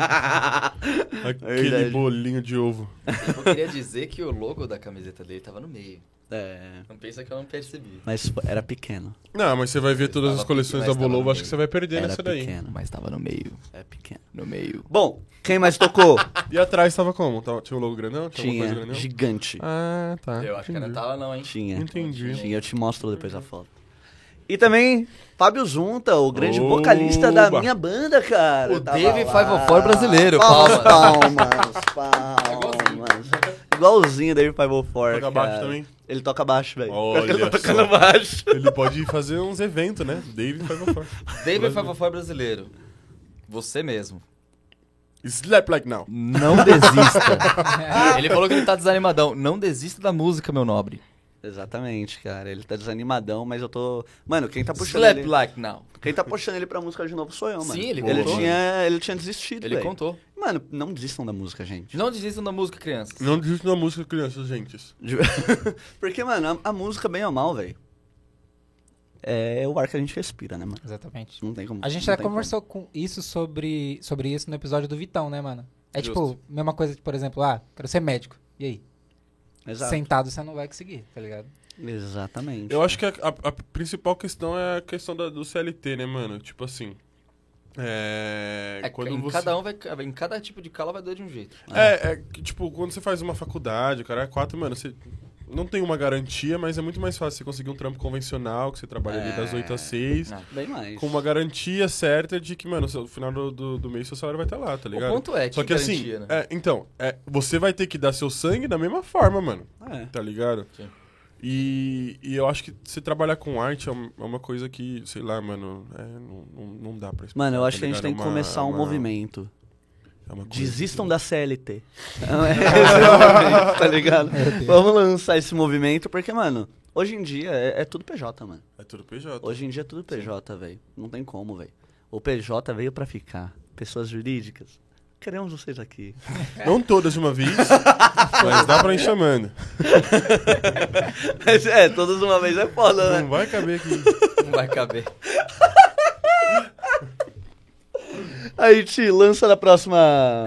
[SPEAKER 2] Aquele
[SPEAKER 1] É Verdade.
[SPEAKER 2] bolinho de ovo.
[SPEAKER 3] eu queria dizer que o logo da camiseta dele tava no meio.
[SPEAKER 1] é,
[SPEAKER 3] Não pensa que eu não percebi.
[SPEAKER 1] mas era pequeno.
[SPEAKER 2] Não, mas você vai ver todas
[SPEAKER 3] Tava
[SPEAKER 2] as coleções da
[SPEAKER 3] pequeno, mas tava
[SPEAKER 2] Bolovo,
[SPEAKER 3] no
[SPEAKER 2] acho que
[SPEAKER 3] meio.
[SPEAKER 2] você vai perder
[SPEAKER 1] Era
[SPEAKER 2] nessa daí.
[SPEAKER 1] pequeno.
[SPEAKER 3] Mas tava no meio.
[SPEAKER 1] É pequeno.
[SPEAKER 3] No meio.
[SPEAKER 1] Bom, quem mais tocou?
[SPEAKER 2] E atrás tava como? Tava- tinha um logo grandão? Tinha, alguma coisa
[SPEAKER 1] Tinha.
[SPEAKER 2] grandão?
[SPEAKER 1] Gigante.
[SPEAKER 2] Ah, tá.
[SPEAKER 3] Eu acho que não
[SPEAKER 2] entendi.
[SPEAKER 3] tava não, hein?
[SPEAKER 1] Tinha.
[SPEAKER 2] Entendi. Uhum.
[SPEAKER 1] Tinha, eu te mostro depois a foto. E também, Fábio Junta, o grande
[SPEAKER 2] Oba!
[SPEAKER 1] vocalista da minha banda, cara.
[SPEAKER 3] O
[SPEAKER 1] Tava
[SPEAKER 3] Dave
[SPEAKER 1] lá.
[SPEAKER 3] 504 brasileiro,
[SPEAKER 1] Palmas,
[SPEAKER 3] palmas.
[SPEAKER 1] palmas, palmas. Igualzinho o Dave 504,
[SPEAKER 2] Toca baixo
[SPEAKER 1] cara.
[SPEAKER 2] Tá também?
[SPEAKER 1] Ele toca baixo, velho.
[SPEAKER 2] Olha
[SPEAKER 1] Ele tá
[SPEAKER 2] só.
[SPEAKER 1] tocando baixo.
[SPEAKER 2] Ele pode fazer uns eventos, né? David Favor.
[SPEAKER 3] David Favofó brasileiro. Você mesmo.
[SPEAKER 2] Slap like now.
[SPEAKER 3] Não desista. ele falou que ele tá desanimadão. Não desista da música, meu nobre.
[SPEAKER 1] Exatamente, cara. Ele tá desanimadão, mas eu tô... Mano, quem tá puxando
[SPEAKER 3] Slap
[SPEAKER 1] ele...
[SPEAKER 3] like now.
[SPEAKER 1] Quem tá puxando ele pra música de novo sou eu, mano.
[SPEAKER 3] Sim, ele
[SPEAKER 1] ele
[SPEAKER 3] contou.
[SPEAKER 1] tinha, ele tinha desistido,
[SPEAKER 3] Ele
[SPEAKER 1] velho.
[SPEAKER 3] contou.
[SPEAKER 1] Mano, não desistam da música, gente.
[SPEAKER 3] Não desistam da música, crianças.
[SPEAKER 2] Não desiste da música, crianças, gente.
[SPEAKER 1] De- Porque, mano, a, a música, bem ou mal, velho, é o ar que a gente respira, né, mano?
[SPEAKER 4] Exatamente.
[SPEAKER 1] Não tem como.
[SPEAKER 4] A gente tá
[SPEAKER 1] não
[SPEAKER 4] já
[SPEAKER 1] tem como.
[SPEAKER 4] conversou com isso sobre, sobre isso no episódio do Vitão, né, mano? É
[SPEAKER 3] Justo.
[SPEAKER 4] tipo, mesma coisa, que, por exemplo, ah, quero ser médico. E aí?
[SPEAKER 1] Exato.
[SPEAKER 4] Sentado você não vai conseguir, tá ligado?
[SPEAKER 1] Exatamente.
[SPEAKER 2] Eu acho que a, a- a principal questão é a questão da- do CLT, né, mano? Tipo assim. É.
[SPEAKER 3] É,
[SPEAKER 2] quando
[SPEAKER 3] em,
[SPEAKER 2] você...
[SPEAKER 3] cada um vai, em cada tipo de cala vai doer de um jeito.
[SPEAKER 2] É, é que, tipo, quando você faz uma faculdade, cara, é quatro, mano, você não tem uma garantia, mas é muito mais fácil você conseguir um trampo convencional, que você trabalha ali das 8 às 6,
[SPEAKER 3] É, Não.
[SPEAKER 1] Ah, Bem mais.
[SPEAKER 2] com uma garantia certa de que, mano, no final do, do, do mês seu salário vai estar lá, tá ligado?
[SPEAKER 3] ponto é,
[SPEAKER 2] Só
[SPEAKER 3] que
[SPEAKER 2] que assim,
[SPEAKER 3] garantia, né?
[SPEAKER 2] é, então, é, você vai ter que dar seu sangue da mesma forma, mano.
[SPEAKER 1] É.
[SPEAKER 2] Tá ligado?
[SPEAKER 3] Sim.
[SPEAKER 2] E, e eu acho que você trabalhar com arte é um- é uma coisa que, sei lá, mano, é, não, não, não dá pra explicar.
[SPEAKER 1] Mano, eu acho
[SPEAKER 2] tá
[SPEAKER 1] que a gente
[SPEAKER 2] ligado?
[SPEAKER 1] tem que
[SPEAKER 2] É uma-
[SPEAKER 1] começar
[SPEAKER 2] é
[SPEAKER 1] um
[SPEAKER 2] uma-
[SPEAKER 1] movimento.
[SPEAKER 2] é uma coisa
[SPEAKER 1] Desistam
[SPEAKER 2] que-
[SPEAKER 1] da CLT. Não, é esse é o movimento, tá ligado? Vamos lançar esse movimento, porque, mano, hoje em dia é, é tudo PJ, mano.
[SPEAKER 2] É tudo PJ.
[SPEAKER 1] Hoje em dia é tudo PJ, velho. Não tem como, velho. O PJ veio pra ficar. Pessoas jurídicas. Queremos vocês aqui.
[SPEAKER 2] Não todas de uma vez, mas dá pra ir chamando.
[SPEAKER 1] Mas, é, todas de uma vez é foda, né?
[SPEAKER 2] Não vai caber aqui.
[SPEAKER 3] Não vai caber.
[SPEAKER 1] Hum. Aí, Ti, lança na próxima.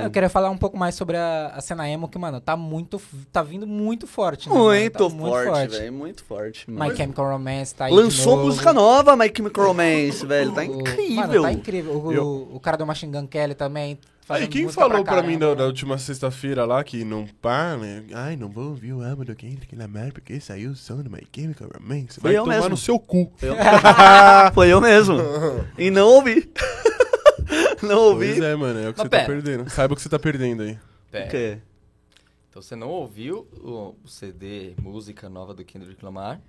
[SPEAKER 4] Eu queria falar um pouco mais sobre a, a cena emo, que, mano, tá muito. f- tá vindo muito forte, né? mano?
[SPEAKER 1] Muito,
[SPEAKER 4] Tá
[SPEAKER 1] forte, velho. Muito forte, mano.
[SPEAKER 4] My Chemical Romance tá aí. de
[SPEAKER 1] Lançou
[SPEAKER 4] novo.
[SPEAKER 1] música nova, My Chemical Romance, velho. Tá
[SPEAKER 4] O-
[SPEAKER 1] incrível.
[SPEAKER 4] Mano, tá incrível. O, o cara do Machine Gun Kelly também.
[SPEAKER 2] Aí
[SPEAKER 4] fazendo
[SPEAKER 2] quem
[SPEAKER 4] música
[SPEAKER 2] falou pra, né?
[SPEAKER 4] caramba,
[SPEAKER 2] mim da, da
[SPEAKER 4] mano.
[SPEAKER 2] última sexta-feira lá que não pá, né? Ai, não vou ouvir o álbum do Kendrick Lamar porque saiu o som do My Chemical Romance.
[SPEAKER 1] Fui
[SPEAKER 2] Vai
[SPEAKER 1] eu
[SPEAKER 2] tomar
[SPEAKER 1] mesmo.
[SPEAKER 2] no seu cu.
[SPEAKER 1] Foi eu- Foi eu mesmo. E não ouvi. não ouvi.
[SPEAKER 2] Pois é, mano, é o que
[SPEAKER 3] Mas
[SPEAKER 2] você
[SPEAKER 3] pera.
[SPEAKER 2] tá perdendo. Saiba o que você tá perdendo aí.
[SPEAKER 1] O
[SPEAKER 3] Pera.
[SPEAKER 1] quê?
[SPEAKER 3] Então você não ouviu o, o CD, música nova do Kendrick Lamar?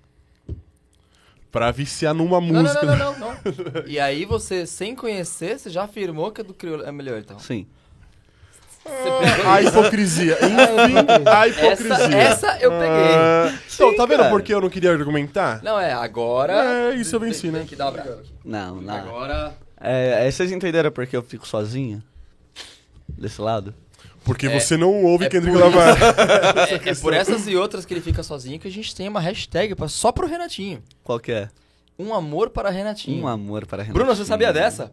[SPEAKER 2] Pra viciar numa
[SPEAKER 3] Não, não,
[SPEAKER 2] música.
[SPEAKER 3] não, não, não, não. E aí você, sem conhecer, você já afirmou que a do Criolo é melhor, então. Você
[SPEAKER 1] Sim.
[SPEAKER 2] Ah.
[SPEAKER 3] pegou
[SPEAKER 2] A
[SPEAKER 3] isso?
[SPEAKER 2] hipocrisia. Enfim, a É, hipocrisia.
[SPEAKER 3] Essa, essa eu peguei.
[SPEAKER 2] Ah, então, tá vendo
[SPEAKER 1] cara.
[SPEAKER 2] por que eu não queria argumentar?
[SPEAKER 3] Não, é, agora...
[SPEAKER 2] É, isso eu
[SPEAKER 3] Tem-
[SPEAKER 2] venci,
[SPEAKER 3] tem
[SPEAKER 2] né?
[SPEAKER 3] que dar um abraço aqui.
[SPEAKER 1] Não, não.
[SPEAKER 3] Agora...
[SPEAKER 1] É, é, vocês entenderam porque eu fico sozinho? Desse lado?
[SPEAKER 2] Porque
[SPEAKER 3] É-
[SPEAKER 2] você não ouve
[SPEAKER 3] é
[SPEAKER 2] Kendrick
[SPEAKER 3] por isso.
[SPEAKER 2] Lamar.
[SPEAKER 3] É, é por essas e outras que ele fica sozinho que a gente tem uma hashtag pra, só pro Renatinho.
[SPEAKER 1] Qual que é?
[SPEAKER 3] Um amor para Renatinho.
[SPEAKER 1] Um amor para Renatinho.
[SPEAKER 3] Bruno, você sabia dessa?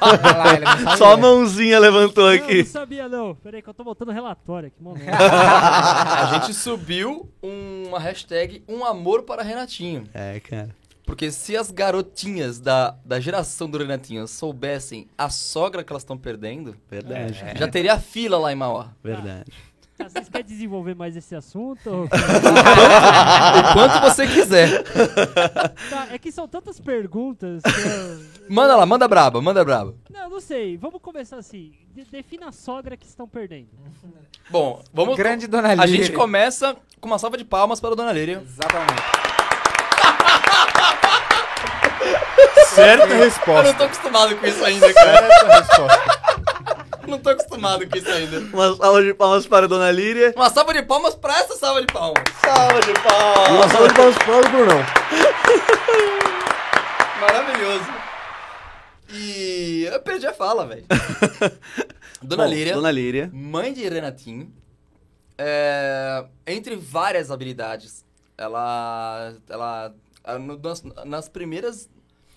[SPEAKER 4] Olha lá, ele não sabe
[SPEAKER 1] Só a
[SPEAKER 4] ler.
[SPEAKER 1] mãozinha levantou
[SPEAKER 6] Não, não
[SPEAKER 1] aqui.
[SPEAKER 6] sabia não. Peraí que eu tô botando relatório aqui, mano.
[SPEAKER 3] A gente subiu uma hashtag Um Amor para Renatinho.
[SPEAKER 1] É, cara.
[SPEAKER 3] Porque se as garotinhas da, da geração do Renatinho soubessem a sogra que elas estão perdendo,
[SPEAKER 1] Verdade. cara.
[SPEAKER 3] já teria fila lá em Mauá.
[SPEAKER 1] Verdade.
[SPEAKER 6] Ah, Vocês querem desenvolver mais esse assunto?
[SPEAKER 3] O quanto você quiser.
[SPEAKER 6] Tá, é que são tantas perguntas que eu...
[SPEAKER 3] Manda lá, manda braba, manda braba.
[SPEAKER 6] Não, não sei. Vamos começar assim. De- defina a sogra que estão perdendo.
[SPEAKER 3] Bom, vamos.
[SPEAKER 4] Grande Dona Líria.
[SPEAKER 3] A gente começa com uma salva de palmas para a Dona Líria.
[SPEAKER 4] Exatamente.
[SPEAKER 2] Certa
[SPEAKER 3] Eu não
[SPEAKER 2] resposta.
[SPEAKER 3] tô acostumado com isso ainda, cara.
[SPEAKER 2] Certa resposta.
[SPEAKER 3] Não tô acostumado com isso ainda.
[SPEAKER 1] Uma salva de palmas para a Dona Líria.
[SPEAKER 3] Uma salva de palmas pra essa salva de palmas.
[SPEAKER 1] Salva de palmas.
[SPEAKER 2] Uma salva de palmas pro lado, Brunão.
[SPEAKER 3] Maravilhoso. E eu perdi a fala, velho. Dona
[SPEAKER 1] Bom,
[SPEAKER 3] Líria,
[SPEAKER 1] Dona Líria.
[SPEAKER 3] mãe de Renatinho, é, entre várias habilidades, ela, ela ah, no- nas, nas primeiras,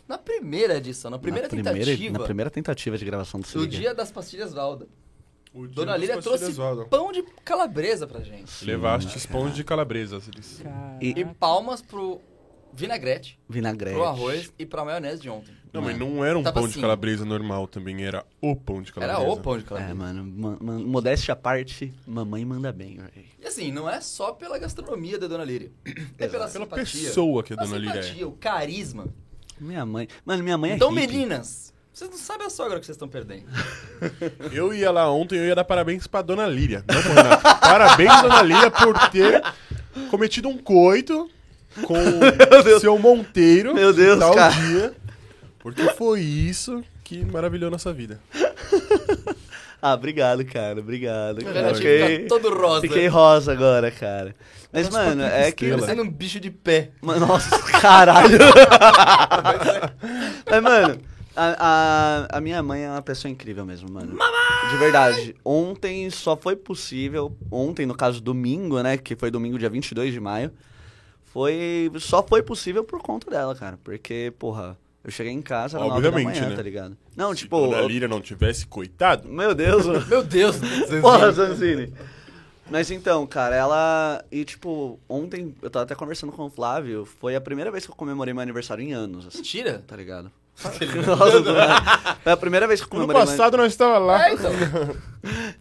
[SPEAKER 3] na primeira edição, na primeira
[SPEAKER 1] na
[SPEAKER 3] tentativa,
[SPEAKER 1] Primeira, na primeira tentativa de gravação do Se
[SPEAKER 3] do
[SPEAKER 1] Liga.
[SPEAKER 3] dia das pastilhas Valda,
[SPEAKER 2] O
[SPEAKER 3] Dona
[SPEAKER 2] Dimas
[SPEAKER 3] Lília trouxe
[SPEAKER 2] Pastilhas Valda.
[SPEAKER 3] pão de calabresa pra gente
[SPEAKER 2] Levaste esponja de calabresa, Cris.
[SPEAKER 1] E-
[SPEAKER 3] e palmas pro vinagrete,
[SPEAKER 1] Vinagrete.
[SPEAKER 3] pro arroz e pra maionese de ontem.
[SPEAKER 2] Não, mas não era um
[SPEAKER 3] Tava
[SPEAKER 2] pão
[SPEAKER 3] assim.
[SPEAKER 2] de calabresa normal também, era o pão de
[SPEAKER 3] Era
[SPEAKER 2] calabresa.
[SPEAKER 3] o pão de calabresa.
[SPEAKER 1] É, mano, ma- ma- modéstia à parte, mamãe manda bem, velho.
[SPEAKER 3] E assim, não é só pela gastronomia da Dona Líria. É pela
[SPEAKER 2] Pela
[SPEAKER 3] simpatia.
[SPEAKER 2] pessoa que a
[SPEAKER 3] Pela
[SPEAKER 2] Dona Lília é.
[SPEAKER 3] simpatia, o carisma.
[SPEAKER 1] Minha mãe. Mano, minha mãe é
[SPEAKER 3] então,
[SPEAKER 1] hippie.
[SPEAKER 3] meninas, vocês não sabem a sogra que vocês estão perdendo.
[SPEAKER 2] Eu ia lá ontem, eu ia dar parabéns pra Dona Lília. Não, pro Renato. parabéns, Dona Lília, por ter cometido um coito com o seu Monteiro.
[SPEAKER 1] Meu Deus,
[SPEAKER 2] tal
[SPEAKER 1] cara.
[SPEAKER 2] dia. Porque foi isso que maravilhou nossa vida.
[SPEAKER 1] Ah, obrigado, cara. Obrigado.
[SPEAKER 3] O
[SPEAKER 1] Cara.
[SPEAKER 3] Renatinho
[SPEAKER 1] Fiquei-
[SPEAKER 3] fica todo rosa.
[SPEAKER 1] Fiquei rosa agora, cara. Mas,
[SPEAKER 2] Nossa,
[SPEAKER 1] mano,
[SPEAKER 2] por que
[SPEAKER 1] é que.
[SPEAKER 2] estrela?
[SPEAKER 3] Parecendo um bicho de pé.
[SPEAKER 1] Mano, Nossa, caralho! Mas, mano, a, a, a minha mãe é uma pessoa incrível mesmo, mano. De verdade. Ontem só foi possível, ontem, no caso, domingo, né? Que foi domingo, dia 22 de maio. Foi. Só foi possível por conta dela, cara. Porque, porra, eu cheguei em casa, era nove da
[SPEAKER 2] Obviamente,
[SPEAKER 1] manhã,
[SPEAKER 2] né?
[SPEAKER 1] tá ligado? Não, tipo.
[SPEAKER 2] Se Dona
[SPEAKER 1] eu-
[SPEAKER 2] Lília não tivesse coitado,
[SPEAKER 1] Meu Deus, mano.
[SPEAKER 3] Meu Deus, Zanzini.
[SPEAKER 1] Porra, Zanzini. Mas então, cara, ela. E tipo, ontem eu tava até conversando com o Flávio. Foi a primeira vez que eu comemorei meu aniversário em anos, assim,
[SPEAKER 3] Mentira.
[SPEAKER 1] tá ligado? Nossa, do nada. foi a primeira vez que eu
[SPEAKER 2] ano
[SPEAKER 1] comemorei. meu-
[SPEAKER 2] passado nós estava lá.
[SPEAKER 3] É, então.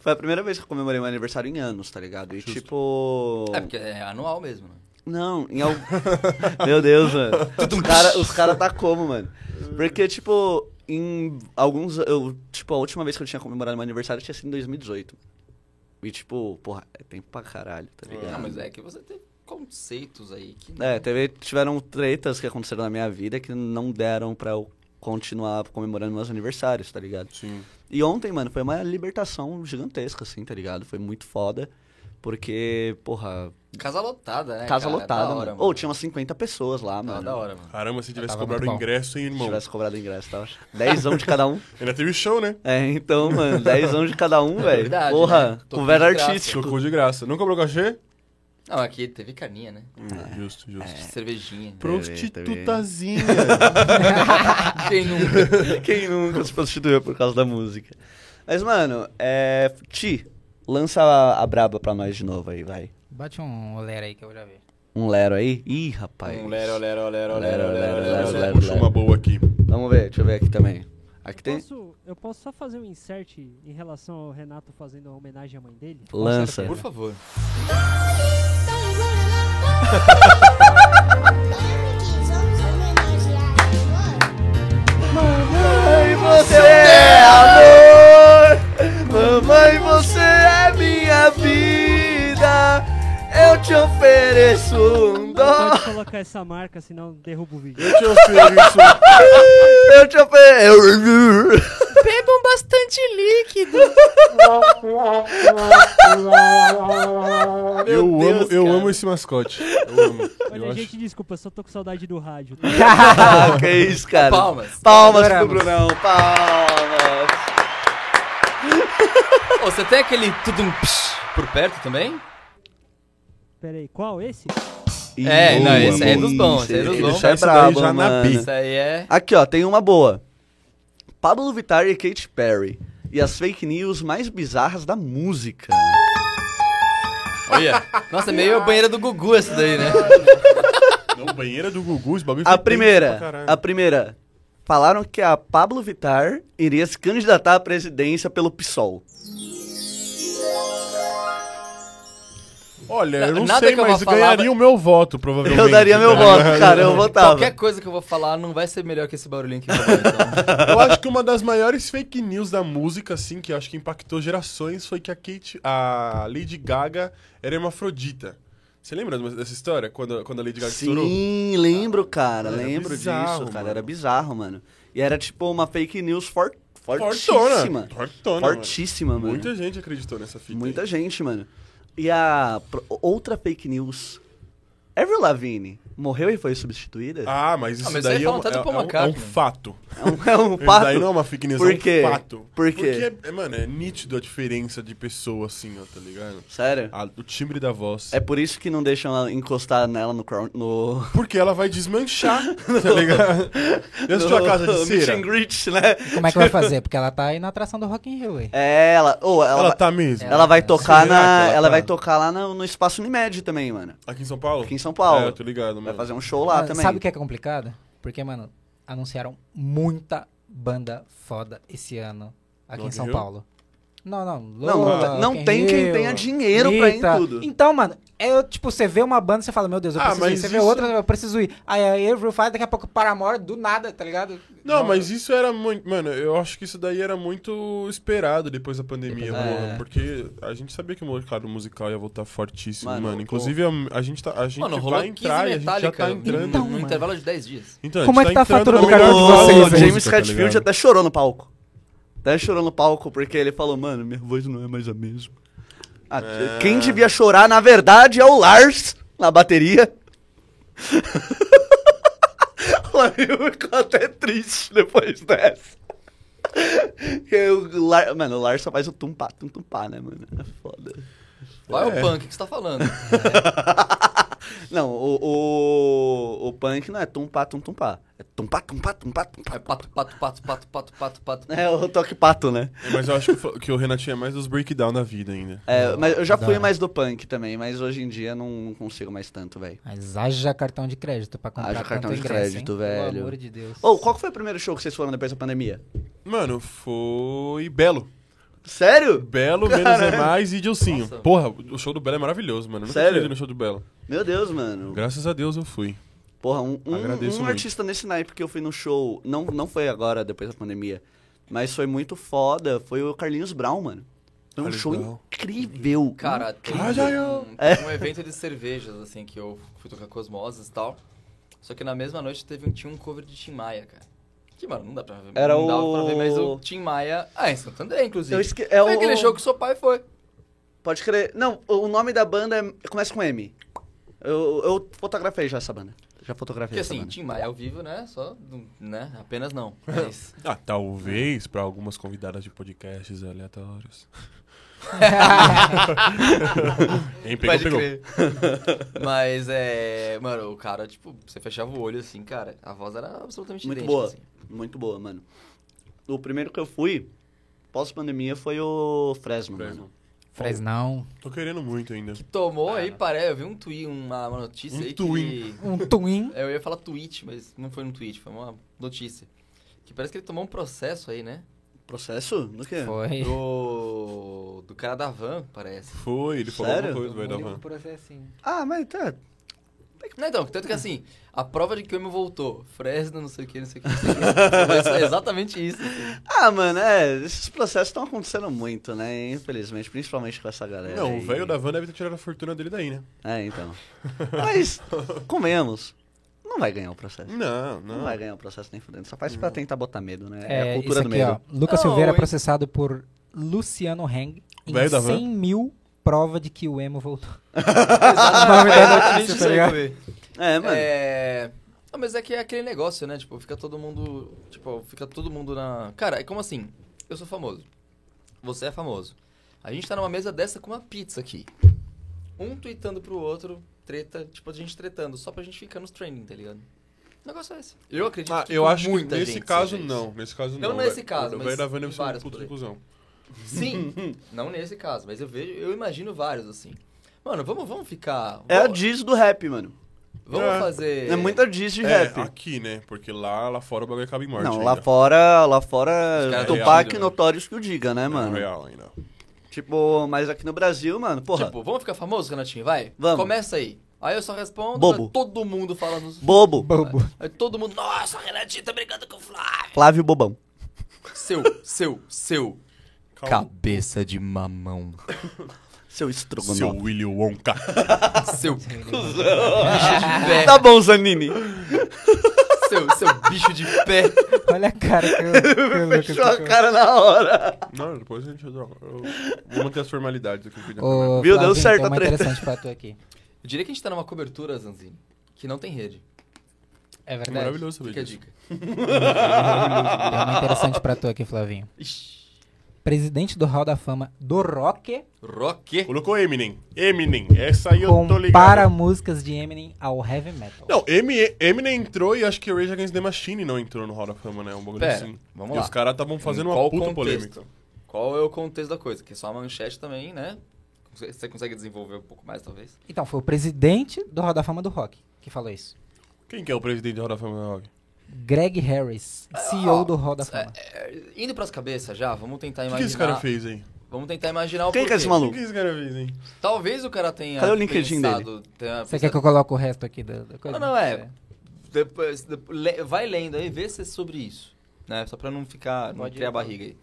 [SPEAKER 1] Foi a primeira vez que eu comemorei meu aniversário em anos, tá ligado? E tipo.
[SPEAKER 3] É porque é anual mesmo, né?
[SPEAKER 1] Não, em algum. Meu Deus, mano.
[SPEAKER 3] um
[SPEAKER 1] Os cara, os cara tá como, mano? Porque, tipo, em alguns. Eu, tipo, a última vez que eu tinha comemorado meu aniversário tinha sido em 2018. E, tipo, porra, é tempo pra caralho, tá ligado?
[SPEAKER 3] Não, mas é que você tem conceitos aí que...
[SPEAKER 1] É, teve, tiveram tretas que aconteceram na minha vida que não deram pra eu continuar comemorando meus aniversários, tá ligado?
[SPEAKER 2] Sim.
[SPEAKER 1] E ontem, mano, foi uma libertação gigantesca, assim, tá ligado? Foi muito foda. Porque, porra,
[SPEAKER 3] Casa lotada, né,
[SPEAKER 1] casa
[SPEAKER 3] cara?
[SPEAKER 1] lotada,
[SPEAKER 3] Da
[SPEAKER 1] mano.
[SPEAKER 3] hora,
[SPEAKER 1] Ou tinha umas 50 pessoas lá,
[SPEAKER 3] Tava
[SPEAKER 1] mano.
[SPEAKER 3] da hora, mano.
[SPEAKER 2] Caramba, se tivesse
[SPEAKER 4] Tava
[SPEAKER 2] cobrado o
[SPEAKER 4] muito bom.
[SPEAKER 2] ingresso, hein,
[SPEAKER 1] Se
[SPEAKER 2] irmão.
[SPEAKER 1] tivesse cobrado ingresso, tava. Dezão de cada um.
[SPEAKER 2] Ainda teve show, né?
[SPEAKER 1] É, então, mano, dezão de cada um, velho.
[SPEAKER 3] verdade,
[SPEAKER 1] Porra,
[SPEAKER 3] né? Tocou
[SPEAKER 1] conversa
[SPEAKER 3] de graça.
[SPEAKER 1] artístico.
[SPEAKER 2] Tocou de graça. Não cobrou cachê?
[SPEAKER 3] Não, aqui teve caninha, né?
[SPEAKER 1] Hum, é.
[SPEAKER 2] Justo, justo.
[SPEAKER 3] Cervejinha.
[SPEAKER 2] Prostitutazinha.
[SPEAKER 3] Quem nunca?
[SPEAKER 1] Quem nunca se prostituiu por causa da música? Mas, mano, é. Ti, lança a, a braba pra nós de novo aí, vai.
[SPEAKER 4] Bate um olera aí que eu já vi.
[SPEAKER 1] Um Lero aí? Ih, rapaz.
[SPEAKER 3] Lero, lero, lero,
[SPEAKER 1] Lero,
[SPEAKER 3] lero, lero,
[SPEAKER 1] lero,
[SPEAKER 3] lero,
[SPEAKER 1] lero.
[SPEAKER 3] lero.
[SPEAKER 2] Puxa uma boa aqui.
[SPEAKER 1] Vamos ver, deixa eu ver aqui também. Aqui tem.
[SPEAKER 6] Posso, eu posso só fazer um insert em relação ao Renato fazendo uma homenagem à mãe dele?
[SPEAKER 1] Lança.
[SPEAKER 3] Por favor.
[SPEAKER 1] Mamãe, você é amor! Mamãe, você é minha vida! Eu te ofereço um
[SPEAKER 6] Não
[SPEAKER 1] dó!
[SPEAKER 6] pode colocar essa marca, senão derruba o vídeo.
[SPEAKER 2] Eu te ofereço.
[SPEAKER 1] Eu te ofereço.
[SPEAKER 3] Bebam bastante líquido.
[SPEAKER 2] eu
[SPEAKER 3] Deus,
[SPEAKER 2] amo, eu
[SPEAKER 3] cara.
[SPEAKER 2] amo esse mascote. Eu amo.
[SPEAKER 6] Olha,
[SPEAKER 2] eu
[SPEAKER 6] gente, desculpa, eu só tô com saudade do rádio. tá?
[SPEAKER 1] Ah, que isso, cara.
[SPEAKER 3] Palmas.
[SPEAKER 1] Palmas pro
[SPEAKER 4] Adoramos.
[SPEAKER 1] Brunão, palmas.
[SPEAKER 3] Ô, Você tem aquele tudum psh por perto também?
[SPEAKER 6] Pera aí, qual? Esse?
[SPEAKER 1] Ih,
[SPEAKER 3] É, não,
[SPEAKER 1] boa,
[SPEAKER 3] esse aí é dos
[SPEAKER 1] boa.
[SPEAKER 3] bons, esse aí é dos
[SPEAKER 1] Ele
[SPEAKER 3] bons.
[SPEAKER 1] já é
[SPEAKER 2] Esse daí
[SPEAKER 1] brabo,
[SPEAKER 2] já na
[SPEAKER 1] mano.
[SPEAKER 2] bi.
[SPEAKER 3] Isso aí é.
[SPEAKER 1] Aqui, ó, tem uma boa. Pablo Vittar e Katy Perry. E as fake news mais bizarras da música.
[SPEAKER 3] Olha. Nossa, é meio a banheira do Gugu essa daí, né?
[SPEAKER 2] Não, banheira do Gugu, esse bagulho
[SPEAKER 1] A
[SPEAKER 2] foi tenso pra
[SPEAKER 1] primeira,
[SPEAKER 2] caralho.
[SPEAKER 1] a primeira. Falaram que a Pablo Vittar iria se candidatar à presidência pelo PSOL.
[SPEAKER 2] Olha, eu não
[SPEAKER 3] Nada
[SPEAKER 2] sei,
[SPEAKER 3] que eu
[SPEAKER 2] mas
[SPEAKER 3] vou falar
[SPEAKER 2] ganharia
[SPEAKER 3] vai-
[SPEAKER 2] o meu voto, provavelmente.
[SPEAKER 1] Eu daria meu
[SPEAKER 2] tá
[SPEAKER 1] voto,
[SPEAKER 2] ligado?
[SPEAKER 1] cara, eu votava.
[SPEAKER 3] Qualquer coisa que eu vou falar não vai ser melhor que esse barulhinho que eu vou então.
[SPEAKER 2] Eu acho que uma das maiores fake news da música, assim, que eu acho que impactou gerações, foi que a Kate, a Lady Gaga era hermafrodita. Você lembra dessa história? Quando, quando a Lady Gaga estourou?
[SPEAKER 1] Sim, lembro, cara,
[SPEAKER 2] Era
[SPEAKER 1] lembro
[SPEAKER 2] bizarro,
[SPEAKER 1] disso, cara,
[SPEAKER 2] mano.
[SPEAKER 1] era bizarro, mano. E era tipo uma fake news for,
[SPEAKER 2] Fortona.
[SPEAKER 1] fortíssima.
[SPEAKER 2] Fortona. mano.
[SPEAKER 1] Fortíssima, mano.
[SPEAKER 2] Muita gente acreditou nessa fita.
[SPEAKER 1] Muita
[SPEAKER 2] aí.
[SPEAKER 1] gente, mano. E a pro- outra fake news. Avril Lavigne morreu e foi substituída?
[SPEAKER 2] Ah, mas isso
[SPEAKER 3] Ah, mas
[SPEAKER 2] daí
[SPEAKER 3] aí
[SPEAKER 2] é,
[SPEAKER 3] falam
[SPEAKER 2] um,
[SPEAKER 3] até do
[SPEAKER 2] é-
[SPEAKER 3] Paul
[SPEAKER 2] é um- é um
[SPEAKER 3] McCartney.
[SPEAKER 2] fato.
[SPEAKER 1] É um, é um
[SPEAKER 2] Isso
[SPEAKER 1] fato.
[SPEAKER 2] daí não é uma fake news,
[SPEAKER 1] Por
[SPEAKER 2] é um
[SPEAKER 1] quê?
[SPEAKER 2] fato.
[SPEAKER 1] Por quê?
[SPEAKER 2] Porque, é- mano, é nítido a diferença de pessoa, assim, ó, tá ligado?
[SPEAKER 1] Sério?
[SPEAKER 2] A- o timbre da voz.
[SPEAKER 1] É por isso que não deixam ela encostar nela no... crown- no...
[SPEAKER 2] Porque ela vai desmanchar, tá ligado? Eu assisti a
[SPEAKER 1] no-
[SPEAKER 2] casa de
[SPEAKER 1] no meet
[SPEAKER 2] cera.
[SPEAKER 1] and greet, né?
[SPEAKER 4] Como é que vai fazer? Porque ela tá aí na atração do Rock in Rio, aí.
[SPEAKER 1] É, ela... Ou ela,
[SPEAKER 2] Ela,
[SPEAKER 1] vai-
[SPEAKER 2] tá mesmo.
[SPEAKER 1] ela vai tocar
[SPEAKER 2] Será
[SPEAKER 1] na...
[SPEAKER 2] que
[SPEAKER 1] Ela,
[SPEAKER 2] ela tá?
[SPEAKER 1] vai tocar lá no, no Espaço Unimed também, mano.
[SPEAKER 2] Aqui em São Paulo?
[SPEAKER 1] Aqui em São Paulo.
[SPEAKER 2] É, tô ligado,
[SPEAKER 1] Vai
[SPEAKER 2] mano.
[SPEAKER 1] fazer um show lá
[SPEAKER 4] Mano,
[SPEAKER 1] também.
[SPEAKER 4] Sabe o que é complicado? Porque, mano, anunciaram muita banda foda esse ano aqui
[SPEAKER 2] Rock
[SPEAKER 4] em
[SPEAKER 2] in
[SPEAKER 4] São
[SPEAKER 2] Rio?
[SPEAKER 4] Paulo. Não, não.
[SPEAKER 1] Não,
[SPEAKER 4] Lola,
[SPEAKER 1] não, não
[SPEAKER 4] Rock in
[SPEAKER 1] tem quem
[SPEAKER 4] Rio,
[SPEAKER 1] tenha dinheiro pra ir em
[SPEAKER 4] Anitta.
[SPEAKER 1] tudo.
[SPEAKER 4] Então, mano, é tipo, você vê uma banda, você fala, meu Deus, eu
[SPEAKER 2] Ah,
[SPEAKER 4] preciso ir.
[SPEAKER 2] mas
[SPEAKER 4] Você vê
[SPEAKER 2] isso-
[SPEAKER 4] outra, eu preciso ir. Aí a Avril faz, daqui a pouco Paramore, do nada, tá ligado?
[SPEAKER 2] Não, mas isso era muito. Mano, eu acho que isso daí era muito esperado depois da pandemia,
[SPEAKER 4] Depois da-
[SPEAKER 2] mano.
[SPEAKER 4] É.
[SPEAKER 2] Porque a gente sabia que o mercado musical ia voltar fortíssimo, mano.
[SPEAKER 1] Mano, o-
[SPEAKER 2] Inclusive, a, a gente, tá, a gente
[SPEAKER 3] Mano, rolou
[SPEAKER 2] vai
[SPEAKER 3] 15
[SPEAKER 2] entrar e a gente já
[SPEAKER 3] Metallica
[SPEAKER 2] tá entrando.
[SPEAKER 4] Então,
[SPEAKER 3] no
[SPEAKER 4] mano.
[SPEAKER 3] intervalo de 10 dias.
[SPEAKER 2] Então, a
[SPEAKER 4] Como
[SPEAKER 2] gente
[SPEAKER 4] é que tá a
[SPEAKER 2] entrando
[SPEAKER 4] fatura
[SPEAKER 2] no
[SPEAKER 4] do cartão de
[SPEAKER 2] mercado
[SPEAKER 4] vocês,
[SPEAKER 2] da
[SPEAKER 1] O
[SPEAKER 2] música,
[SPEAKER 4] hein?
[SPEAKER 1] James
[SPEAKER 2] tá
[SPEAKER 1] Hetfield
[SPEAKER 2] ligado?
[SPEAKER 1] até chorou no palco. Até chorou no palco, porque ele falou, mano, minha voz não é mais a mesma. Ah, Quem devia chorar, na verdade, é o Lars, na bateria. o amigo ficou até triste depois dessa. E aí o Lar- Mano, o Lars só faz o tumpá, tum tumpá, né, mano? É foda.
[SPEAKER 3] Vai o punk, o que você tá falando?
[SPEAKER 1] Não, o, o, o punk não é tumpá, tum tumpá. É tumpá, tumpá, tumpá, tumpá.
[SPEAKER 3] É pato, pato, pato, pato, pato, pato, pato.
[SPEAKER 1] É o toque pato, né?
[SPEAKER 2] É, Mas eu acho que, o- que o Renatinho é mais dos breakdown da vida ainda.
[SPEAKER 1] É, mas eu já
[SPEAKER 4] da
[SPEAKER 1] fui
[SPEAKER 4] hora.
[SPEAKER 1] mais do punk também, mas hoje em dia não consigo mais tanto, velho.
[SPEAKER 4] Mas haja cartão de crédito pra comprar
[SPEAKER 1] Haja cartão
[SPEAKER 4] tanto
[SPEAKER 1] de
[SPEAKER 4] ingresso,
[SPEAKER 1] crédito,
[SPEAKER 4] hein?
[SPEAKER 1] velho.
[SPEAKER 4] Pelo amor de Deus.
[SPEAKER 1] Ou qual que foi o primeiro show que vocês foram depois da pandemia?
[SPEAKER 2] Mano, foi Belo.
[SPEAKER 1] Sério?
[SPEAKER 2] Belo, menos é mais e Dilcinho.
[SPEAKER 3] Nossa.
[SPEAKER 2] Porra, o show do Belo é maravilhoso, mano. Eu nunca
[SPEAKER 1] Sério?
[SPEAKER 2] tinha ido no show do Belo.
[SPEAKER 1] Meu Deus, mano.
[SPEAKER 2] Graças a Deus eu fui.
[SPEAKER 1] Porra, um, um-
[SPEAKER 2] Agradeço
[SPEAKER 1] um
[SPEAKER 2] muito.
[SPEAKER 1] artista nesse naipe que eu fui no show, não, não foi agora, depois da pandemia, mas foi muito foda, foi o Carlinhos Brown, mano. Foi um
[SPEAKER 2] Carlinhos
[SPEAKER 1] show
[SPEAKER 2] Brown.
[SPEAKER 1] incrível.
[SPEAKER 3] Cara, tem
[SPEAKER 2] Ah, já eu-
[SPEAKER 3] um, tem um evento de cervejas, assim, que eu fui tocar Cosmoses e tal. Só que na mesma noite teve um, tinha um cover de Tim Maia, cara. Que, mano, não dá pra ver.
[SPEAKER 1] Era
[SPEAKER 3] não
[SPEAKER 1] o-
[SPEAKER 3] dava pra ver, mas o Tim Maia... Ah, em Santander, inclusive.
[SPEAKER 1] Eu esque- é
[SPEAKER 3] foi
[SPEAKER 1] o-
[SPEAKER 3] aquele show que seu pai foi.
[SPEAKER 1] Pode crer. Não, o nome da banda é- começa com M. Eu, eu fotografei já essa banda. Já fotografei
[SPEAKER 3] Porque
[SPEAKER 1] essa
[SPEAKER 3] assim,
[SPEAKER 1] banda.
[SPEAKER 3] Tim Maia ao vivo, né? Só, não- né? Apenas não. Mas...
[SPEAKER 2] Ah, talvez pra algumas convidadas de podcasts aleatórios. Quem pegou,
[SPEAKER 3] Pode
[SPEAKER 2] pegou.
[SPEAKER 3] crer. Mas é. Mano, o cara, tipo, você fechava o olho assim, cara. A voz era absolutamente
[SPEAKER 1] Muito
[SPEAKER 3] idêntica,
[SPEAKER 1] boa.
[SPEAKER 3] assim.
[SPEAKER 1] Muito boa, mano. O primeiro que eu fui, pós-pandemia, foi o Fresno,
[SPEAKER 2] Fresno.
[SPEAKER 1] mano.
[SPEAKER 4] Fresnão.
[SPEAKER 2] Tô querendo muito ainda.
[SPEAKER 3] Que tomou aí, parece. Eu vi um tweet, uma, uma notícia
[SPEAKER 2] Um
[SPEAKER 3] aí
[SPEAKER 2] twin.
[SPEAKER 3] que.
[SPEAKER 4] Um twin.
[SPEAKER 3] É, Eu ia falar tweet, mas não foi um tweet, foi uma notícia. Que parece que ele tomou um processo aí, né?
[SPEAKER 1] Processo? No quê?
[SPEAKER 2] É.
[SPEAKER 4] Foi.
[SPEAKER 3] Do. Do cara da van, parece.
[SPEAKER 2] Foi, ele falou
[SPEAKER 1] Sério?
[SPEAKER 2] alguma coisa, vai dar
[SPEAKER 4] Um
[SPEAKER 2] van.
[SPEAKER 1] Ah, mas tá.
[SPEAKER 3] Não, então, tanto que assim, a prova de que o homem voltou. Fresno, não sei o que, não sei o que. Não sei o que. Mas é exatamente isso. assim.
[SPEAKER 1] Ah, mano, é. Esses processos estão acontecendo muito, né? Infelizmente, principalmente com essa galera.
[SPEAKER 2] Não,
[SPEAKER 1] aí.
[SPEAKER 2] o velho da van deve ter tirado a fortuna dele daí, né?
[SPEAKER 1] É, então. Mas, comemos. Não vai ganhar o processo.
[SPEAKER 2] Não,
[SPEAKER 1] Não,
[SPEAKER 2] não.
[SPEAKER 1] vai ganhar o processo nem fudendo. Só faz pra tentar botar medo, né? É,
[SPEAKER 4] É,
[SPEAKER 1] a
[SPEAKER 4] isso
[SPEAKER 1] cultura
[SPEAKER 4] aqui,
[SPEAKER 1] do medo.
[SPEAKER 4] ó. Lucas
[SPEAKER 3] Não,
[SPEAKER 4] Silveira é
[SPEAKER 3] hein?
[SPEAKER 4] processado por Luciano Heng em
[SPEAKER 2] Velho da van.
[SPEAKER 4] 100 mil prova de que o emo voltou.
[SPEAKER 3] Exatamente
[SPEAKER 4] notícia,
[SPEAKER 3] isso
[SPEAKER 4] tá
[SPEAKER 3] aí,
[SPEAKER 4] ligado?
[SPEAKER 3] Cauê.
[SPEAKER 1] É, mano.
[SPEAKER 3] É. Não, mas é que é aquele negócio, né? Tipo, fica todo mundo. Tipo, fica todo mundo na. Cara, é como assim? Eu sou famoso. Você é famoso. A gente tá numa mesa dessa com uma pizza aqui. Um tweetando pro outro, treta, tipo, a gente tretando, só pra gente ficar nos trending, tá ligado? O negócio é esse. Eu acredito
[SPEAKER 2] Ah,
[SPEAKER 3] que
[SPEAKER 2] eu
[SPEAKER 3] com
[SPEAKER 2] acho que
[SPEAKER 3] muita
[SPEAKER 2] nesse
[SPEAKER 3] gente
[SPEAKER 2] caso
[SPEAKER 3] seja isso.
[SPEAKER 2] não. Nesse caso não.
[SPEAKER 3] Não
[SPEAKER 2] vai-
[SPEAKER 3] nesse caso,
[SPEAKER 2] Vai
[SPEAKER 3] mas
[SPEAKER 2] dar Venom
[SPEAKER 3] em
[SPEAKER 2] ser um
[SPEAKER 3] vários
[SPEAKER 2] puto
[SPEAKER 3] por
[SPEAKER 2] de
[SPEAKER 3] aí.
[SPEAKER 2] cuzão.
[SPEAKER 3] Sim, não nesse caso, mas eu vejo, eu imagino vários assim. Mano, vamos, vamos ficar.
[SPEAKER 1] É a
[SPEAKER 3] vamos,
[SPEAKER 1] diz do rap, mano.
[SPEAKER 3] vamos
[SPEAKER 2] É.
[SPEAKER 3] fazer.
[SPEAKER 1] É muita diz de
[SPEAKER 2] É,
[SPEAKER 1] rap.
[SPEAKER 2] aqui, né? Porque lá, lá fora o bagulho acaba em morte
[SPEAKER 1] Não,
[SPEAKER 2] ainda.
[SPEAKER 1] lá fora, lá
[SPEAKER 3] Os
[SPEAKER 1] fora,
[SPEAKER 3] caras
[SPEAKER 1] Tupac
[SPEAKER 3] reagem, né?
[SPEAKER 1] notórios que o diga, né,
[SPEAKER 2] É
[SPEAKER 1] mano?
[SPEAKER 2] real ainda.
[SPEAKER 1] Tipo, mas aqui no Brasil, mano, porra,
[SPEAKER 3] Tipo, vamos ficar famoso, Renatinho, vai?
[SPEAKER 1] Vamos.
[SPEAKER 3] Começa aí. Aí eu só respondo,
[SPEAKER 1] Bobo.
[SPEAKER 3] tá todo mundo fala nos.
[SPEAKER 1] bobo,
[SPEAKER 4] Bobo.
[SPEAKER 3] Aí todo mundo, nossa, Renatinho tá brigando com o Flávio.
[SPEAKER 1] Flávio Bobão.
[SPEAKER 3] Seu, seu, seu.
[SPEAKER 2] Calma.
[SPEAKER 3] Cabeça de mamão.
[SPEAKER 1] Seu
[SPEAKER 2] Seu
[SPEAKER 1] estrogonofe.
[SPEAKER 2] Willy Wonka.
[SPEAKER 3] Seu bicho de pé.
[SPEAKER 1] Tá bom, Zanini.
[SPEAKER 3] Seu, seu bicho de pé.
[SPEAKER 4] Olha a cara que eu, que o Lucas
[SPEAKER 1] Fechou a
[SPEAKER 4] ficou.
[SPEAKER 1] cara na hora.
[SPEAKER 2] não, depois a gente resolve. Eu vou manter as formalidades aqui. que já tá
[SPEAKER 4] Ô,
[SPEAKER 1] Viu? Deu
[SPEAKER 4] Flavinho,
[SPEAKER 1] certo
[SPEAKER 4] tem
[SPEAKER 1] a
[SPEAKER 4] uma
[SPEAKER 1] treta.
[SPEAKER 4] interessante pra tu aqui.
[SPEAKER 3] Eu diria que a gente tá numa cobertura, Zanzini, que não tem rede.
[SPEAKER 4] É
[SPEAKER 2] na-
[SPEAKER 4] verdade.
[SPEAKER 2] Maravilhoso saber
[SPEAKER 3] Fica a
[SPEAKER 2] disso.
[SPEAKER 3] dica.
[SPEAKER 4] Tem uma interessante pra tu aqui, Flavinho.
[SPEAKER 3] Ixi.
[SPEAKER 4] Presidente do Hall da Fama do Rock
[SPEAKER 3] Rock.
[SPEAKER 2] Colocou Eminem. Eminem. Essa aí eu tô
[SPEAKER 4] compara
[SPEAKER 2] ligado.
[SPEAKER 4] músicas de Eminem ao heavy metal.
[SPEAKER 2] Não, Emi- Eminem entrou e acho que o Rage Against the Machine não entrou no Hall da Fama, né? Um bagulho
[SPEAKER 3] Pera,
[SPEAKER 2] assim.
[SPEAKER 3] vamos
[SPEAKER 2] e
[SPEAKER 3] lá.
[SPEAKER 2] os caras estavam fazendo
[SPEAKER 3] Em
[SPEAKER 2] uma
[SPEAKER 3] qual
[SPEAKER 2] puta
[SPEAKER 3] contexto?
[SPEAKER 2] polêmica.
[SPEAKER 3] Qual é o contexto da coisa? Que só a manchete também, né? Você consegue desenvolver um pouco mais, talvez?
[SPEAKER 4] Então, foi o presidente do Hall da Fama do Rock que falou isso.
[SPEAKER 2] Quem que é o presidente do Hall da Fama do Rock?
[SPEAKER 4] Greg Harris, CEO do Hall da Fama.
[SPEAKER 3] É, indo pras cabeças já, vamos tentar
[SPEAKER 2] O
[SPEAKER 3] imaginar.
[SPEAKER 2] que, que esse cara fez, hein?
[SPEAKER 3] Vamos tentar imaginar o
[SPEAKER 1] Quem que é
[SPEAKER 3] porquê.
[SPEAKER 1] esse
[SPEAKER 2] O que,
[SPEAKER 1] maluco?
[SPEAKER 2] que esse cara fez, hein?
[SPEAKER 3] Talvez o cara tenha.
[SPEAKER 1] Cadê o LinkedIn
[SPEAKER 3] pensado, tenha
[SPEAKER 4] Você quer
[SPEAKER 3] pensado-
[SPEAKER 4] que eu coloque o resto aqui da, da coisa?
[SPEAKER 3] Não, não, é. Depois, depois- le- vai lendo aí, vê se é sobre isso. Né? Só pra não ficar. Não
[SPEAKER 4] Pode ir,
[SPEAKER 3] criar
[SPEAKER 4] então.
[SPEAKER 3] barriga aí.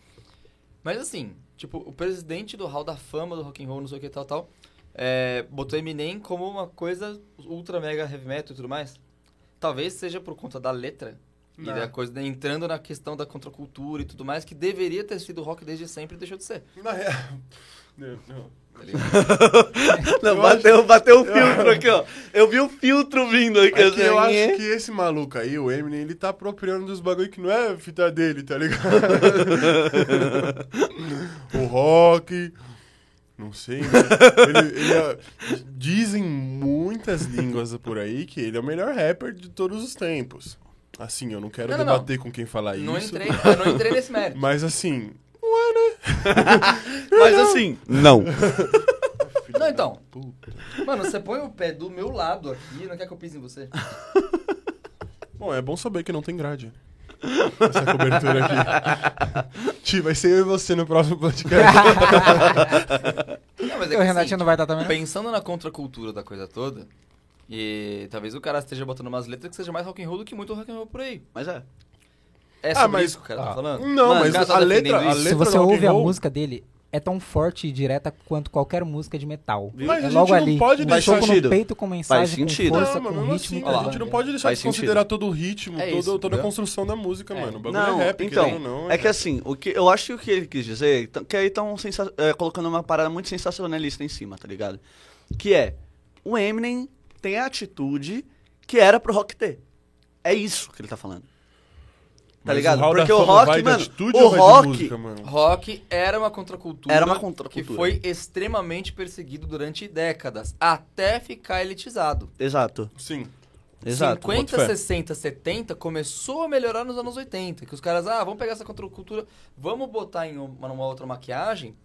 [SPEAKER 3] Mas assim, tipo, o presidente do Hall da Fama do rock and roll, não sei o que tal, tal, é, botou Eminem como uma coisa ultra mega heavy metal e tudo mais. Talvez seja por conta da letra e
[SPEAKER 2] Não.
[SPEAKER 3] da coisa, né, entrando na questão da contracultura e tudo mais, que deveria ter sido rock desde sempre e deixou de ser.
[SPEAKER 2] Na real. Não, não.
[SPEAKER 3] tá ligado?
[SPEAKER 1] Não,
[SPEAKER 2] Eu
[SPEAKER 1] bateu, bateu o filtro aqui, ó. Eu vi o filtro vindo aqui.
[SPEAKER 2] É que eu
[SPEAKER 1] assim.
[SPEAKER 2] acho que esse maluco aí, o Eminem, ele tá apropriando dos bagulho que não é fita dele, tá ligado? o rock. Não sei, né? Ele- ele é- dizem muitas línguas por aí que ele é o melhor rapper de todos os tempos. Assim, eu não quero
[SPEAKER 3] Não, não,
[SPEAKER 2] debater com quem falar
[SPEAKER 3] Não
[SPEAKER 2] É isso.
[SPEAKER 3] entrei, eu não entrei nesse mérito.
[SPEAKER 2] Mas assim.
[SPEAKER 1] Mas assim, não.
[SPEAKER 2] filho
[SPEAKER 3] Não,
[SPEAKER 2] da
[SPEAKER 3] então.
[SPEAKER 2] puta.
[SPEAKER 3] Mano, você põe o pé do meu lado aqui, não quer que eu pise em você?
[SPEAKER 2] Bom, é bom saber que não tem grade. Essa cobertura aqui. Ti, vai ser eu e você no próximo podcast.
[SPEAKER 3] Não, mas é
[SPEAKER 4] O
[SPEAKER 3] que,
[SPEAKER 4] Renatinho
[SPEAKER 3] assim,
[SPEAKER 4] não vai estar também. né? não?
[SPEAKER 3] Pensando na contracultura da coisa toda, e talvez o cara esteja botando umas letras que seja mais rock and roll do que muito rock and roll por aí.
[SPEAKER 1] Mas é.
[SPEAKER 3] É
[SPEAKER 2] Ah,
[SPEAKER 3] sobre
[SPEAKER 2] mas-
[SPEAKER 3] isso que o cara tá
[SPEAKER 4] ah,
[SPEAKER 3] falando?
[SPEAKER 2] não,
[SPEAKER 3] Mano, o
[SPEAKER 2] mas
[SPEAKER 3] cara tá
[SPEAKER 2] a
[SPEAKER 3] defendendo
[SPEAKER 2] letra- a
[SPEAKER 3] isso.
[SPEAKER 2] letra-
[SPEAKER 4] Se você
[SPEAKER 2] do rock
[SPEAKER 4] ouve
[SPEAKER 2] and
[SPEAKER 4] a
[SPEAKER 2] roll-
[SPEAKER 4] música dele, é tão forte e direta quanto qualquer música de metal.
[SPEAKER 2] Mas
[SPEAKER 4] é
[SPEAKER 2] a
[SPEAKER 4] logo
[SPEAKER 2] gente
[SPEAKER 4] ali.
[SPEAKER 2] não pode
[SPEAKER 4] um
[SPEAKER 1] Faz
[SPEAKER 2] deixar.
[SPEAKER 4] soco
[SPEAKER 1] sentido.
[SPEAKER 4] no peito com
[SPEAKER 1] Faz
[SPEAKER 4] mensagem,
[SPEAKER 1] sentido.
[SPEAKER 4] com força,
[SPEAKER 2] Não, mas
[SPEAKER 4] com
[SPEAKER 2] mesmo
[SPEAKER 4] ritmo.
[SPEAKER 2] assim,
[SPEAKER 4] com
[SPEAKER 2] a
[SPEAKER 3] lá.
[SPEAKER 2] gente
[SPEAKER 4] tudo.
[SPEAKER 2] não pode deixar
[SPEAKER 1] Faz
[SPEAKER 2] de
[SPEAKER 1] sentido.
[SPEAKER 2] considerar todo o ritmo,
[SPEAKER 3] É
[SPEAKER 2] todo-
[SPEAKER 3] isso,
[SPEAKER 2] toda a
[SPEAKER 3] entendeu?
[SPEAKER 2] construção da música, mano. O bagulho
[SPEAKER 1] Não,
[SPEAKER 2] é rap,
[SPEAKER 1] então,
[SPEAKER 2] querendo ou não.
[SPEAKER 1] é que assim, o que, eu acho que o que ele quis dizer, t- que aí estão colocando uma parada muito sensacionalista em cima, tá ligado? Que é, o Eminem tem a atitude que era pro Rock ter. É isso que ele tá falando. Tá
[SPEAKER 2] Mas
[SPEAKER 1] ligado?
[SPEAKER 2] o Hall da
[SPEAKER 1] Porque o
[SPEAKER 2] Fama
[SPEAKER 1] rock,
[SPEAKER 2] vai de
[SPEAKER 1] mano,
[SPEAKER 2] atitude
[SPEAKER 1] o
[SPEAKER 2] ou vai de
[SPEAKER 1] rock-
[SPEAKER 2] música, mano?
[SPEAKER 3] Rock era uma contracultura,
[SPEAKER 1] Era uma contracultura.
[SPEAKER 3] que foi extremamente perseguido durante décadas, até ficar elitizado.
[SPEAKER 1] Exato,
[SPEAKER 2] Sim.
[SPEAKER 1] exato.
[SPEAKER 3] 50,
[SPEAKER 2] boto fé.
[SPEAKER 3] 60, 70 começou a melhorar nos anos 80. Que os caras, ah, vamos pegar essa contracultura, vamos botar em uma, numa outra maquiagem.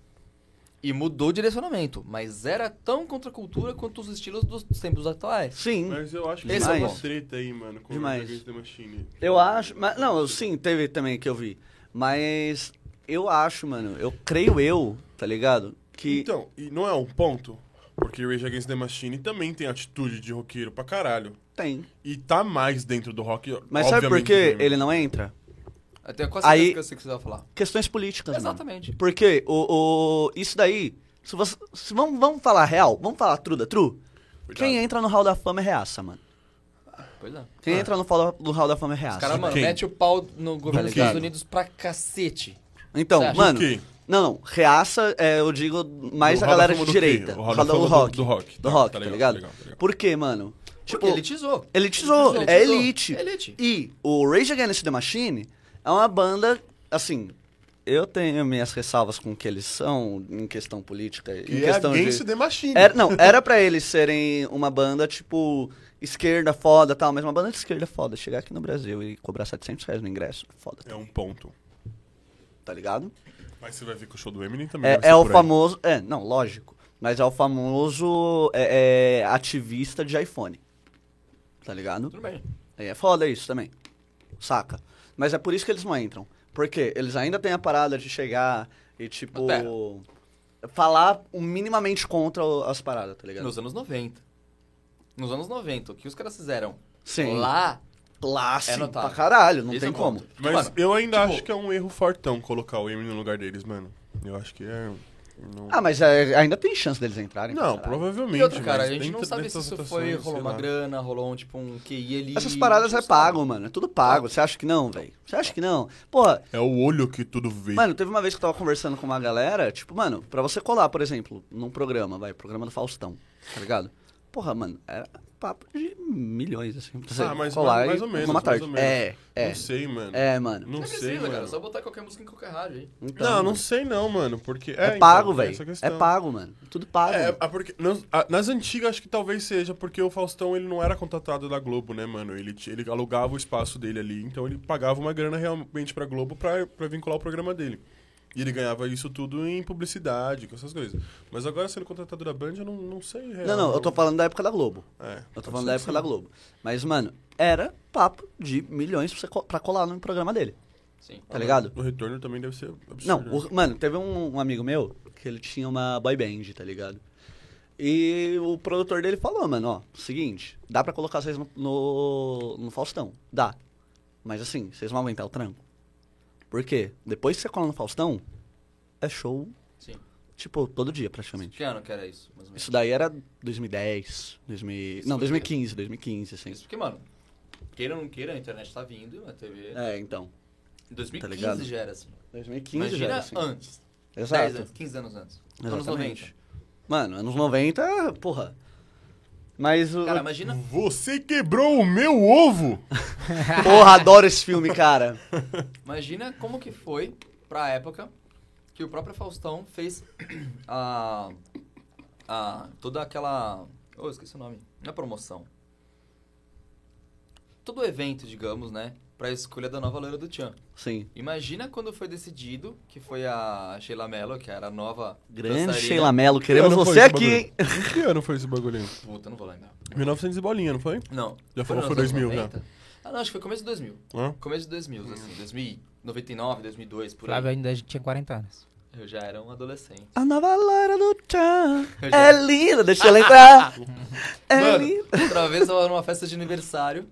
[SPEAKER 3] E mudou o direcionamento. Mas era tão contracultura quanto os estilos dos tempos atuais.
[SPEAKER 1] Sim,
[SPEAKER 2] Mas eu acho que
[SPEAKER 3] Esse
[SPEAKER 2] tem
[SPEAKER 1] é o
[SPEAKER 2] uma
[SPEAKER 1] ponto.
[SPEAKER 2] treta aí, mano, com
[SPEAKER 1] Demais.
[SPEAKER 2] o Rage Against the Machine.
[SPEAKER 1] eu acho, mas, não, sim, teve também que eu vi, mas eu acho, mano, eu creio eu, tá ligado? Que
[SPEAKER 2] Então, e não é um ponto? Porque o Rage Against the Machine também tem atitude de roqueiro pra caralho.
[SPEAKER 1] tem.
[SPEAKER 2] E tá mais dentro do rock,
[SPEAKER 1] Mas sabe por que
[SPEAKER 2] ele
[SPEAKER 1] ele não entra?
[SPEAKER 3] Eu tenho quase certeza
[SPEAKER 1] Aí-
[SPEAKER 3] que eu sei o que você vai falar.
[SPEAKER 1] Questões políticas, mano.
[SPEAKER 3] Exatamente.
[SPEAKER 1] Porque o, o- isso daí, se você, se vamos, vamos falar real, vamos falar true da true,
[SPEAKER 2] Cuidado.
[SPEAKER 1] quem entra no Hall da Fama é reaça, mano.
[SPEAKER 3] Pois é.
[SPEAKER 2] Ah.
[SPEAKER 1] Quem entra no, Hall da- no Hall da Fama é
[SPEAKER 3] Os
[SPEAKER 1] reaça.
[SPEAKER 3] caras, mano,
[SPEAKER 2] Quem?
[SPEAKER 3] mete o pau no governo
[SPEAKER 2] Do
[SPEAKER 3] dos Estados
[SPEAKER 2] quê?
[SPEAKER 3] Unidos pra cacete.
[SPEAKER 1] então,
[SPEAKER 3] Certo.
[SPEAKER 1] mano,
[SPEAKER 2] Do quê?
[SPEAKER 1] não, não, reaça, é, eu digo mais
[SPEAKER 2] Do
[SPEAKER 1] a
[SPEAKER 2] Hall da
[SPEAKER 1] galera
[SPEAKER 2] Fama
[SPEAKER 1] de
[SPEAKER 2] do quê?
[SPEAKER 1] direita. O
[SPEAKER 2] O Hall da
[SPEAKER 1] Hall do,
[SPEAKER 2] Fama do-
[SPEAKER 1] rock.
[SPEAKER 2] do rock.
[SPEAKER 1] Do
[SPEAKER 2] Tá,
[SPEAKER 1] rock, tá,
[SPEAKER 2] tá legal,
[SPEAKER 1] ligado?
[SPEAKER 2] tá legal, tá legal.
[SPEAKER 1] Por quê, mano?
[SPEAKER 3] Tipo,
[SPEAKER 1] Tipo,
[SPEAKER 3] elitizou.
[SPEAKER 1] Elitizou,
[SPEAKER 3] Elitizou.
[SPEAKER 1] é elite.
[SPEAKER 3] Elite.
[SPEAKER 1] E o Rage Against the Machine é uma banda, assim, eu tenho minhas ressalvas com o que eles são em questão política. em
[SPEAKER 2] Que é
[SPEAKER 1] questão de... É,
[SPEAKER 2] Against the Machine.
[SPEAKER 1] Era, não, era pra eles serem uma banda, tipo, esquerda foda tal, mas uma banda de esquerda foda. Chegar aqui no Brasil e cobrar 700 reais no ingresso, foda,
[SPEAKER 2] É um ponto.
[SPEAKER 1] tá ligado?
[SPEAKER 2] Mas você vai ver que o show do Eminem também
[SPEAKER 1] É,
[SPEAKER 2] deve ser
[SPEAKER 1] é o
[SPEAKER 2] por aí.
[SPEAKER 1] famoso. É, não, lógico. Mas é o famoso é, é, ativista de iPhone. Tá ligado?
[SPEAKER 3] Tudo bem.
[SPEAKER 1] Aí é foda isso também. Saca? Mas é por isso que eles não entram. Porque eles ainda têm a parada de chegar e, tipo.
[SPEAKER 3] Mas
[SPEAKER 1] Falar minimamente contra o- as paradas, tá ligado?
[SPEAKER 3] Nos anos 90. Nos anos 90, o que os caras fizeram?
[SPEAKER 1] Sim.
[SPEAKER 3] Lá, é
[SPEAKER 1] Lá, sim,
[SPEAKER 3] notável.
[SPEAKER 1] pra caralho, não
[SPEAKER 3] Esse
[SPEAKER 1] tem
[SPEAKER 3] é um
[SPEAKER 1] como.
[SPEAKER 3] ponto.
[SPEAKER 2] Mas
[SPEAKER 3] Mano,
[SPEAKER 2] eu ainda
[SPEAKER 3] tipo-
[SPEAKER 2] acho que é um erro fortão colocar o Eminem no lugar deles, mano. Eu acho que é... Não,
[SPEAKER 1] Ah, mas é, ainda tem chance deles entrarem. pra
[SPEAKER 2] não
[SPEAKER 1] caralho.
[SPEAKER 2] provavelmente.
[SPEAKER 3] E outra, cara, a
[SPEAKER 2] mas
[SPEAKER 3] gente não
[SPEAKER 2] dentro
[SPEAKER 3] sabe se
[SPEAKER 2] dessas
[SPEAKER 3] isso foi,
[SPEAKER 2] votações,
[SPEAKER 3] rolou
[SPEAKER 2] sei
[SPEAKER 3] uma
[SPEAKER 2] lá.
[SPEAKER 3] grana, rolou um, tipo, um QI ali.
[SPEAKER 1] Essas paradas
[SPEAKER 3] a
[SPEAKER 1] é
[SPEAKER 3] gente não sabe.
[SPEAKER 1] pago, mano. É tudo pago. Você acha que não, velho? Você acha que não? Porra,
[SPEAKER 2] É o olho que tudo vê. Ah,
[SPEAKER 1] Mano, teve uma vez que eu tava conversando com uma galera, tipo, mano, pra você colar, por exemplo, num programa, vai, programa do Faustão, tá ligado? Porra, mano, era papo de milhões, assim, pra você
[SPEAKER 2] Ah, mas
[SPEAKER 1] colar
[SPEAKER 2] mais- mais
[SPEAKER 1] e
[SPEAKER 2] ou menos,
[SPEAKER 1] numa
[SPEAKER 2] mais
[SPEAKER 1] tarde.
[SPEAKER 2] ou menos.
[SPEAKER 1] É, é,
[SPEAKER 2] Não sei, mano.
[SPEAKER 1] é, mano.
[SPEAKER 2] Não
[SPEAKER 3] Não
[SPEAKER 2] sei,
[SPEAKER 3] precisa, cara.
[SPEAKER 2] mano.
[SPEAKER 3] é Só um- botar qualquer música em qualquer rádio aí.
[SPEAKER 1] Então,
[SPEAKER 2] Não, não
[SPEAKER 1] mano,
[SPEAKER 2] sei não, mano, porque...
[SPEAKER 1] É,
[SPEAKER 2] então,
[SPEAKER 1] pago,
[SPEAKER 2] tem
[SPEAKER 1] velho.
[SPEAKER 2] essa
[SPEAKER 1] É
[SPEAKER 2] questão.
[SPEAKER 1] pago, mano. Tudo pago.
[SPEAKER 2] É,
[SPEAKER 1] mano.
[SPEAKER 2] ah, porque nas- ah, nas antigas acho que talvez seja porque o Faustão ele não era contratado da Globo, né, mano? Ele, ti- ele alugava o espaço dele ali, então ele pagava uma grana realmente pra Globo pra, pra vincular o programa dele. E ele ganhava isso tudo em publicidade, com essas coisas. Mas agora sendo contratado da Band, eu não, não sei. real.
[SPEAKER 1] Não, não, eu tô falando da época da Globo.
[SPEAKER 2] É,
[SPEAKER 1] Eu
[SPEAKER 2] pode
[SPEAKER 1] tô falando
[SPEAKER 2] ser
[SPEAKER 1] da
[SPEAKER 2] que
[SPEAKER 1] época
[SPEAKER 2] sim.
[SPEAKER 1] da Globo. Mas, mano, era papo de milhões pra, você co- pra colar no programa dele,
[SPEAKER 3] Sim.
[SPEAKER 1] tá ligado?
[SPEAKER 2] O retorno também deve ser absurdo.
[SPEAKER 1] Não,
[SPEAKER 2] né?
[SPEAKER 1] o- mano, teve um, um amigo meu que ele tinha uma boy band, tá ligado? E o produtor dele falou, mano, ó, seguinte, dá pra colocar vocês no, no, no Faustão. Dá. Mas assim, vocês vão aguentar o tranco. Por quê? Depois que você cola no Faustão, é show,
[SPEAKER 3] Sim.
[SPEAKER 1] tipo, todo dia praticamente.
[SPEAKER 3] Que ano que era isso, mais ou menos?
[SPEAKER 1] Isso daí era 2010, 2000, não,
[SPEAKER 3] Sim.
[SPEAKER 1] 2015, 2015, assim.
[SPEAKER 3] Isso porque, mano, queira ou não queira, a internet tá vindo, a TV.
[SPEAKER 1] É, então.
[SPEAKER 3] Em 2015
[SPEAKER 1] ligado?
[SPEAKER 3] já era assim.
[SPEAKER 1] 2015
[SPEAKER 3] Imagina
[SPEAKER 1] já era assim.
[SPEAKER 3] antes. 10
[SPEAKER 1] Exato.
[SPEAKER 3] anos, 15 anos antes. Anos
[SPEAKER 1] Exatamente.
[SPEAKER 3] 90.
[SPEAKER 1] Mano, anos 90, porra. Mas o.
[SPEAKER 3] Cara, imagina.
[SPEAKER 2] Você quebrou o meu ovo!
[SPEAKER 1] Porra, adoro esse filme, cara.
[SPEAKER 3] Imagina como que foi pra época que o próprio Faustão fez a, a toda aquela, oh, eu esqueci o nome, não é promoção. Todo o evento, digamos, né, pra escolha da nova loira do Tchan.
[SPEAKER 1] Sim.
[SPEAKER 3] Imagina quando foi decidido que foi a Sheila Mello, que era a nova
[SPEAKER 1] Grande
[SPEAKER 3] dançarina.
[SPEAKER 1] Sheila Mello, queremos
[SPEAKER 2] Que ano foi
[SPEAKER 1] você
[SPEAKER 2] esse
[SPEAKER 1] aqui, hein?
[SPEAKER 2] bagulho? Que ano foi esse bagulhinho?
[SPEAKER 3] Puta, não vou lembrar.
[SPEAKER 2] 1900 e bolinha, não foi?
[SPEAKER 3] Não.
[SPEAKER 2] Já
[SPEAKER 3] foi
[SPEAKER 2] falou
[SPEAKER 3] nos
[SPEAKER 2] foi
[SPEAKER 3] anos
[SPEAKER 2] 2000, já.
[SPEAKER 3] 90? Ah, não, acho que foi começo de 2000.
[SPEAKER 2] Hã?
[SPEAKER 3] Começo de 2000,
[SPEAKER 1] Hum.
[SPEAKER 3] assim, 2099, 2002, por
[SPEAKER 4] Flávio
[SPEAKER 3] aí.
[SPEAKER 4] ainda tinha 40 anos.
[SPEAKER 3] Eu já era um adolescente.
[SPEAKER 1] A nova loira do Tchan.
[SPEAKER 3] Eu já-
[SPEAKER 1] É linda, deixa ela entrar. É
[SPEAKER 3] Mano,
[SPEAKER 1] linda.
[SPEAKER 3] outra vez eu era numa festa de aniversário.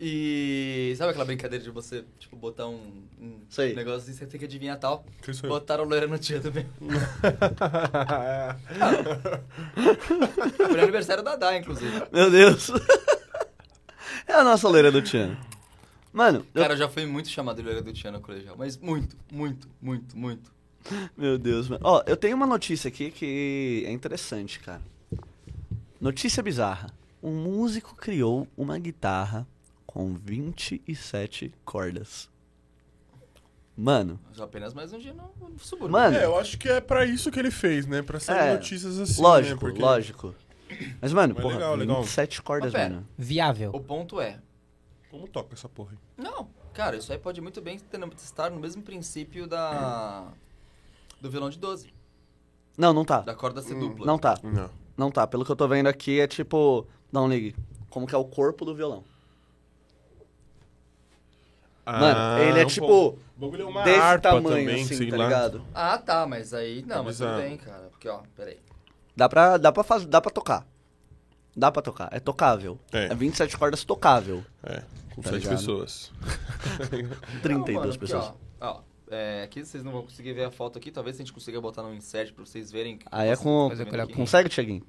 [SPEAKER 3] E sabe aquela brincadeira de você, tipo, botar um, um
[SPEAKER 1] Sei.
[SPEAKER 3] negócio e você tem que adivinhar tal?
[SPEAKER 2] Que isso aí?
[SPEAKER 3] Botaram loira no dia também. Foi no aniversário da Dá, inclusive.
[SPEAKER 1] Meu Deus. É a nossa loira do Tchan. Mano, eu-
[SPEAKER 3] Cara, eu já fui muito chamado de loira do Tchan no colegial. Mas muito, muito, muito, muito.
[SPEAKER 1] meu Deus, mano. Ó, eu tenho uma notícia aqui que é interessante, cara. Notícia bizarra. Um músico criou uma guitarra com 27 cordas. Mano,
[SPEAKER 3] Mas apenas mais um dia no, no subúrbio.
[SPEAKER 1] Mano,
[SPEAKER 2] É, eu acho que é pra isso que ele fez, né? Pra sair
[SPEAKER 1] É,
[SPEAKER 2] notícias assim.
[SPEAKER 1] lógico,
[SPEAKER 2] né? Porque-
[SPEAKER 1] lógico. Mas, mano,
[SPEAKER 2] Mas
[SPEAKER 1] porra,
[SPEAKER 2] legal, legal.
[SPEAKER 1] 27 cordas,
[SPEAKER 3] Mas pera.
[SPEAKER 1] mano.
[SPEAKER 4] Viável.
[SPEAKER 3] O ponto é,
[SPEAKER 2] Como toca essa porra aí?
[SPEAKER 3] Não, cara, isso aí pode muito bem ter- estar no mesmo princípio da. do violão de 12,
[SPEAKER 1] Não, não tá.
[SPEAKER 3] da corda ser dupla.
[SPEAKER 1] Não tá,
[SPEAKER 2] Não.
[SPEAKER 1] não tá. Pelo que eu tô vendo aqui, é tipo... Não ligue. Como que é o corpo do violão. Mano, ele é tipo...
[SPEAKER 2] O bagulho é Ah, uma
[SPEAKER 1] desse
[SPEAKER 2] harpa
[SPEAKER 1] tamanho,
[SPEAKER 2] também,
[SPEAKER 1] assim,
[SPEAKER 2] sei
[SPEAKER 1] tá
[SPEAKER 2] lá.
[SPEAKER 1] ligado?
[SPEAKER 3] Ah, tá, mas aí. Não, mas tudo
[SPEAKER 2] Bizarro.
[SPEAKER 3] bem, cara. Porque, ó, peraí.
[SPEAKER 1] Dá pra, dá pra, faz, dá pra tocar. Dá pra tocar. É tocável.
[SPEAKER 2] É.
[SPEAKER 1] É, 27 cordas tocável.
[SPEAKER 2] É, com
[SPEAKER 1] Tá
[SPEAKER 2] sete
[SPEAKER 1] ligado?
[SPEAKER 2] pessoas.
[SPEAKER 1] 32
[SPEAKER 3] Não, Ah, mano, aqui,
[SPEAKER 1] pessoas.
[SPEAKER 3] ó, ó, é, aqui vocês não vão conseguir ver a foto aqui, talvez a gente consiga botar no insert pra vocês verem.
[SPEAKER 1] Aí é com...
[SPEAKER 4] Fazer aquele
[SPEAKER 3] com.
[SPEAKER 1] Consegue, Thiaguinho?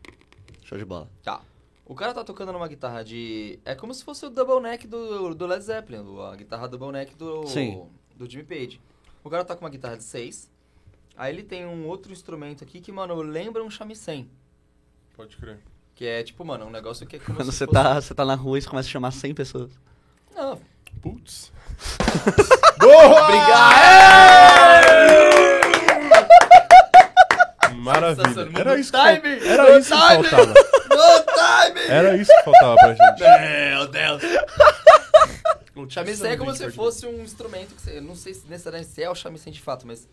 [SPEAKER 1] Show de bola.
[SPEAKER 3] Tá. O cara tá tocando numa guitarra de. É como se fosse o double neck do, do Led Zeppelin, do- a guitarra double neck do,
[SPEAKER 1] Sim.
[SPEAKER 3] do Jimmy Page. O cara tá com uma guitarra de 6. Aí ele tem um outro instrumento aqui que, mano, lembra um shamisen.
[SPEAKER 2] Pode crer.
[SPEAKER 3] Que é tipo, mano, um negócio que é como
[SPEAKER 1] Quando
[SPEAKER 3] se
[SPEAKER 1] você
[SPEAKER 3] fosse...
[SPEAKER 1] tá, você tá na rua e você começa a chamar 100 pessoas.
[SPEAKER 3] Não,
[SPEAKER 2] Putz. Boa!
[SPEAKER 3] Obrigado! pensando tá muito
[SPEAKER 2] Era
[SPEAKER 3] no
[SPEAKER 2] isso que fal-
[SPEAKER 3] timing!
[SPEAKER 2] era
[SPEAKER 3] no
[SPEAKER 2] isso que
[SPEAKER 3] timing!
[SPEAKER 2] faltava.
[SPEAKER 3] No timing!
[SPEAKER 2] Era isso que faltava pra gente.
[SPEAKER 3] Meu Deus! Chamisen é como se fosse um instrumento que você, eu não sei se necessariamente se é o chamisen de fato, mas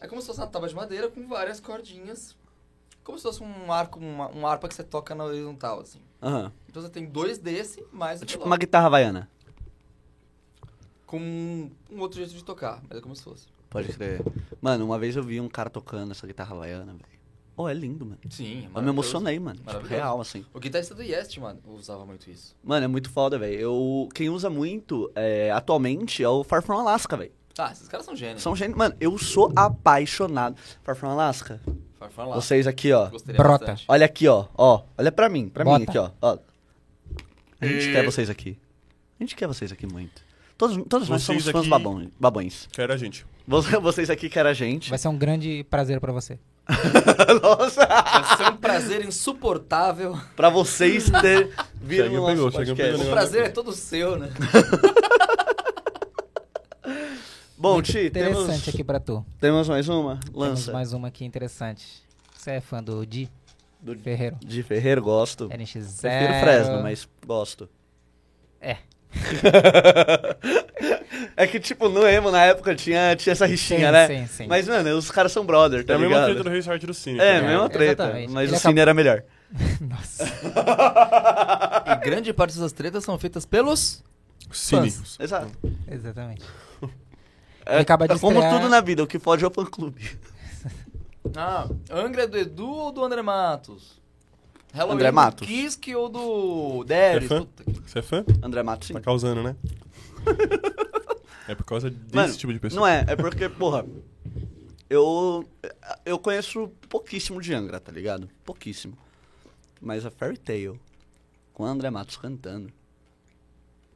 [SPEAKER 3] é como se fosse uma tábua de madeira com várias cordinhas, como se fosse um arco, uma, um harpa que você toca na horizontal assim.
[SPEAKER 1] Aham.
[SPEAKER 3] Então você tem dois desse mais o
[SPEAKER 1] Tipo
[SPEAKER 3] violão,
[SPEAKER 1] uma guitarra havaiana.
[SPEAKER 3] com um, um outro jeito de tocar, mas é como se fosse.
[SPEAKER 1] Pode crer. Mano, uma vez eu vi um cara tocando essa guitarra havaiana, velho. Oh, é lindo, mano.
[SPEAKER 3] Sim,
[SPEAKER 1] Eu me emocionei, mano. Tipo,
[SPEAKER 3] Maravilhoso.
[SPEAKER 1] real, assim.
[SPEAKER 3] O guitarrista do Yes, mano, usava muito isso.
[SPEAKER 1] Mano, é muito foda, velho. Eu... Quem usa muito é, atualmente é o Far From Alaska, velho.
[SPEAKER 3] Ah, esses caras são gênios.
[SPEAKER 1] São gente. Mano, eu sou apaixonado. Far From Alaska.
[SPEAKER 3] Far From Alaska.
[SPEAKER 1] Vocês aqui, ó.
[SPEAKER 3] Gostaria
[SPEAKER 4] Brota.
[SPEAKER 3] bastante.
[SPEAKER 1] Olha aqui, ó. Ó, olha pra mim, pra mim
[SPEAKER 4] Bota.
[SPEAKER 1] aqui, ó. ó. A gente
[SPEAKER 2] E-
[SPEAKER 1] quer vocês aqui. A gente quer vocês aqui muito. Todos, todos nós somos
[SPEAKER 2] Vocês
[SPEAKER 1] fãs
[SPEAKER 2] aqui-
[SPEAKER 1] babão, babões.
[SPEAKER 2] Que era a gente.
[SPEAKER 1] Vo- Vocês aqui que era a gente.
[SPEAKER 4] Vai ser um grande prazer pra você.
[SPEAKER 1] Nossa!
[SPEAKER 3] Vai ser um prazer insuportável.
[SPEAKER 1] Pra vocês ter viram
[SPEAKER 2] Cheguei,
[SPEAKER 1] no nosso
[SPEAKER 2] pegou, cheguei,
[SPEAKER 1] podcast.
[SPEAKER 2] pegou.
[SPEAKER 3] O prazer é todo seu, né?
[SPEAKER 1] Bom, Ti,
[SPEAKER 4] Interessante
[SPEAKER 1] temos,
[SPEAKER 4] aqui pra tu.
[SPEAKER 1] temos mais uma?
[SPEAKER 4] Temos
[SPEAKER 1] Lança.
[SPEAKER 4] mais uma aqui interessante. Você é fã do Di
[SPEAKER 1] Do Di.
[SPEAKER 4] Ferreiro?
[SPEAKER 1] De Ferreiro, gosto.
[SPEAKER 4] NX0.
[SPEAKER 1] Prefiro Fresno, mas gosto.
[SPEAKER 4] É.
[SPEAKER 1] é que, tipo, no emo, na época, tinha, tinha essa rixinha,
[SPEAKER 4] Sim,
[SPEAKER 1] né?
[SPEAKER 4] sim, sim.
[SPEAKER 1] Mas, mano, os caras são brother, tá
[SPEAKER 2] É a mesma
[SPEAKER 1] ligado?
[SPEAKER 2] treta do Rei Start do Cine.
[SPEAKER 1] É,
[SPEAKER 2] tá ligado?
[SPEAKER 1] mesma treta.
[SPEAKER 4] Exatamente.
[SPEAKER 1] Mas
[SPEAKER 4] Ele
[SPEAKER 1] o Cine era melhor.
[SPEAKER 4] Nossa.
[SPEAKER 3] E grande parte dessas tretas são feitas pelos.
[SPEAKER 2] Cine.
[SPEAKER 3] Fãs.
[SPEAKER 1] Exato.
[SPEAKER 4] Exatamente.
[SPEAKER 1] É,
[SPEAKER 4] Ele acaba de
[SPEAKER 1] é como
[SPEAKER 4] estrear-
[SPEAKER 1] tudo na vida, o que fode é o fã clube.
[SPEAKER 3] Ah, Angra é do Edu ou do André Matos? Halloween
[SPEAKER 1] André Matos.
[SPEAKER 3] Do Kiske ou do
[SPEAKER 2] Você é
[SPEAKER 3] Deris?
[SPEAKER 2] fã?
[SPEAKER 3] Puta que-
[SPEAKER 2] Você é fã?
[SPEAKER 1] André Matos, sim.
[SPEAKER 2] Tá causando, né? é por causa desse
[SPEAKER 1] Mano,
[SPEAKER 2] tipo de pessoa.
[SPEAKER 1] Não é, é porque, porra, eu. Eu conheço pouquíssimo de Angra, tá ligado? Pouquíssimo. Mas a Fairy Tale, com o André Matos cantando.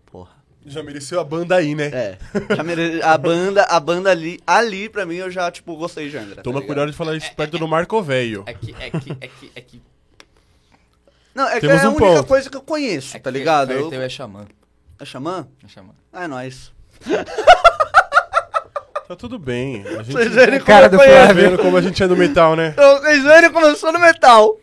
[SPEAKER 1] Porra.
[SPEAKER 2] Já mereceu a banda aí, né?
[SPEAKER 1] É. já mere- a banda, a banda ali, ali pra mim eu já, tipo, gostei de Angra. tá
[SPEAKER 2] Toma
[SPEAKER 1] ligado?
[SPEAKER 2] cuidado de falar isso perto do Marco Velho.
[SPEAKER 3] É que, é que, é que, é que.
[SPEAKER 1] Não, é que
[SPEAKER 2] Temos
[SPEAKER 1] é a
[SPEAKER 2] um
[SPEAKER 1] única
[SPEAKER 2] ponto.
[SPEAKER 1] coisa que eu conheço,
[SPEAKER 3] é
[SPEAKER 1] tá
[SPEAKER 3] que
[SPEAKER 1] ligado?
[SPEAKER 3] Fairy
[SPEAKER 1] Eu,
[SPEAKER 3] Tail é xamã.
[SPEAKER 1] é Xamã?
[SPEAKER 3] É xamã.
[SPEAKER 1] Ah, é nóis.
[SPEAKER 2] Tá tudo bem. A gente
[SPEAKER 1] Vocês verem como
[SPEAKER 4] cara
[SPEAKER 1] eu
[SPEAKER 4] do
[SPEAKER 2] tá
[SPEAKER 1] conheço.
[SPEAKER 2] vendo como a gente é no metal, né?
[SPEAKER 1] Então, Vocês verem como eu sou no metal.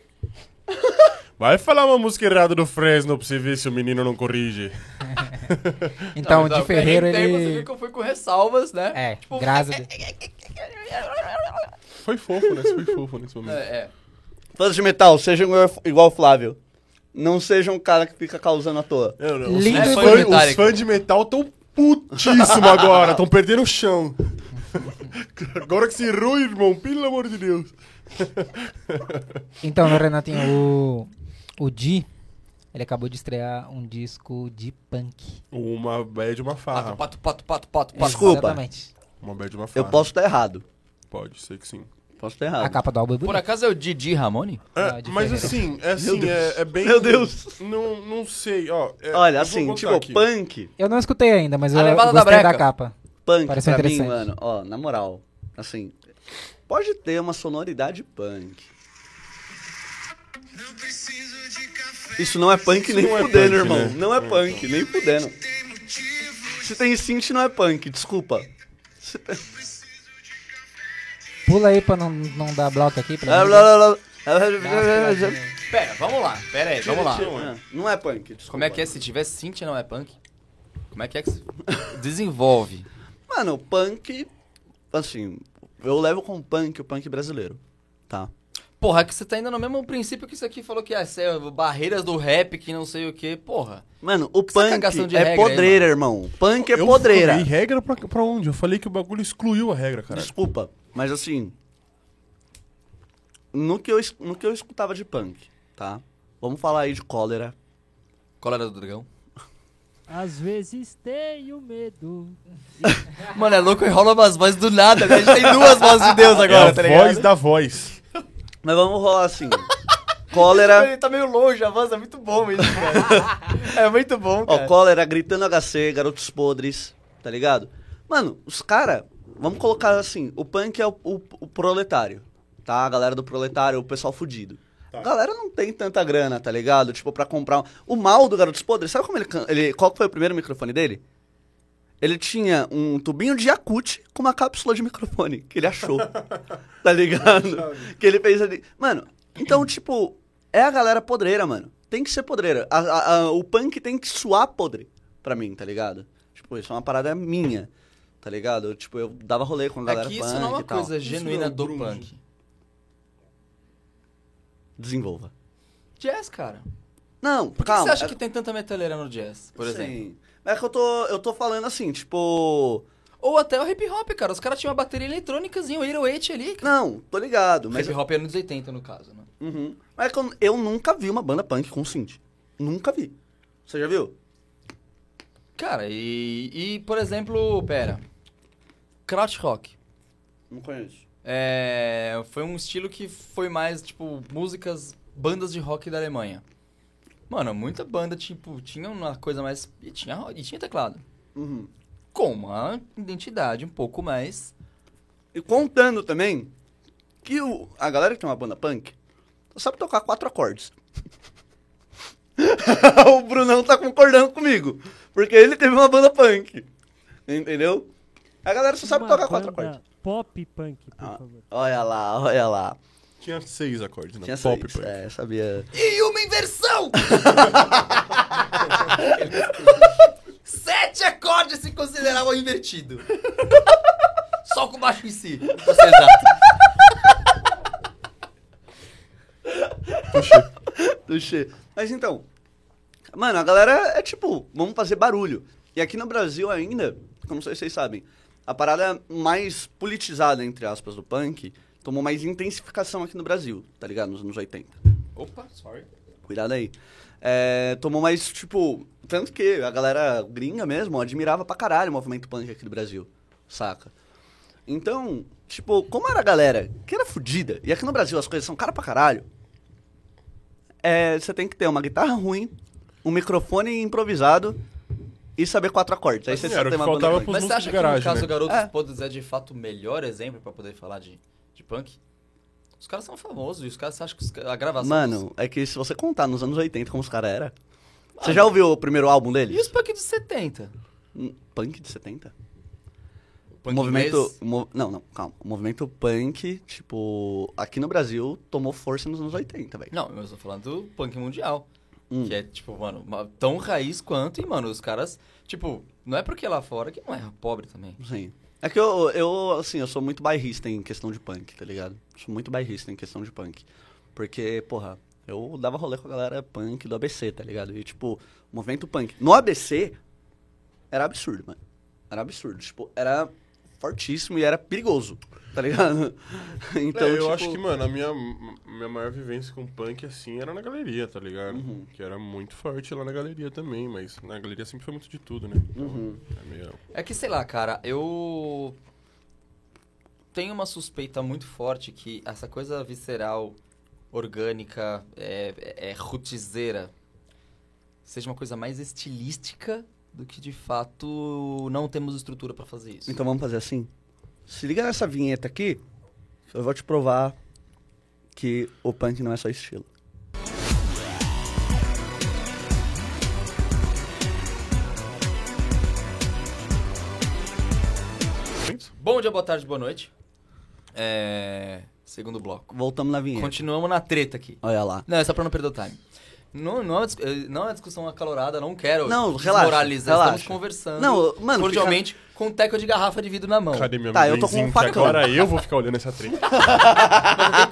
[SPEAKER 2] Vai falar uma música errada do Fresno pra você ver se o menino não corrige.
[SPEAKER 3] Não,
[SPEAKER 4] Então,
[SPEAKER 3] mas,
[SPEAKER 4] o
[SPEAKER 3] ó,
[SPEAKER 4] Di Ferreiro,
[SPEAKER 3] tem- Você
[SPEAKER 4] ele...
[SPEAKER 3] viu que eu fui com ressalvas, né?
[SPEAKER 4] É,
[SPEAKER 2] tipo,
[SPEAKER 4] graças a Deus.
[SPEAKER 2] Foi fofo, né? Você Foi fofo nesse momento.
[SPEAKER 3] É, é.
[SPEAKER 1] Fãs de metal, sejam igual- igual o Flávio. Não sejam um cara que fica causando à toa.
[SPEAKER 2] Eu não-
[SPEAKER 4] Lindo
[SPEAKER 2] os,
[SPEAKER 3] e
[SPEAKER 2] fã- os fãs,
[SPEAKER 3] solitário.
[SPEAKER 2] de metal tão putíssimo agora. Tão perdendo o chão. agora que se rui, irmão. Pelo amor de Deus.
[SPEAKER 4] Então, né, Renatinho, o... O Di, ele acabou de estrear um disco de punk.
[SPEAKER 2] Uma bad, uma
[SPEAKER 3] Pato,
[SPEAKER 2] farra.
[SPEAKER 3] pato, pato, pato, pato, pato.
[SPEAKER 1] Desculpa.
[SPEAKER 4] Exatamente.
[SPEAKER 2] Uma bad, uma farra.
[SPEAKER 1] Ah, tá, Eu posso estar errado.
[SPEAKER 2] Pode, sei que sim.
[SPEAKER 1] Posso estar
[SPEAKER 4] A
[SPEAKER 1] errado.
[SPEAKER 4] capa do álbum é
[SPEAKER 3] Por
[SPEAKER 4] bonita.
[SPEAKER 3] acaso é o Didi Ramone?
[SPEAKER 4] Ah,
[SPEAKER 2] É,
[SPEAKER 4] de
[SPEAKER 2] mas
[SPEAKER 4] Ferreira.
[SPEAKER 2] assim, é assim,
[SPEAKER 1] Deus.
[SPEAKER 2] é, é bem.
[SPEAKER 1] Meu Deus.
[SPEAKER 2] Não, não sei, ó. é,
[SPEAKER 1] Olha,
[SPEAKER 2] eu vou
[SPEAKER 1] assim,
[SPEAKER 2] contar
[SPEAKER 1] tipo,
[SPEAKER 2] aqui.
[SPEAKER 1] punk,
[SPEAKER 4] Eu não escutei ainda, mas
[SPEAKER 3] A
[SPEAKER 4] eu
[SPEAKER 3] levada da
[SPEAKER 4] gostei da,
[SPEAKER 3] breca.
[SPEAKER 4] capa.
[SPEAKER 1] punk
[SPEAKER 4] Pareceu
[SPEAKER 1] pra mim,
[SPEAKER 4] interessante.
[SPEAKER 1] mano, ó, na moral, assim, pode ter uma sonoridade punk. Isso não é punk
[SPEAKER 2] Isso
[SPEAKER 1] nem
[SPEAKER 2] não é
[SPEAKER 1] fudendo,
[SPEAKER 2] punk,
[SPEAKER 1] irmão.
[SPEAKER 2] né?
[SPEAKER 1] Não é
[SPEAKER 2] É.
[SPEAKER 1] punk, nem fudendo. Se tem synth, não é punk, desculpa. Se tem-
[SPEAKER 4] Pula aí pra não, não né? dar bloco aqui. Pra
[SPEAKER 1] Ah,
[SPEAKER 4] mim.
[SPEAKER 1] blá, blá, blá.
[SPEAKER 3] Pera, vamos lá. Pera aí, vamos lá.
[SPEAKER 2] né?
[SPEAKER 1] Ah, Não é punk, desculpa.
[SPEAKER 3] Como é que é se tiver Cintia não é punk? Como é que é que se... Desenvolve.
[SPEAKER 1] Mano, o punk. Assim, eu levo com punk o punk brasileiro. Tá.
[SPEAKER 3] Porra, é que você tá indo no mesmo princípio que isso aqui falou que é céu, barreiras do rap, que não sei o que, porra.
[SPEAKER 1] Mano, o
[SPEAKER 3] essa
[SPEAKER 1] punk
[SPEAKER 3] cagação de
[SPEAKER 1] é
[SPEAKER 3] regra aí,
[SPEAKER 1] podreira, irmão. Punk é
[SPEAKER 2] eu
[SPEAKER 1] podreira.
[SPEAKER 2] Eu regra pra, pra onde? Eu falei que o bagulho excluiu a regra, cara.
[SPEAKER 1] Desculpa, mas assim. No que, eu, es- no que eu escutava de punk, tá? Vamos falar aí de cólera.
[SPEAKER 3] Colera do dragão.
[SPEAKER 6] Às vezes tenho medo.
[SPEAKER 3] Mano, é louco, enrola umas vozes do nada, né? A gente tem duas vozes de Deus
[SPEAKER 2] É
[SPEAKER 3] agora,
[SPEAKER 2] a
[SPEAKER 3] tá ligado?
[SPEAKER 2] voz da voz.
[SPEAKER 1] Mas vamos rolar assim. cólera.
[SPEAKER 3] Ele tá meio longe, a voz é muito bom isso, cara. é muito bom,
[SPEAKER 1] Ó,
[SPEAKER 3] cara.
[SPEAKER 1] cólera, gritando HC, garotos podres, tá ligado? Mano, os cara, vamos colocar assim, o punk é o, o- o proletário, tá? A galera do proletário, o pessoal fudido. A galera não tem tanta grana, tá ligado? Tipo, pra comprar... um- O mal do Garotos Podres, sabe como ele, can- ele... Qual que foi o primeiro microfone dele? Ele tinha um tubinho de Yakut com uma cápsula de microfone, que ele achou. tá ligado? que ele fez ali... Mano, Então, tipo, é a galera podreira, mano. Tem que ser podreira. A- a- a- o punk tem que suar podre pra mim, tá ligado? Tipo, isso é uma parada minha, tá ligado? Eu, tipo, eu dava rolê com a
[SPEAKER 3] É
[SPEAKER 1] galera
[SPEAKER 3] que
[SPEAKER 1] punk
[SPEAKER 3] isso não é uma
[SPEAKER 1] e tal.
[SPEAKER 3] coisa genuína
[SPEAKER 2] não é
[SPEAKER 3] do
[SPEAKER 2] grunge.
[SPEAKER 3] punk.
[SPEAKER 1] Desenvolva.
[SPEAKER 3] Jazz, cara.
[SPEAKER 1] Não,
[SPEAKER 3] Por que
[SPEAKER 1] calma.
[SPEAKER 3] você acha
[SPEAKER 1] é-
[SPEAKER 3] que tem tanta metaleira no jazz, por exemplo?
[SPEAKER 1] Sim. É que eu tô, eu tô falando assim, tipo...
[SPEAKER 3] Ou até o hip hop, cara. Os caras tinham uma bateria eletrônicazinha, o Hero 8 ali. Cara.
[SPEAKER 1] Não, tô ligado, mas...
[SPEAKER 3] Hip hop é anos 80, no caso, né?
[SPEAKER 1] Uhum. Mas é que eu, eu nunca vi uma banda punk com synth. Nunca vi. Você já viu?
[SPEAKER 3] Cara, e, e por exemplo, pera. Kraut rock.
[SPEAKER 1] Não conheço.
[SPEAKER 3] É, foi um estilo que foi mais, tipo, músicas, bandas de rock da Alemanha. Mano, muita banda, tipo, tinha uma coisa mais. E tinha, ro- e tinha teclado.
[SPEAKER 1] Uhum.
[SPEAKER 3] Com uma identidade um pouco mais.
[SPEAKER 1] E contando também que o, a galera que tem uma banda punk só sabe tocar quatro acordes. o Brunão tá concordando comigo. Porque ele teve uma banda punk. Entendeu? A galera só sabe
[SPEAKER 6] Uma
[SPEAKER 1] tocar quatro
[SPEAKER 6] banda
[SPEAKER 1] acordes.
[SPEAKER 6] Pop punk, por
[SPEAKER 1] Ah,
[SPEAKER 6] favor.
[SPEAKER 1] olha lá, olha lá.
[SPEAKER 2] Tinha seis acordes, né?
[SPEAKER 1] Tinha
[SPEAKER 2] Pop
[SPEAKER 1] seis,
[SPEAKER 2] punk.
[SPEAKER 1] É, sabia.
[SPEAKER 3] E uma inversão! Sete acordes se consideravam invertido. Só com baixo em si. Pra ser exato.
[SPEAKER 2] Puxa.
[SPEAKER 1] Tuxê. Mas então, mano, a galera é tipo, vamos fazer barulho. E aqui no Brasil ainda, como vocês sabem, a parada mais politizada, entre aspas, do punk tomou mais intensificação aqui no Brasil, tá ligado? Nos anos 80.
[SPEAKER 3] Opa, sorry.
[SPEAKER 1] Cuidado aí. É, tomou mais, tipo, tanto que a galera gringa mesmo admirava pra caralho o movimento punk aqui do Brasil, saca? Então, tipo, como era a galera que era fodida, e aqui no Brasil as coisas são cara pra caralho, é, você tem que ter uma guitarra ruim, um microfone improvisado e saber quatro acordes. Aí
[SPEAKER 2] Mas
[SPEAKER 1] você
[SPEAKER 2] não
[SPEAKER 1] só
[SPEAKER 2] era o
[SPEAKER 1] tem
[SPEAKER 2] que
[SPEAKER 1] uma banda
[SPEAKER 2] faltava
[SPEAKER 1] punk.
[SPEAKER 2] Os
[SPEAKER 3] Mas
[SPEAKER 2] músicos
[SPEAKER 3] você
[SPEAKER 2] de
[SPEAKER 3] acha que
[SPEAKER 2] garagem,
[SPEAKER 3] no caso
[SPEAKER 2] né?
[SPEAKER 3] Garotos
[SPEAKER 1] É.
[SPEAKER 3] Podres é de fato o melhor exemplo pra poder falar de, de punk? Os caras são famosos e os caras acham que os ca- a gravação.
[SPEAKER 1] Mano, é que se você contar nos anos 80 como os caras eram... Você
[SPEAKER 2] Ah,
[SPEAKER 1] já ouviu o primeiro álbum
[SPEAKER 3] E os
[SPEAKER 1] deles?
[SPEAKER 3] punk dos 70?
[SPEAKER 1] Hum, Punk de 70? o
[SPEAKER 3] Punk
[SPEAKER 1] movimento.
[SPEAKER 3] inglês?
[SPEAKER 1] o mo- não, não, calma. O movimento punk, tipo, aqui no Brasil, tomou força nos anos 80, velho.
[SPEAKER 3] Não, eu tô falando do punk mundial.
[SPEAKER 1] Hum.
[SPEAKER 3] Que é, tipo, mano, uma- tão raiz quanto. E, mano, os caras, tipo, não é porque lá fora que não é pobre também.
[SPEAKER 1] Sim. É que eu, eu, assim, eu sou muito bairrista em questão de punk, tá ligado? Sou muito bairrista em questão de punk. Porque, porra, eu dava rolê com a galera punk do ABC, tá ligado? E, tipo, o movimento punk. No ABC, era absurdo, mano. Era absurdo. Tipo, era fortíssimo e era perigoso, tá ligado? Então,
[SPEAKER 2] É, eu
[SPEAKER 1] tipo,
[SPEAKER 2] acho que, mano, a minha, m- minha maior vivência com punk, assim, era na galeria, tá ligado? Que era muito forte lá na galeria também, mas na galeria sempre foi muito de tudo, né? Então, é meio...
[SPEAKER 3] É que, sei lá, cara, eu tenho uma suspeita muito forte que essa coisa visceral, orgânica, é, é, é rootzeira, seja uma coisa mais estilística do que de fato não temos estrutura pra fazer isso.
[SPEAKER 1] Então vamos fazer assim? Se liga nessa vinheta aqui, eu vou te provar que o punk não é só estilo.
[SPEAKER 3] Bom dia, boa tarde, boa noite. É... Segundo bloco.
[SPEAKER 1] Voltamos na vinheta.
[SPEAKER 3] Continuamos na treta aqui.
[SPEAKER 1] Olha lá.
[SPEAKER 3] Não, é só pra não perder o time. Não, não, é, uma dis- eh, não é uma discussão acalorada, não quero
[SPEAKER 1] Não, relaxa,
[SPEAKER 3] desmoralizar.
[SPEAKER 1] relaxa.
[SPEAKER 3] Estamos conversando
[SPEAKER 1] Não, mano,
[SPEAKER 3] cordialmente com um teco de garrafa de vidro na mão.
[SPEAKER 2] Cadê meu
[SPEAKER 1] Tá, eu tô com um
[SPEAKER 2] amendoinzinho que
[SPEAKER 1] facão.
[SPEAKER 2] Agora eu vou ficar olhando essa treta.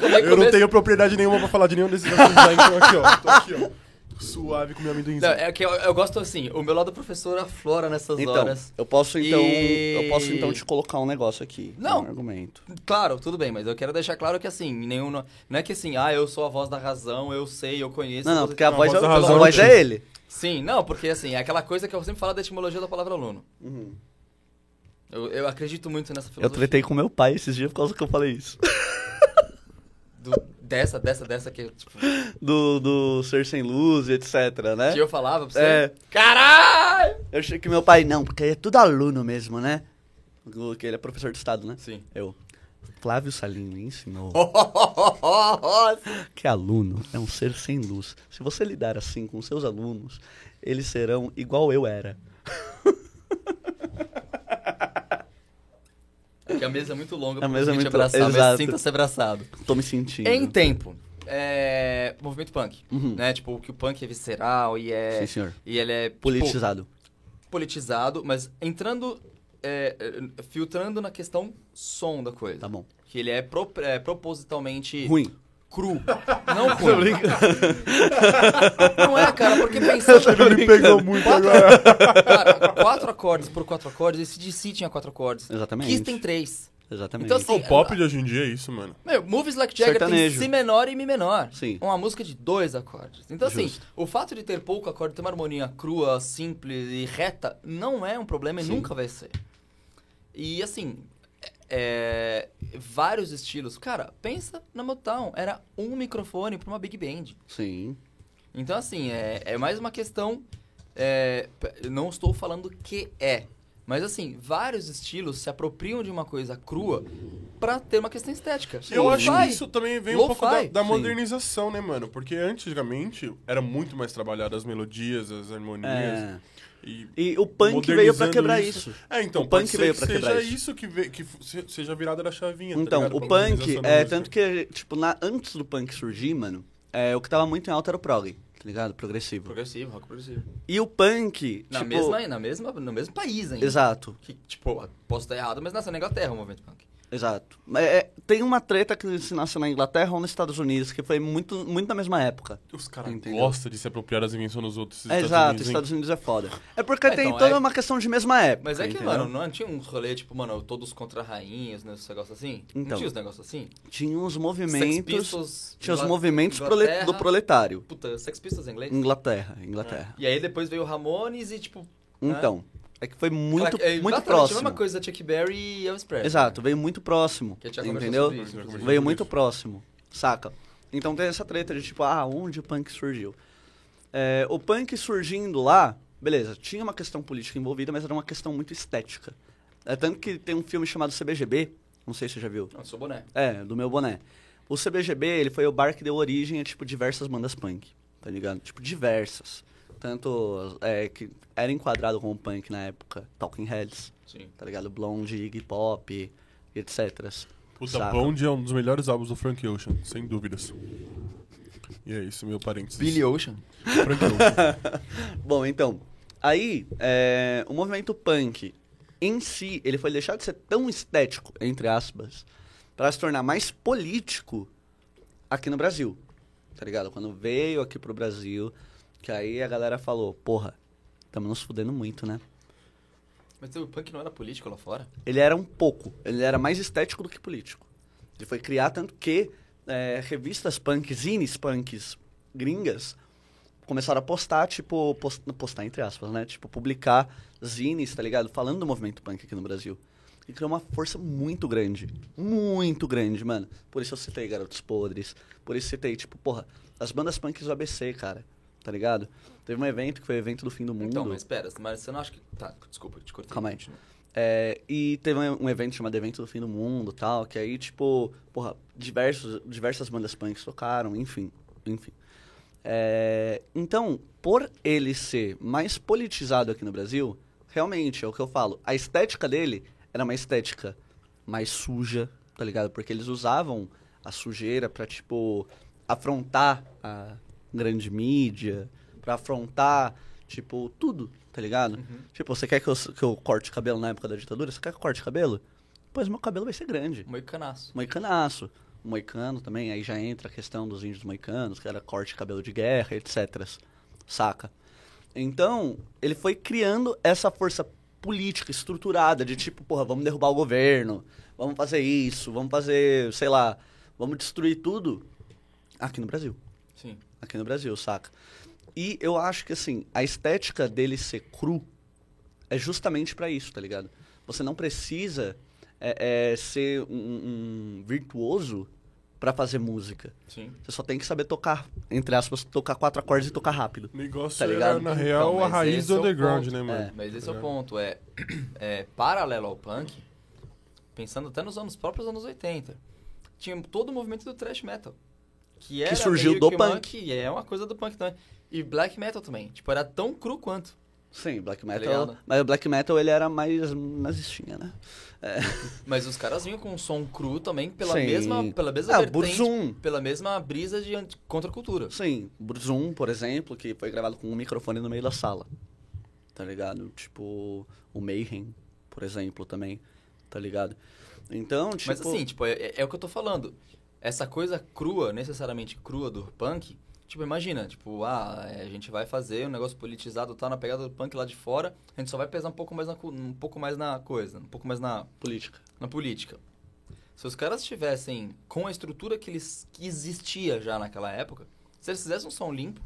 [SPEAKER 3] Como é que
[SPEAKER 2] Eu não
[SPEAKER 3] começa?
[SPEAKER 2] tenho propriedade nenhuma pra falar de nenhum desses assuntos aí, então aqui, ó. Tô aqui, ó. Suave com meu amendoinzinho.
[SPEAKER 3] Não, é que eu, eu gosto assim, o meu lado professor aflora nessas
[SPEAKER 1] Então,
[SPEAKER 3] horas.
[SPEAKER 1] eu posso então,
[SPEAKER 3] E-
[SPEAKER 1] eu posso então te colocar um negócio aqui.
[SPEAKER 3] Não.
[SPEAKER 1] Um argumento.
[SPEAKER 3] Claro, tudo bem, mas eu quero deixar claro que assim, nenhum. Não é que assim, ah, eu sou a voz da razão, eu sei, eu conheço. assim,
[SPEAKER 1] Não, não,
[SPEAKER 3] você-
[SPEAKER 1] porque a
[SPEAKER 2] Não,
[SPEAKER 1] voz, é,
[SPEAKER 2] voz da
[SPEAKER 1] a
[SPEAKER 2] razão
[SPEAKER 1] voz
[SPEAKER 2] não
[SPEAKER 1] é ele.
[SPEAKER 3] Então Sim, não, porque assim, é aquela coisa que eu sempre falo da etimologia da palavra aluno. Eu, eu acredito muito nessa
[SPEAKER 1] Uhum. Eu
[SPEAKER 3] filosofia.
[SPEAKER 1] tretei com meu pai esses dias por causa que eu falei isso.
[SPEAKER 3] do- dessa, dessa, dessa que, tipo,
[SPEAKER 1] Do, do ser sem luz, e etc, né?
[SPEAKER 3] que eu falava pra você.
[SPEAKER 1] É.
[SPEAKER 3] Caralho!
[SPEAKER 1] Eu achei que meu pai, não, porque ele é tudo aluno mesmo, né? O- Que ele é professor de estado, né?
[SPEAKER 3] Sim.
[SPEAKER 1] Eu. Flávio Salino ensinou
[SPEAKER 3] Nossa.
[SPEAKER 1] que aluno é um ser sem luz. Se você lidar assim com seus alunos, eles serão igual eu era.
[SPEAKER 3] É que a mesa é muito longa
[SPEAKER 1] A mesa é
[SPEAKER 3] gente
[SPEAKER 1] muito-
[SPEAKER 3] abraçar, mas
[SPEAKER 1] exato.
[SPEAKER 3] sinta-se abraçado.
[SPEAKER 1] Tô me sentindo.
[SPEAKER 3] Em tempo. é, movimento punk,
[SPEAKER 1] Uhum.
[SPEAKER 3] né? Tipo, que o punk é visceral e é...
[SPEAKER 1] Sim, senhor.
[SPEAKER 3] E ele é... tipo,
[SPEAKER 1] Politizado.
[SPEAKER 3] politizado, mas entrando... é, é, filtrando na questão som da coisa.
[SPEAKER 1] Tá bom.
[SPEAKER 3] Que ele é, pro- é, propositalmente
[SPEAKER 1] Ruim.
[SPEAKER 3] cru. Não ruim. Não é, cara, porque pensando...
[SPEAKER 2] Ele me pegou muito agora.
[SPEAKER 3] Cara, quatro acordes por quatro acordes, esse DC tinha quatro acordes.
[SPEAKER 1] Exatamente.
[SPEAKER 3] Kiss tem três.
[SPEAKER 1] Exatamente.
[SPEAKER 3] Então, assim-
[SPEAKER 2] O pop de hoje em dia é isso, mano.
[SPEAKER 3] Meu, Movies Like Jagger
[SPEAKER 1] Sertanejo.
[SPEAKER 3] tem Si menor e Mi menor.
[SPEAKER 1] Sim.
[SPEAKER 3] Uma música de dois acordes. Então, assim,
[SPEAKER 1] Justo.
[SPEAKER 3] o fato de ter pouco acorde, ter uma harmonia crua, simples e reta, não é um problema e
[SPEAKER 1] Sim.
[SPEAKER 3] nunca vai ser. E, assim, é, vários estilos. Cara, pensa na Motown. Era um microfone pra uma Big Band.
[SPEAKER 1] Sim.
[SPEAKER 3] Então, assim, é, é mais uma questão. é, p- não estou falando que é. Mas, assim, vários estilos se apropriam de uma coisa crua pra ter uma questão estética.
[SPEAKER 2] Eu acho
[SPEAKER 3] Lo-fi.
[SPEAKER 2] que isso também vem um
[SPEAKER 3] Lo-fi.
[SPEAKER 2] pouco da, da
[SPEAKER 1] Sim.
[SPEAKER 2] modernização, né, mano? Porque antigamente era muito mais trabalhado as melodias, as harmonias.
[SPEAKER 1] É.
[SPEAKER 2] E
[SPEAKER 1] E o punk veio pra
[SPEAKER 2] modernizando
[SPEAKER 1] quebrar isso.
[SPEAKER 2] É, então,
[SPEAKER 1] O
[SPEAKER 2] pode
[SPEAKER 1] punk
[SPEAKER 2] ser
[SPEAKER 1] veio
[SPEAKER 2] que
[SPEAKER 1] pra
[SPEAKER 2] seja
[SPEAKER 1] quebrar isso.
[SPEAKER 2] isso, que, ve- que f- se- seja a virada da chavinha. tá
[SPEAKER 1] Então,
[SPEAKER 2] ligado?
[SPEAKER 1] o
[SPEAKER 2] Pra
[SPEAKER 1] punk,
[SPEAKER 2] modernização da
[SPEAKER 1] é,
[SPEAKER 2] música.
[SPEAKER 1] tanto que, tipo, na, antes do punk surgir, mano, é, o que tava muito em alta era o prog, tá ligado? Progressivo.
[SPEAKER 3] Progressivo, rock progressivo.
[SPEAKER 1] E o punk,
[SPEAKER 3] Na
[SPEAKER 1] tipo...
[SPEAKER 3] mesma, na mesma, no mesmo país ainda.
[SPEAKER 1] Exato,
[SPEAKER 3] Que, tipo, posso estar errado, mas nasceu na Inglaterra o movimento punk.
[SPEAKER 1] exato. É, é, tem uma treta que se nasce na Inglaterra ou nos Estados Unidos, que foi muito, muito na mesma época.
[SPEAKER 2] Os caras
[SPEAKER 1] Entendeu?
[SPEAKER 2] gostam de se apropriar das invenções dos outros. esses
[SPEAKER 1] É,
[SPEAKER 2] Estados
[SPEAKER 1] exato,
[SPEAKER 2] Unidos, hein?
[SPEAKER 1] Estados Unidos é foda. É porque
[SPEAKER 3] É,
[SPEAKER 1] tem
[SPEAKER 3] então,
[SPEAKER 1] toda
[SPEAKER 3] é-
[SPEAKER 1] uma questão de mesma época,
[SPEAKER 3] Mas é que,
[SPEAKER 1] entendeu?
[SPEAKER 3] mano, não tinha uns rolê, tipo, mano, todos contra rainhas, né, esse negócio assim?
[SPEAKER 1] Então.
[SPEAKER 3] não tinha uns negócios assim?
[SPEAKER 1] Tinha os
[SPEAKER 3] Sex
[SPEAKER 1] movimentos...
[SPEAKER 3] Pistols,
[SPEAKER 1] Tinha os
[SPEAKER 3] Ingla-
[SPEAKER 1] movimentos prole- Hum.
[SPEAKER 3] Inglaterra.
[SPEAKER 1] do proletário.
[SPEAKER 3] Puta, Sex Pistols em inglês?
[SPEAKER 1] Inglaterra, Inglaterra.
[SPEAKER 3] E aí depois veio o Ramones e, tipo...
[SPEAKER 1] Então, é que foi muito,
[SPEAKER 3] Cla- é,
[SPEAKER 1] muito
[SPEAKER 3] exatamente
[SPEAKER 1] próximo.
[SPEAKER 3] a mesma coisa, Chuck Berry e Elvis Presley.
[SPEAKER 1] Exato, veio muito próximo.
[SPEAKER 3] Que a gente já conversou
[SPEAKER 1] entendeu?
[SPEAKER 3] sobre isso, inclusive.
[SPEAKER 1] Veio muito próximo, saca? Então tem essa treta de tipo, ah, onde o punk surgiu? É, o punk surgindo lá, beleza, tinha uma questão política envolvida, mas era uma questão muito estética. É tanto que tem um filme chamado CBGB, não sei se você já viu.
[SPEAKER 3] Não, eu sou boné.
[SPEAKER 1] É, do meu boné. O CBGB, ele foi o bar que deu origem a, tipo, diversas bandas punk, tá ligado? Tipo, diversas. Tanto é, que era enquadrado como punk na época, Talking Heads,
[SPEAKER 3] Sim.
[SPEAKER 1] tá ligado? Blonde, Iggy Pop, etc.
[SPEAKER 2] Puta,
[SPEAKER 1] Saca.
[SPEAKER 2] Blonde é um dos melhores álbuns do Frank Ocean, sem dúvidas. E é isso, meu parênteses.
[SPEAKER 3] Ocean?
[SPEAKER 2] Frank Ocean.
[SPEAKER 1] Bom, então, aí é, o movimento punk em si, ele foi deixado de ser tão estético, entre aspas, para se tornar mais político aqui no Brasil, tá ligado? Quando veio aqui pro Brasil, que aí a galera falou, porra, estamos nos fudendo muito, né?
[SPEAKER 3] Mas o punk não era político lá fora?
[SPEAKER 1] Ele era um pouco, ele era mais estético do que político. Ele foi criar tanto que é, revistas punks, zines punks gringas começaram a postar, tipo, pos- postar entre aspas, né? Tipo, publicar zines, tá ligado? Falando do movimento punk aqui no Brasil. E criou uma força muito grande. Muito grande, mano. Por isso eu citei Garotos Podres. Por isso eu citei, tipo, porra, as bandas punks do ABC, cara. Tá ligado? Teve um evento que foi o evento do fim do mundo.
[SPEAKER 3] Então, mas pera, mas você não acha que... Tá, desculpa, te cortei.
[SPEAKER 1] Calma aí. É, e teve um um evento chamado Evento do Fim do Mundo tal, que aí, tipo, porra, diversos, diversas bandas punks tocaram, enfim, enfim. É, então, por ele ser mais politizado aqui no Brasil, realmente, é o que eu falo, a estética dele era uma estética mais suja, tá ligado? Porque eles usavam a sujeira pra, tipo, afrontar a grande mídia, pra afrontar, tipo, tudo, tá ligado? Tipo, você quer que eu, que eu corte o cabelo na época da ditadura? Você quer que eu corte o cabelo? Pois meu cabelo vai ser grande.
[SPEAKER 3] Meio canaço.
[SPEAKER 1] Moicanaço. Moicano também, aí já entra a questão dos índios moicanos, que era corte de cabelo de guerra, etc. Saca? Então, ele foi criando essa força política estruturada de tipo, porra, vamos derrubar o governo, vamos fazer isso, vamos fazer, sei lá, vamos destruir tudo aqui no Brasil
[SPEAKER 3] Sim.
[SPEAKER 1] aqui no Brasil, saca? E eu acho que, assim, a estética dele ser cru é justamente pra isso, tá ligado? Você não precisa é, é, ser um, um virtuoso pra fazer música.
[SPEAKER 3] Sim.
[SPEAKER 1] Você só tem que saber tocar, entre aspas, tocar quatro acordes e tocar rápido.
[SPEAKER 2] O negócio
[SPEAKER 1] Tá
[SPEAKER 2] era,
[SPEAKER 1] ligado?
[SPEAKER 2] na real,
[SPEAKER 3] Então,
[SPEAKER 2] a
[SPEAKER 3] mas
[SPEAKER 2] raiz
[SPEAKER 3] esse
[SPEAKER 2] do
[SPEAKER 3] é o
[SPEAKER 2] underground,
[SPEAKER 3] ponto.
[SPEAKER 2] né, mano?
[SPEAKER 1] É.
[SPEAKER 3] Mas esse é
[SPEAKER 2] Tá
[SPEAKER 3] o
[SPEAKER 2] ligado?
[SPEAKER 3] ponto, é, é paralelo ao punk, pensando até nos anos próprios anos 80, tinha todo o movimento do thrash metal. Que, era
[SPEAKER 1] surgiu
[SPEAKER 3] meio
[SPEAKER 1] do
[SPEAKER 3] que uma-
[SPEAKER 1] punk.
[SPEAKER 3] que é uma coisa do punk também. E black metal também. Tipo, era tão cru quanto.
[SPEAKER 1] Sim, black
[SPEAKER 3] Tá
[SPEAKER 1] metal. né?
[SPEAKER 3] ligado?
[SPEAKER 1] mas o black metal ele era mais nazistinha, né? É.
[SPEAKER 3] Mas os caras vinham com um som cru também pela
[SPEAKER 1] Sim.
[SPEAKER 3] mesma, pela mesma
[SPEAKER 1] Ah,
[SPEAKER 3] vertente,
[SPEAKER 1] Burzum.
[SPEAKER 3] pela mesma brisa de anti- contracultura.
[SPEAKER 1] Sim, Zoom, por exemplo, que foi gravado com um microfone no meio da sala. Tá ligado? Tipo, o Mayhem, por exemplo, também. Tá ligado? Então, tipo.
[SPEAKER 3] Mas assim, tipo, é, é- é o que eu tô falando. Essa coisa crua, necessariamente crua do punk, tipo, imagina, tipo, ah, é, a gente vai fazer um negócio politizado, tá na pegada do punk lá de fora, a gente só vai pesar um pouco mais na, cu- um pouco mais na coisa, um pouco mais na,
[SPEAKER 1] política.
[SPEAKER 3] na política. Se os caras tivessem com a estrutura que eles que existia já naquela época, se eles fizessem um som limpo,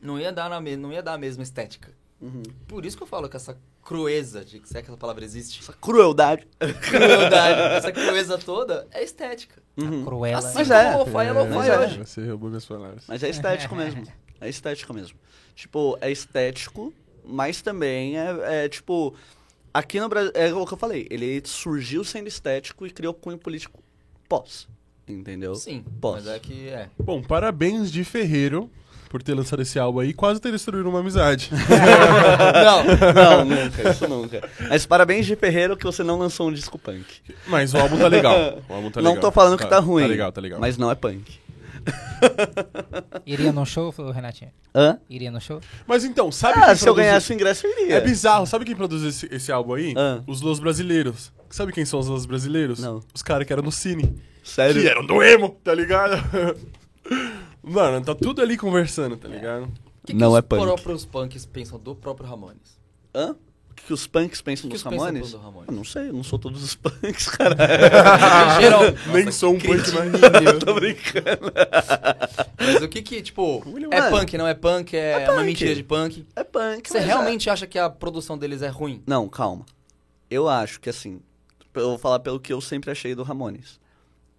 [SPEAKER 3] não ia dar na me- não ia dar a mesma estética.
[SPEAKER 1] Uhum.
[SPEAKER 3] Por isso que eu falo que essa crueza, de, se é que essa palavra existe,
[SPEAKER 1] Essa crueldade.
[SPEAKER 3] crueldade, essa crueza toda é estética.
[SPEAKER 4] Tá
[SPEAKER 1] Uhum.
[SPEAKER 4] Cruella.
[SPEAKER 3] Assim
[SPEAKER 1] Mas
[SPEAKER 3] como
[SPEAKER 1] é.
[SPEAKER 3] o lo-fi é lo-fi
[SPEAKER 1] Mas é.
[SPEAKER 3] hoje.
[SPEAKER 2] Você roubou minhas palavras.
[SPEAKER 1] Mas é estético mesmo. É estético mesmo. Tipo, é estético, mas também é, é, tipo. Aqui no Brasil. É o que eu falei. Ele surgiu sendo estético e criou cunho político pós. Entendeu?
[SPEAKER 3] Sim,
[SPEAKER 1] Posso.
[SPEAKER 3] mas é que é.
[SPEAKER 2] Bom, parabéns de Ferreiro por ter lançado esse álbum aí e quase ter destruído uma amizade.
[SPEAKER 1] Não,
[SPEAKER 3] Não,
[SPEAKER 1] nunca, isso nunca. Mas parabéns de Ferreiro que você não lançou um disco punk.
[SPEAKER 2] Mas o álbum tá legal. O álbum tá
[SPEAKER 1] não
[SPEAKER 2] legal.
[SPEAKER 1] tô falando que tá ruim.
[SPEAKER 2] Tá legal, tá legal.
[SPEAKER 1] Mas não é punk.
[SPEAKER 4] Iria no show, falou Renatinho?
[SPEAKER 1] Hã?
[SPEAKER 4] Iria no show?
[SPEAKER 2] Mas então,
[SPEAKER 3] É
[SPEAKER 2] sabe
[SPEAKER 1] Ah,
[SPEAKER 2] quem
[SPEAKER 1] se eu
[SPEAKER 2] produz
[SPEAKER 1] ganhasse o ingresso, eu iria.
[SPEAKER 2] É bizarro, sabe quem produz esse, esse álbum aí?
[SPEAKER 1] Ah.
[SPEAKER 2] Os Los Brasileiros. Sabe quem são os Los Brasileiros?
[SPEAKER 1] Não.
[SPEAKER 2] Os caras que eram no Cine.
[SPEAKER 1] Sério.
[SPEAKER 2] Que eram do emo, tá ligado? Mano, tá tudo ali conversando, tá ligado?
[SPEAKER 3] o que,
[SPEAKER 1] Não
[SPEAKER 3] que
[SPEAKER 1] é punk.
[SPEAKER 3] os próprios punks pensam do próprio Ramones?
[SPEAKER 1] Hã? O que que os punks pensam
[SPEAKER 3] O que
[SPEAKER 1] dos
[SPEAKER 3] os punks
[SPEAKER 1] Ramones?
[SPEAKER 3] pensam do Ramones?
[SPEAKER 1] Eu não sei, eu não sou todos os punks, cara.
[SPEAKER 3] Geral,
[SPEAKER 2] Ah. Nem
[SPEAKER 3] nossa,
[SPEAKER 2] sou um punk
[SPEAKER 3] cretininho.
[SPEAKER 1] Tô brincando.
[SPEAKER 3] Mas o que que, tipo,
[SPEAKER 1] William
[SPEAKER 3] é
[SPEAKER 1] Mano.
[SPEAKER 3] punk, não é punk, é,
[SPEAKER 1] É
[SPEAKER 3] uma
[SPEAKER 1] punk.
[SPEAKER 3] mentira de punk?
[SPEAKER 1] É punk,
[SPEAKER 3] Você
[SPEAKER 1] mas é.
[SPEAKER 3] realmente acha que a produção deles é ruim?
[SPEAKER 1] Não, calma. Eu acho que, assim, eu vou falar pelo que eu sempre achei do Ramones.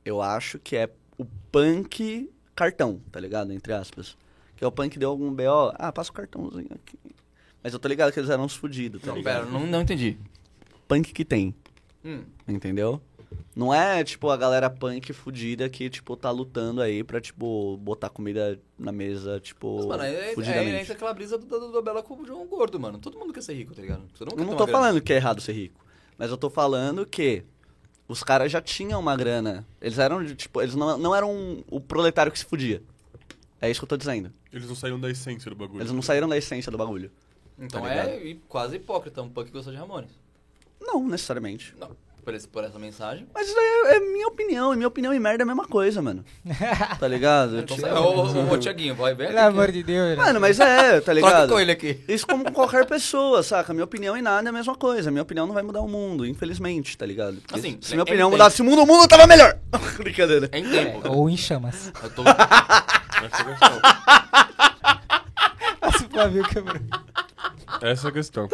[SPEAKER 1] Eu acho que é o punk cartão, tá ligado? Entre aspas. Que é o punk deu algum B.O. Ah, passa o cartãozinho aqui. Mas eu tô ligado que eles eram uns fudidos, tá
[SPEAKER 3] Não,
[SPEAKER 1] ligado?
[SPEAKER 3] pera, não, não entendi.
[SPEAKER 1] Punk que tem.
[SPEAKER 3] Hum,
[SPEAKER 1] Entendeu? Não é, tipo, a galera punk fudida que, tipo, tá lutando aí pra, tipo, botar comida na mesa, tipo,
[SPEAKER 3] mas, mano, é, é, é,
[SPEAKER 1] fudidamente.
[SPEAKER 3] entra aquela brisa do, do, do Bela com o João Gordo, mano. Todo mundo quer ser rico, tá ligado? Você não quer
[SPEAKER 1] eu não
[SPEAKER 3] ter
[SPEAKER 1] tô
[SPEAKER 3] uma grana.
[SPEAKER 1] falando que é errado ser rico, mas eu tô falando que os caras já tinham uma grana. Eles eram, de, tipo, eles não, não eram o proletário que se fudia. É isso que eu tô dizendo.
[SPEAKER 2] Eles não saíram da essência do bagulho.
[SPEAKER 1] Eles não saíram da essência do bagulho.
[SPEAKER 3] Então
[SPEAKER 1] Tá
[SPEAKER 3] é
[SPEAKER 1] ligado?
[SPEAKER 3] e- quase hipócrita um punk que gosta de Ramones.
[SPEAKER 1] Não, necessariamente.
[SPEAKER 3] Não, por, esse, por essa mensagem.
[SPEAKER 1] Mas isso aí é, é minha opinião, e minha opinião e merda é a mesma coisa, mano. Tá ligado?
[SPEAKER 3] Então,
[SPEAKER 1] Tipo,
[SPEAKER 3] sai- ô, ô, ô, Tiaguinho, vai ver.
[SPEAKER 4] Pelo amor de Deus. né?
[SPEAKER 1] Mano, mas é, tá
[SPEAKER 3] Troca
[SPEAKER 1] ligado?
[SPEAKER 3] com ele aqui.
[SPEAKER 1] Isso como com qualquer pessoa, saca? Minha opinião em nada é a mesma coisa. Minha opinião não vai mudar o mundo, infelizmente, tá ligado? Porque
[SPEAKER 3] Assim,
[SPEAKER 1] se minha
[SPEAKER 3] é-
[SPEAKER 1] opinião
[SPEAKER 3] é-
[SPEAKER 1] mudasse o mundo, o mundo tava melhor. Brincadeira.
[SPEAKER 3] É em tempo.
[SPEAKER 4] Ou em chamas.
[SPEAKER 3] Eu tô...
[SPEAKER 2] Essa é a questão.
[SPEAKER 1] Ah,
[SPEAKER 4] Nossa, o Flávio quebrou.
[SPEAKER 2] Essa é a questão.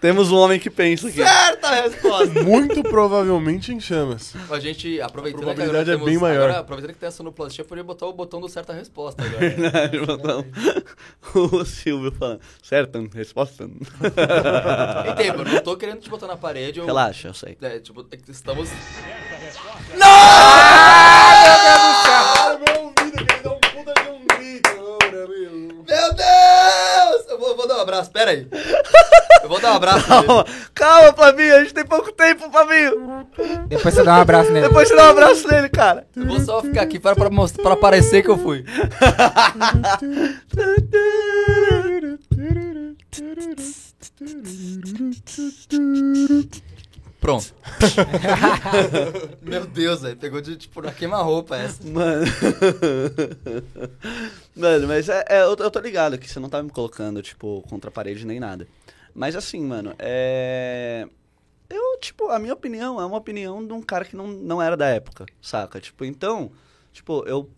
[SPEAKER 1] Temos um homem que pensa aqui.
[SPEAKER 3] Certa a resposta.
[SPEAKER 2] Muito provavelmente em chamas.
[SPEAKER 3] A gente, aproveitando
[SPEAKER 2] A probabilidade
[SPEAKER 3] que agora
[SPEAKER 2] é bem maior.
[SPEAKER 3] Agora, aproveitando que tem a sonoplastia, podia botar o botão do certa resposta agora.
[SPEAKER 1] Verdade, botão. o Silvio falando. Certo, resposta.
[SPEAKER 3] em tempo, eu não tô querendo te botar na parede. Eu...
[SPEAKER 1] Relaxa, eu sei.
[SPEAKER 3] É, tipo, é que estamos...
[SPEAKER 2] Cara, meu ouvido, que ele dá Ah, um puta de um grito.
[SPEAKER 3] Meu Deus! Eu vou, vou dar um abraço, pera aí. Eu vou dar um abraço.
[SPEAKER 1] Calma, calma, Flavinho, a gente tem pouco tempo, Flavinho.
[SPEAKER 4] Depois você dá um abraço nele.
[SPEAKER 1] Depois você dá um abraço nele, cara.
[SPEAKER 3] Eu vou só ficar aqui para, para, mostrar, para parecer que eu fui. Pronto. Meu Deus, velho. Pegou de, tipo, na queima-roupa essa.
[SPEAKER 1] Mano. mano, mas é, é, eu, eu tô ligado que você não tá me colocando, tipo, contra a parede nem nada. Mas assim, mano, é. Eu, tipo, a minha opinião é uma opinião de um cara que não, não era da época, saca? Tipo, então, tipo, eu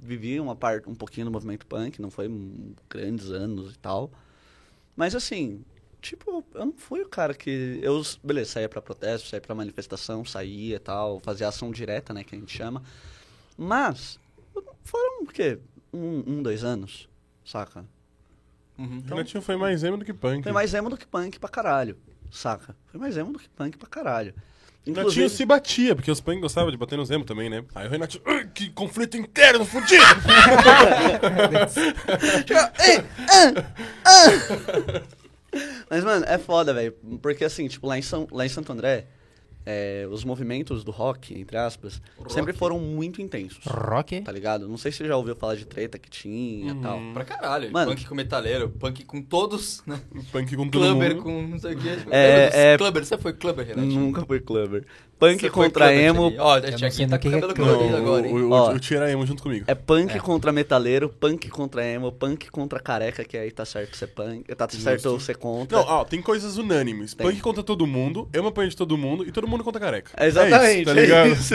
[SPEAKER 1] vivi uma parte, um pouquinho do movimento punk, não foi hum, grandes anos e tal. Mas assim, tipo, eu não fui o cara que. Eu, beleza, saía pra protesto, saía pra manifestação, saía e tal, fazia ação direta, né, que a gente chama. Mas, foram o quê? Um, um, dois anos, saca?
[SPEAKER 3] Uhum.
[SPEAKER 2] O Renatinho foi mais emo do que punk.
[SPEAKER 1] Foi mais emo do que punk pra caralho, saca? Foi mais emo do que punk pra caralho.
[SPEAKER 2] Renatinho se batia, porque os pães gostavam de bater no Zemo também, né? Aí o Renatinho, "Ai, que conflito interno, fudido!
[SPEAKER 1] Ah, Mas, mano, é foda, velho. Porque, assim, tipo, lá em, São, lá em Santo André, é, os movimentos do rock, entre aspas, sempre foram muito intensos.
[SPEAKER 4] Rock?
[SPEAKER 1] Tá ligado? Não sei se você já ouviu falar de treta que tinha e tal.
[SPEAKER 3] Pra caralho.
[SPEAKER 1] Mano.
[SPEAKER 3] Punk com metaleiro, punk com todos, né?
[SPEAKER 2] Punk com todo
[SPEAKER 3] Clubber
[SPEAKER 2] mundo.
[SPEAKER 3] com não sei o que.
[SPEAKER 1] É, é-
[SPEAKER 3] Clubber, você foi clubber, Renato?
[SPEAKER 1] Nunca fui clubber. Punk
[SPEAKER 3] Você foi
[SPEAKER 1] contra
[SPEAKER 3] clubber,
[SPEAKER 1] emo,
[SPEAKER 3] Tiaguinho. Ó,
[SPEAKER 4] não
[SPEAKER 3] Tiaguinho
[SPEAKER 4] sei
[SPEAKER 3] tá
[SPEAKER 4] no
[SPEAKER 3] com
[SPEAKER 4] que
[SPEAKER 3] o cabelo
[SPEAKER 4] reclamo.
[SPEAKER 3] colorido agora,
[SPEAKER 2] Não,
[SPEAKER 3] hein?
[SPEAKER 2] o, o,
[SPEAKER 1] Ó.
[SPEAKER 2] o Tiraemo junto comigo.
[SPEAKER 1] É punk contra metaleiro, punk contra emo, punk contra careca, que aí tá certo ser punk, tá certo ser contra.
[SPEAKER 2] Não, ó, tem coisas unânimes. Punk contra todo mundo, eu me apanho de todo mundo e todo mundo contra careca.
[SPEAKER 1] É Exatamente,
[SPEAKER 2] É isso, tá ligado?
[SPEAKER 1] é isso,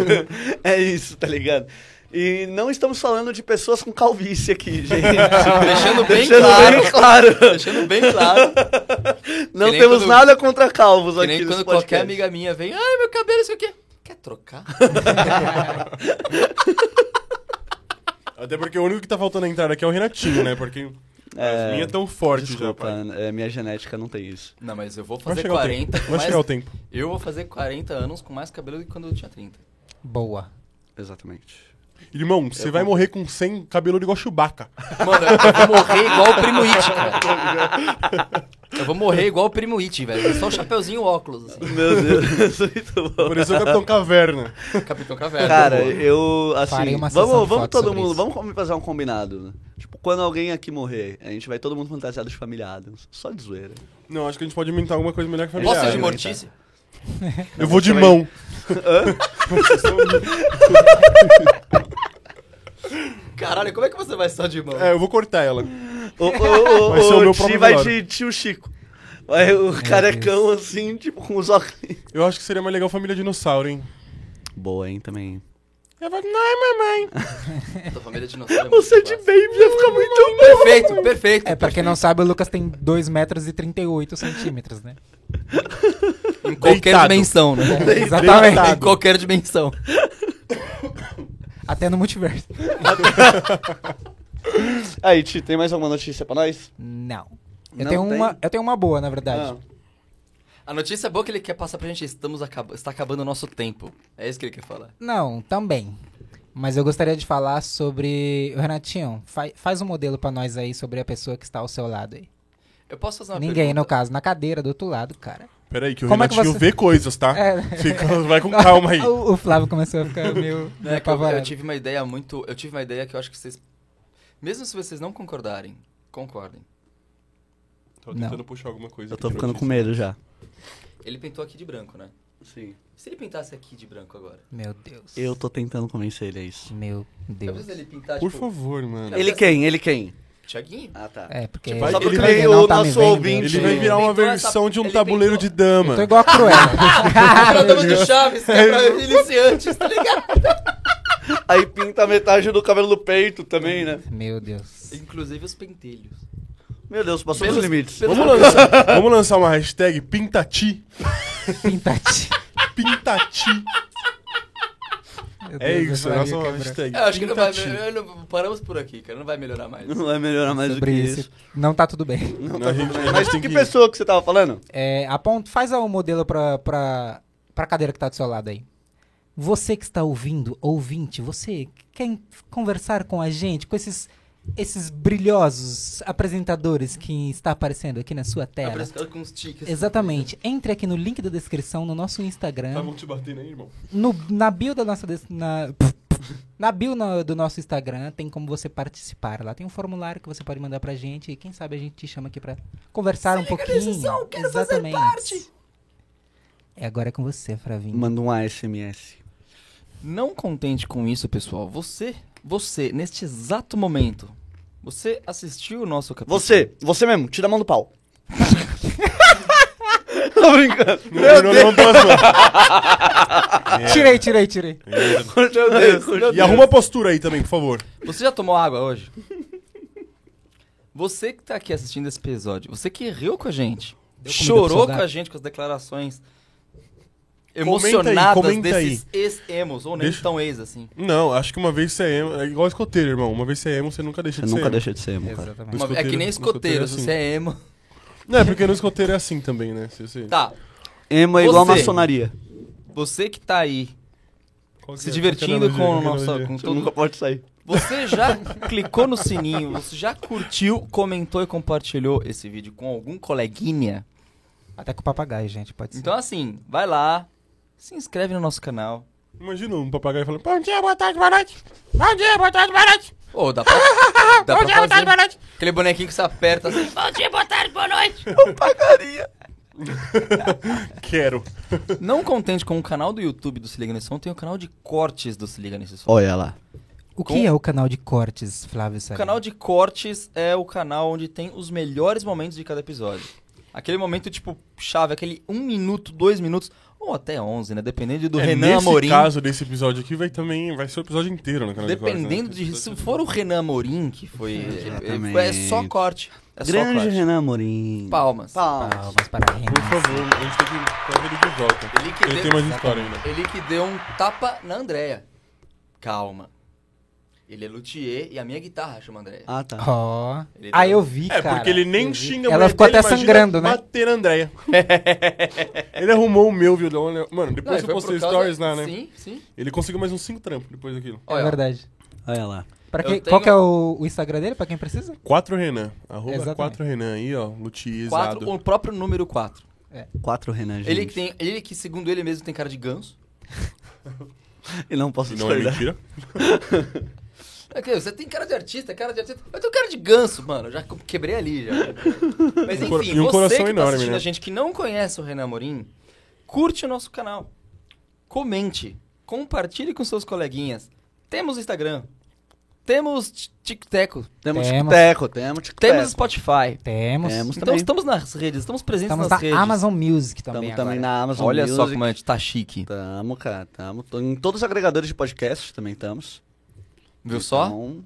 [SPEAKER 1] É isso, tá ligado? E não estamos falando de pessoas com calvície aqui, gente.
[SPEAKER 3] Deixando bem
[SPEAKER 1] Deixando
[SPEAKER 3] claro.
[SPEAKER 1] bem claro.
[SPEAKER 3] Deixando bem claro.
[SPEAKER 1] Não
[SPEAKER 3] Que nem
[SPEAKER 1] temos
[SPEAKER 3] quando-
[SPEAKER 1] nada contra calvos
[SPEAKER 3] Que
[SPEAKER 1] aqui
[SPEAKER 3] nem
[SPEAKER 1] nesse
[SPEAKER 3] quando qualquer
[SPEAKER 1] podcast.
[SPEAKER 3] amiga minha vem, ai, meu cabelo, isso aqui. Quer trocar?
[SPEAKER 2] Até porque o único que tá faltando a entrar aqui é o Renatinho, né? Porque
[SPEAKER 1] É,
[SPEAKER 2] as minhas tão fortes já,
[SPEAKER 1] Desculpa,
[SPEAKER 2] pai.
[SPEAKER 1] é, minha genética não tem isso.
[SPEAKER 3] Não, mas eu vou
[SPEAKER 2] Vai
[SPEAKER 3] fazer
[SPEAKER 2] chegar, o tempo.
[SPEAKER 3] 40 com
[SPEAKER 2] Vai
[SPEAKER 3] mais...
[SPEAKER 2] chegar o tempo.
[SPEAKER 3] Eu vou fazer 40 anos com mais cabelo do que quando eu tinha 30.
[SPEAKER 4] Boa.
[SPEAKER 1] Exatamente.
[SPEAKER 2] Irmão, você vai morrer com 100 cabelo igual Chewbacca.
[SPEAKER 3] Mano, eu vou morrer igual o Primo It, cara. Eu vou morrer igual o Primo It, velho. Só o chapeuzinho e o óculos, assim.
[SPEAKER 1] Meu Deus, é muito bom.
[SPEAKER 2] Pareceu o Capitão Caverna.
[SPEAKER 3] Capitão Caverna.
[SPEAKER 1] Cara, eu, assim,
[SPEAKER 4] Farei uma sessão
[SPEAKER 1] vamos,
[SPEAKER 4] de
[SPEAKER 1] vamos
[SPEAKER 4] fotos
[SPEAKER 1] todo
[SPEAKER 4] sobre
[SPEAKER 1] mundo,
[SPEAKER 4] isso.
[SPEAKER 1] vamos com- fazer um combinado. né? Tipo, quando alguém aqui morrer, a gente vai todo mundo fantasiado de família Adams. Só de zoeira.
[SPEAKER 2] Não, acho que a gente pode inventar alguma coisa melhor que
[SPEAKER 1] Posso
[SPEAKER 2] familiar.
[SPEAKER 3] Posso ir de
[SPEAKER 2] né?
[SPEAKER 3] mortícia?
[SPEAKER 2] Eu vou de
[SPEAKER 1] Também.
[SPEAKER 2] mão.
[SPEAKER 3] Caralho, como é que você vai só de mão?
[SPEAKER 2] É, eu vou cortar ela.
[SPEAKER 1] O, o, o,
[SPEAKER 2] Vai ser o
[SPEAKER 1] o
[SPEAKER 2] meu
[SPEAKER 1] Ti
[SPEAKER 2] próprio
[SPEAKER 1] vai
[SPEAKER 2] velório.
[SPEAKER 1] de tio Chico. Vai o carecão assim, tipo, com os óculos.
[SPEAKER 2] Eu acho que seria mais legal família dinossauro, hein?
[SPEAKER 1] Boa, hein, também.
[SPEAKER 2] Eu vou... Ai, mamãe.
[SPEAKER 3] Tua família de dinossauro. é muito
[SPEAKER 1] Você de
[SPEAKER 3] clássica.
[SPEAKER 1] baby ia ficar muito bom.
[SPEAKER 3] Perfeito, perfeito.
[SPEAKER 1] tá
[SPEAKER 4] É, pra quem não sabe, o Lucas tem 2 metros e 38 centímetros, né?
[SPEAKER 3] Em qualquer
[SPEAKER 2] Deitado.
[SPEAKER 3] dimensão, né?
[SPEAKER 4] É,
[SPEAKER 1] Tá,
[SPEAKER 3] Em qualquer dimensão.
[SPEAKER 4] Até no multiverso.
[SPEAKER 1] Aí, Ti, tem mais alguma notícia pra nós?
[SPEAKER 4] Não. Eu,
[SPEAKER 1] Não
[SPEAKER 4] tenho
[SPEAKER 1] tem? Ah.
[SPEAKER 4] Uma, eu tenho uma boa, na verdade.
[SPEAKER 3] A notícia boa que ele quer passar pra gente é estamos acab... está acabando o nosso tempo. É isso que ele quer falar.
[SPEAKER 4] Não, também. Mas eu gostaria de falar sobre. O Renatinho, fa- faz um modelo pra nós aí sobre a pessoa que está ao seu lado aí.
[SPEAKER 3] Eu posso fazer uma
[SPEAKER 4] Ninguém, no
[SPEAKER 3] pergunta?
[SPEAKER 4] caso, na cadeira do outro lado, cara.
[SPEAKER 2] Peraí, que o
[SPEAKER 4] Como é que
[SPEAKER 2] Renatinho
[SPEAKER 4] você-
[SPEAKER 2] vê coisas, tá?
[SPEAKER 4] É.
[SPEAKER 2] Fica- Vai com calma aí.
[SPEAKER 4] O, o Flávio começou a ficar meio,
[SPEAKER 3] Não,
[SPEAKER 4] meio
[SPEAKER 3] é que eu, eu
[SPEAKER 4] apavorado.
[SPEAKER 3] tive uma ideia muito. Eu tive uma ideia que eu acho que vocês. Mesmo se vocês não concordarem, concordem.
[SPEAKER 2] Tô
[SPEAKER 4] Não.
[SPEAKER 2] tentando puxar alguma coisa.
[SPEAKER 1] Eu tô
[SPEAKER 2] aqui pra
[SPEAKER 1] ficando com
[SPEAKER 2] notícia.
[SPEAKER 1] medo já.
[SPEAKER 3] Ele pintou aqui de branco, né?
[SPEAKER 1] Sim.
[SPEAKER 3] Se ele pintasse aqui de branco agora.
[SPEAKER 4] Meu Deus.
[SPEAKER 1] Eu tô tentando convencer ele a isso.
[SPEAKER 4] Meu Deus.
[SPEAKER 3] Talvez ele pintar,
[SPEAKER 2] Por
[SPEAKER 3] tipo,
[SPEAKER 2] favor, mano.
[SPEAKER 1] Ele quem? Ele quem?
[SPEAKER 3] Tiaguinho.
[SPEAKER 1] Ah, tá.
[SPEAKER 4] É, porque.
[SPEAKER 2] Tipo, só
[SPEAKER 4] ele
[SPEAKER 2] porque
[SPEAKER 4] também
[SPEAKER 1] o
[SPEAKER 4] não tá me
[SPEAKER 1] nosso
[SPEAKER 4] vendo,
[SPEAKER 1] ouvinte-
[SPEAKER 2] Ele
[SPEAKER 4] eu tô-
[SPEAKER 2] vai virar uma
[SPEAKER 3] Ele pintou
[SPEAKER 2] versão
[SPEAKER 3] essa-
[SPEAKER 2] de um
[SPEAKER 3] ele
[SPEAKER 2] tabuleiro de
[SPEAKER 3] pintou-
[SPEAKER 2] dama.
[SPEAKER 4] Eu tô igual a Cruella.
[SPEAKER 3] Pra dama do Chaves, que é pra iniciantes, tá ligado?
[SPEAKER 1] Aí pinta metade do cabelo do peito também, né?
[SPEAKER 4] Meu Deus.
[SPEAKER 3] Inclusive os pentelhos.
[SPEAKER 1] Meu Deus, passou
[SPEAKER 3] Pelos-
[SPEAKER 1] dos limites.
[SPEAKER 3] pelos-
[SPEAKER 2] Vamos lançar, vamos lançar uma hashtag Pintati.
[SPEAKER 4] Pintati.
[SPEAKER 2] Pintati.
[SPEAKER 4] Meu
[SPEAKER 2] É
[SPEAKER 4] Deus,
[SPEAKER 2] isso,
[SPEAKER 4] eu
[SPEAKER 2] é
[SPEAKER 4] faria
[SPEAKER 2] nossa uma
[SPEAKER 4] quebrar.
[SPEAKER 2] hashtag.
[SPEAKER 3] Eu acho que não vai né?
[SPEAKER 2] Pintati.
[SPEAKER 3] melhorar. não- Paramos por aqui, cara. Não vai melhorar mais. Tá
[SPEAKER 1] Não vai melhorar mais do que
[SPEAKER 4] Sobre
[SPEAKER 1] isso.
[SPEAKER 4] isso. Não tá tudo bem.
[SPEAKER 1] Não,
[SPEAKER 2] Não,
[SPEAKER 1] tá
[SPEAKER 2] a gente-
[SPEAKER 1] tudo
[SPEAKER 2] a
[SPEAKER 1] bem.
[SPEAKER 2] gente
[SPEAKER 1] Mas
[SPEAKER 2] tem
[SPEAKER 1] que
[SPEAKER 2] que-
[SPEAKER 1] pessoa que você tava falando?
[SPEAKER 4] É, aponta, faz o modelo pra, pra, pra cadeira que tá do seu lado aí. Você que está ouvindo, ouvinte, você que quer conversar com a gente, com esses, esses brilhosos apresentadores que está aparecendo aqui na sua
[SPEAKER 3] Tá
[SPEAKER 4] tela.
[SPEAKER 3] parecendo com uns tiques.
[SPEAKER 4] Exatamente. Entre aqui no link da descrição, no nosso Instagram.
[SPEAKER 2] Tá bom te batendo aí, irmão.
[SPEAKER 4] no, na bio da nossa des- na, na bio no- do nosso Instagram tem como você participar lá tem um formulário que você pode mandar pra gente e quem sabe a gente te chama aqui pra conversar um pouquinho exatamente é agora é com você Fravinho
[SPEAKER 1] Manda um ASMS.
[SPEAKER 3] Não contente com isso, pessoal, você, você, neste exato momento, você assistiu o nosso capítulo.
[SPEAKER 1] Você, você mesmo, tira a mão do pau. Tô brincando.
[SPEAKER 2] Não, não, não,
[SPEAKER 4] Ah, tirei tirei tirei
[SPEAKER 1] Meu Deus, meu
[SPEAKER 2] E arruma a postura aí também, por favor.
[SPEAKER 3] Você já tomou água hoje? Você que tá aqui assistindo esse episódio, você que riu com a gente,
[SPEAKER 4] Deu comida pro
[SPEAKER 3] chorou com
[SPEAKER 4] soldado?
[SPEAKER 3] a gente com as declarações
[SPEAKER 2] Comenta aí,
[SPEAKER 3] emocionadas
[SPEAKER 2] comenta
[SPEAKER 3] desses ex-emos, ou nem
[SPEAKER 2] Deixa-
[SPEAKER 3] tão ex assim.
[SPEAKER 2] Não, acho que uma vez você é emo. É igual escoteiro, irmão. Uma vez você é emo, você nunca deixa
[SPEAKER 1] Você
[SPEAKER 2] de ser
[SPEAKER 1] nunca
[SPEAKER 2] emo.
[SPEAKER 1] deixa de ser emo, cara.
[SPEAKER 4] exatamente
[SPEAKER 3] Uma- é que nem
[SPEAKER 2] escoteiro- escoteiro
[SPEAKER 3] escoteiro,
[SPEAKER 2] é
[SPEAKER 3] se
[SPEAKER 2] assim.
[SPEAKER 3] você é emo.
[SPEAKER 2] Não, é porque no escoteiro é assim também, né? Se você-
[SPEAKER 3] Tá,
[SPEAKER 1] Emo é igual a
[SPEAKER 3] Você.
[SPEAKER 1] maçonaria.
[SPEAKER 3] Você que tá aí
[SPEAKER 2] Qual que
[SPEAKER 3] se
[SPEAKER 2] é?
[SPEAKER 3] divertindo
[SPEAKER 2] Qual que é a
[SPEAKER 3] com o
[SPEAKER 2] analogia? Qual que é a
[SPEAKER 3] nosso.
[SPEAKER 2] analogia?
[SPEAKER 3] Com
[SPEAKER 1] Você
[SPEAKER 3] todo...
[SPEAKER 1] nunca pode sair.
[SPEAKER 3] Você já clicou no sininho, você já curtiu, comentou e compartilhou esse vídeo com algum coleguinha?
[SPEAKER 4] Até com o papagaio, gente, pode ser.
[SPEAKER 3] Então assim, vai lá, se inscreve no nosso canal.
[SPEAKER 2] Imagina um papagaio falando Bom dia, boa tarde, boa noite. Bom dia, boa tarde, boa noite.
[SPEAKER 3] Ô, dá pra, dá
[SPEAKER 2] Bom
[SPEAKER 3] pra
[SPEAKER 2] dia, boa tarde, boa
[SPEAKER 3] fazer
[SPEAKER 2] noite.
[SPEAKER 3] aquele bonequinho que você aperta assim.
[SPEAKER 2] Quero.
[SPEAKER 3] Não contente com o canal do YouTube do Se Liga Nesse Som, tem o canal de cortes do Se Liga Nesse Som.
[SPEAKER 1] Olha lá.
[SPEAKER 4] o que
[SPEAKER 3] com-
[SPEAKER 4] é o canal de cortes, Flávio
[SPEAKER 3] O
[SPEAKER 4] Sarino?
[SPEAKER 3] canal de cortes é o canal onde tem os melhores momentos de cada episódio. Aquele momento, tipo, chave, aquele um minuto, dois minutos, ou até 11, né? Dependendo do
[SPEAKER 2] É,
[SPEAKER 3] Renan
[SPEAKER 2] nesse
[SPEAKER 3] Amorim.
[SPEAKER 2] caso desse episódio aqui, vai também. Vai ser o episódio inteiro no canal
[SPEAKER 3] Dependendo
[SPEAKER 2] de, né?
[SPEAKER 3] de. Se for o Renan Amorim, que foi.
[SPEAKER 1] Exatamente.
[SPEAKER 3] É, só corte. É só
[SPEAKER 1] Grande
[SPEAKER 3] corte.
[SPEAKER 1] Renan Amorim.
[SPEAKER 3] Palmas.
[SPEAKER 1] Palmas.
[SPEAKER 4] Palmas para a
[SPEAKER 2] Por
[SPEAKER 4] Renan.
[SPEAKER 2] favor, a gente tem que trazer ele de volta.
[SPEAKER 3] Ele que
[SPEAKER 2] Ele um
[SPEAKER 3] deu-
[SPEAKER 2] tem mais história ainda.
[SPEAKER 3] Ele que deu um tapa na Andréia. Calma. Ele é luthier e a minha guitarra chama Andréia.
[SPEAKER 1] Ah, tá.
[SPEAKER 4] Ó.
[SPEAKER 3] Ele
[SPEAKER 4] Ah,
[SPEAKER 3] deu-
[SPEAKER 4] eu vi,
[SPEAKER 2] É,
[SPEAKER 4] cara.
[SPEAKER 2] porque ele nem
[SPEAKER 4] Eu vi.
[SPEAKER 2] xinga a
[SPEAKER 4] Ela
[SPEAKER 2] mulher
[SPEAKER 4] ficou
[SPEAKER 2] dele,
[SPEAKER 4] até
[SPEAKER 2] imagina
[SPEAKER 4] sangrando, né?
[SPEAKER 2] Bater a Andréia. ele arrumou o meu violão. olha- Mano,
[SPEAKER 3] Não,
[SPEAKER 2] depois
[SPEAKER 3] e
[SPEAKER 2] eu
[SPEAKER 3] tá. foi por
[SPEAKER 2] postei
[SPEAKER 3] causa-
[SPEAKER 2] stories lá, né?
[SPEAKER 3] Sim, sim.
[SPEAKER 2] Ele conseguiu mais uns 5 trampos depois daquilo.
[SPEAKER 4] É
[SPEAKER 3] Olha,
[SPEAKER 4] verdade.
[SPEAKER 1] Olha lá.
[SPEAKER 4] Pra
[SPEAKER 3] Eu
[SPEAKER 4] quem,
[SPEAKER 3] tenho-
[SPEAKER 4] Qual que é o, o Instagram dele, pra quem precisa?
[SPEAKER 2] 4 Renan. Arroba
[SPEAKER 4] Exatamente.
[SPEAKER 2] 4 Renan aí, ó. Lutierizado.
[SPEAKER 3] quatro, o próprio número 4.
[SPEAKER 1] Quatro Renan, gente.
[SPEAKER 3] Ele que, tem, ele que, segundo ele mesmo, tem cara de ganso.
[SPEAKER 1] E não posso
[SPEAKER 2] E não é
[SPEAKER 1] discordar.
[SPEAKER 2] mentira.
[SPEAKER 3] É que Você tem cara de artista, cara de artista. Eu tenho cara de ganso, mano. Já co- quebrei ali, já. Mas
[SPEAKER 2] Um cora-
[SPEAKER 3] enfim,
[SPEAKER 2] e um
[SPEAKER 3] você
[SPEAKER 2] coração
[SPEAKER 3] que tá
[SPEAKER 2] enorme,
[SPEAKER 3] assistindo
[SPEAKER 2] né?
[SPEAKER 3] a gente que não conhece o Renan Amorim, curte o nosso canal. Comente. Compartilhe com seus coleguinhas. Temos Instagram. Temos Ti- TikTok.
[SPEAKER 1] Temos
[SPEAKER 4] Temos.
[SPEAKER 1] Tic-Teco, temos Tic-Teco.
[SPEAKER 3] Temos Spotify.
[SPEAKER 4] Temos.
[SPEAKER 1] É. Temos
[SPEAKER 3] Então
[SPEAKER 1] também.
[SPEAKER 3] estamos nas redes, estamos presentes
[SPEAKER 4] Estamos na
[SPEAKER 3] nas redes.
[SPEAKER 4] Amazon Music também
[SPEAKER 1] Tamo também
[SPEAKER 4] agora.
[SPEAKER 1] na Amazon
[SPEAKER 3] Olha
[SPEAKER 1] Music.
[SPEAKER 3] só como a gente tá chique.
[SPEAKER 1] Tamo, cara, tamo. Tô Em todos os agregadores de podcasts também estamos.
[SPEAKER 3] Viu só?
[SPEAKER 1] Então,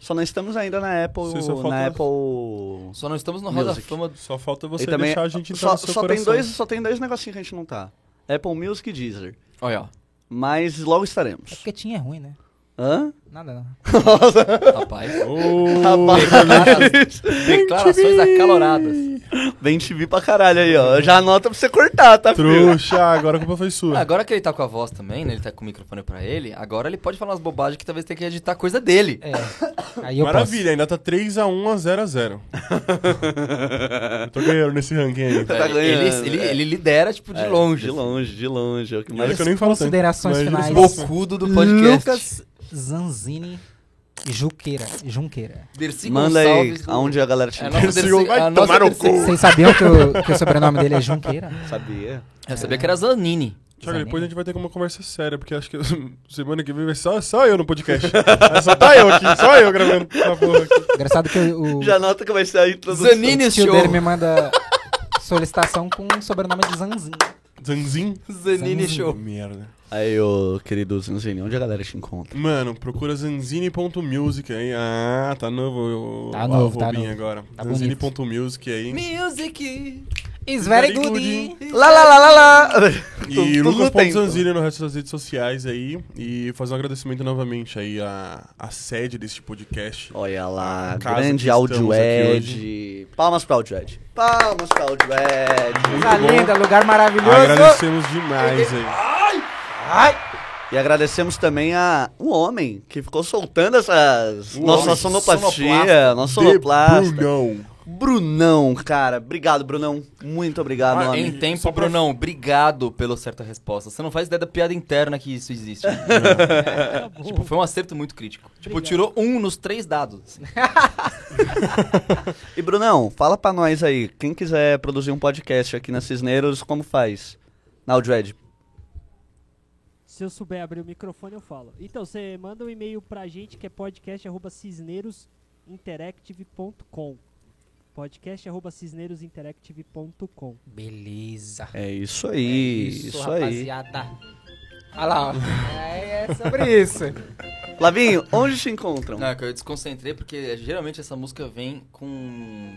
[SPEAKER 1] só não estamos ainda na Apple.
[SPEAKER 2] Sim, só falta-
[SPEAKER 1] Na Apple.
[SPEAKER 3] Só não estamos no Hall da
[SPEAKER 1] Music.
[SPEAKER 3] Fama. do-
[SPEAKER 2] Só falta você
[SPEAKER 1] E também,
[SPEAKER 2] deixar a gente entrar
[SPEAKER 1] só,
[SPEAKER 2] no seu
[SPEAKER 1] só tem
[SPEAKER 2] coração.
[SPEAKER 1] dois, só tem dois negocinhos que a gente não tá. Apple Music e Deezer.
[SPEAKER 3] Olha, ó.
[SPEAKER 1] Mas logo
[SPEAKER 4] É
[SPEAKER 1] estaremos.
[SPEAKER 4] porque tinha é ruim, né?
[SPEAKER 1] Hã?
[SPEAKER 4] Nada, não.
[SPEAKER 3] Rapaz.
[SPEAKER 2] Ô,
[SPEAKER 3] Declara- Declarações acaloradas.
[SPEAKER 1] Vem te vir pra caralho aí, ó. Já anota pra você cortar, tá, filho?
[SPEAKER 2] trouxa, agora a culpa foi
[SPEAKER 3] Ah,
[SPEAKER 2] sua.
[SPEAKER 3] Agora que ele tá com a voz também, né? Ele tá com o microfone pra ele. Agora ele pode falar umas bobagens que talvez tenha que editar coisa dele.
[SPEAKER 4] É. Aí eu
[SPEAKER 2] Maravilha, ainda tá 3x1 a 0 a 0 Eu tô ganhando nesse ranking aí.
[SPEAKER 1] Tá
[SPEAKER 3] ele,
[SPEAKER 1] ganhando,
[SPEAKER 3] ele-
[SPEAKER 1] é.
[SPEAKER 3] ele lidera, tipo, de
[SPEAKER 1] É,
[SPEAKER 3] longe.
[SPEAKER 1] De longe, de longe. É o que
[SPEAKER 2] Olha
[SPEAKER 1] mais...
[SPEAKER 2] que eu nem falo tanto.
[SPEAKER 4] considerações
[SPEAKER 2] Mas
[SPEAKER 4] finais.
[SPEAKER 2] eles-
[SPEAKER 4] Pouco.
[SPEAKER 3] Bocudo do
[SPEAKER 4] posso.
[SPEAKER 3] podcast.
[SPEAKER 4] Lucas Zanzini Juqueira. Junqueira.
[SPEAKER 3] Dercy
[SPEAKER 1] Manda aí
[SPEAKER 3] Gonçalves.
[SPEAKER 1] aonde a galera te
[SPEAKER 3] É a
[SPEAKER 1] encontra.
[SPEAKER 3] nossa
[SPEAKER 2] Esse
[SPEAKER 3] Dercy,
[SPEAKER 2] vai
[SPEAKER 3] a nossa
[SPEAKER 2] tomar no
[SPEAKER 3] Dercy-
[SPEAKER 2] cu.
[SPEAKER 4] Vocês sabiam que o, que o sobrenome dele é Junqueira?
[SPEAKER 1] Sabia?
[SPEAKER 3] Eu sabia que era Zanini.
[SPEAKER 2] Thiago, depois a
[SPEAKER 4] Zanini.
[SPEAKER 2] gente vai ter uma conversa séria, porque acho que semana que vem vai só, só eu no podcast. É, só tá eu aqui, só eu gravando essa porra aqui.
[SPEAKER 4] Engraçado que o, o
[SPEAKER 1] Já anota que vai ser a introdução.
[SPEAKER 3] Zanini
[SPEAKER 4] tio
[SPEAKER 3] Show.
[SPEAKER 4] dele me manda solicitação com o sobrenome de Zanzini.
[SPEAKER 2] Zanzin?
[SPEAKER 3] Zanini Show.
[SPEAKER 2] Merda.
[SPEAKER 1] Aí, ô, querido Zanzini, onde a galera te encontra?
[SPEAKER 2] Mano, procura zanzini.music aí. Ah, tá novo o
[SPEAKER 4] Tá
[SPEAKER 2] o
[SPEAKER 4] novo, tá
[SPEAKER 2] arrobinha
[SPEAKER 4] novo.
[SPEAKER 2] agora.
[SPEAKER 4] Tá bonito.
[SPEAKER 2] zanzini.music aí.
[SPEAKER 3] Music.
[SPEAKER 4] Is
[SPEAKER 2] very
[SPEAKER 4] very
[SPEAKER 2] good.
[SPEAKER 4] good.
[SPEAKER 1] Lá, lá, lá, lá, lá!
[SPEAKER 2] E
[SPEAKER 1] Tudo tem.
[SPEAKER 2] lucas.zanzini no resto das redes sociais aí. E fazer um agradecimento novamente aí à, à sede deste podcast.
[SPEAKER 1] Olha lá,
[SPEAKER 2] Casa
[SPEAKER 1] grande
[SPEAKER 2] que
[SPEAKER 1] áudio
[SPEAKER 2] estamos aqui
[SPEAKER 1] Ed. Palmas pra áudio Ed. Palmas pra áudio Ed.
[SPEAKER 4] Coisa
[SPEAKER 2] bom.
[SPEAKER 4] linda, lugar maravilhoso.
[SPEAKER 2] Agradecemos demais aí.
[SPEAKER 1] E agradecemos também a o homem que ficou soltando essas
[SPEAKER 2] O
[SPEAKER 1] nossa
[SPEAKER 2] homem,
[SPEAKER 1] sonoplastia, nossa
[SPEAKER 2] De
[SPEAKER 1] sonoplasta.
[SPEAKER 2] Brunão.
[SPEAKER 1] Brunão, cara. Obrigado, Brunão. Muito obrigado, meu
[SPEAKER 3] Ah, em
[SPEAKER 1] amigo.
[SPEAKER 3] tempo,
[SPEAKER 2] só pra-
[SPEAKER 3] Brunão, obrigado pela certa resposta. Você não faz ideia da piada interna que isso existe.
[SPEAKER 6] Tá bom.
[SPEAKER 3] tipo, foi um acerto muito crítico. Tipo,
[SPEAKER 6] Obrigado.
[SPEAKER 3] tirou um nos três dados. assim.
[SPEAKER 1] E Brunão, fala pra nós aí, quem quiser produzir um podcast aqui na Cisneiros, como faz? Na áudio Ed.
[SPEAKER 6] Se eu souber abrir o microfone, eu falo. Então, você manda um e-mail pra gente que é podcast.cisneirosinteractive.com podcast.cisneirosinteractive.com
[SPEAKER 4] Beleza.
[SPEAKER 1] É isso aí, isso, aí.
[SPEAKER 4] rapaziada. Olha lá, ó. É, é sobre isso.
[SPEAKER 1] Lavinho, onde te encontram?
[SPEAKER 3] Não, é que eu desconcentrei porque eh, geralmente essa música vem com.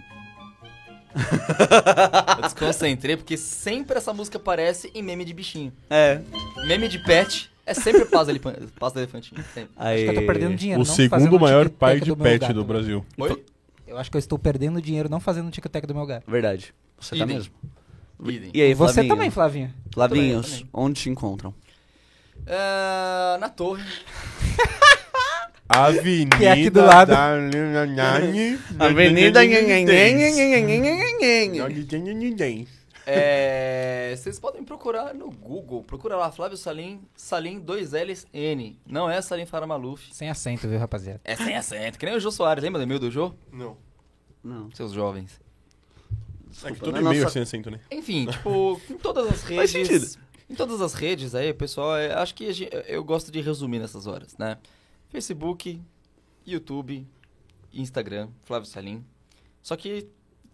[SPEAKER 3] eu desconcentrei porque sempre essa música aparece em meme de bichinho.
[SPEAKER 1] É.
[SPEAKER 3] Meme de pet é sempre paz do elepan- paz do elefantinho. Sempre.
[SPEAKER 1] Aí.
[SPEAKER 4] Acho que eu tô perdendo dinheiro.
[SPEAKER 2] O
[SPEAKER 4] não fazendo
[SPEAKER 2] segundo
[SPEAKER 4] um
[SPEAKER 2] maior
[SPEAKER 4] tic-tac
[SPEAKER 2] pai de
[SPEAKER 4] meu
[SPEAKER 2] pet
[SPEAKER 4] gato,
[SPEAKER 2] do
[SPEAKER 4] mano.
[SPEAKER 2] Brasil.
[SPEAKER 3] Oi?
[SPEAKER 4] Eu acho que eu estou perdendo dinheiro não fazendo o tic-tac do meu gato.
[SPEAKER 1] Verdade. Você tá
[SPEAKER 3] Idem.
[SPEAKER 1] mesmo.
[SPEAKER 3] Idem.
[SPEAKER 1] E aí,
[SPEAKER 4] Você
[SPEAKER 1] Flavinho?
[SPEAKER 4] também, Flavinho.
[SPEAKER 1] Labinhos,
[SPEAKER 3] também.
[SPEAKER 1] onde te encontram?
[SPEAKER 3] É, na torre.
[SPEAKER 2] Avenida.
[SPEAKER 4] Que é aqui do lado.
[SPEAKER 2] da-
[SPEAKER 3] É, vocês podem procurar no Google. Procura lá, Flávio Salim, Salim 2Ls N. Não é Salim Fara Maluf.
[SPEAKER 4] Sem acento, viu, rapaziada?
[SPEAKER 3] É sem acento, que nem o Jô Soares. Lembra do e-mail do Jô?
[SPEAKER 2] Não.
[SPEAKER 1] Não.
[SPEAKER 3] Seus jovens.
[SPEAKER 2] É que
[SPEAKER 1] Desculpa,
[SPEAKER 2] todo
[SPEAKER 1] na
[SPEAKER 2] e-mail é
[SPEAKER 1] nossa-
[SPEAKER 2] sem acento, né?
[SPEAKER 3] Enfim, tipo, em todas as
[SPEAKER 1] Faz
[SPEAKER 3] redes.
[SPEAKER 1] sentido.
[SPEAKER 3] Em todas as redes aí, pessoal, é, acho que a gen- eu gosto de resumir nessas horas, né? Facebook, YouTube, Instagram, Flávio Salim. Só que,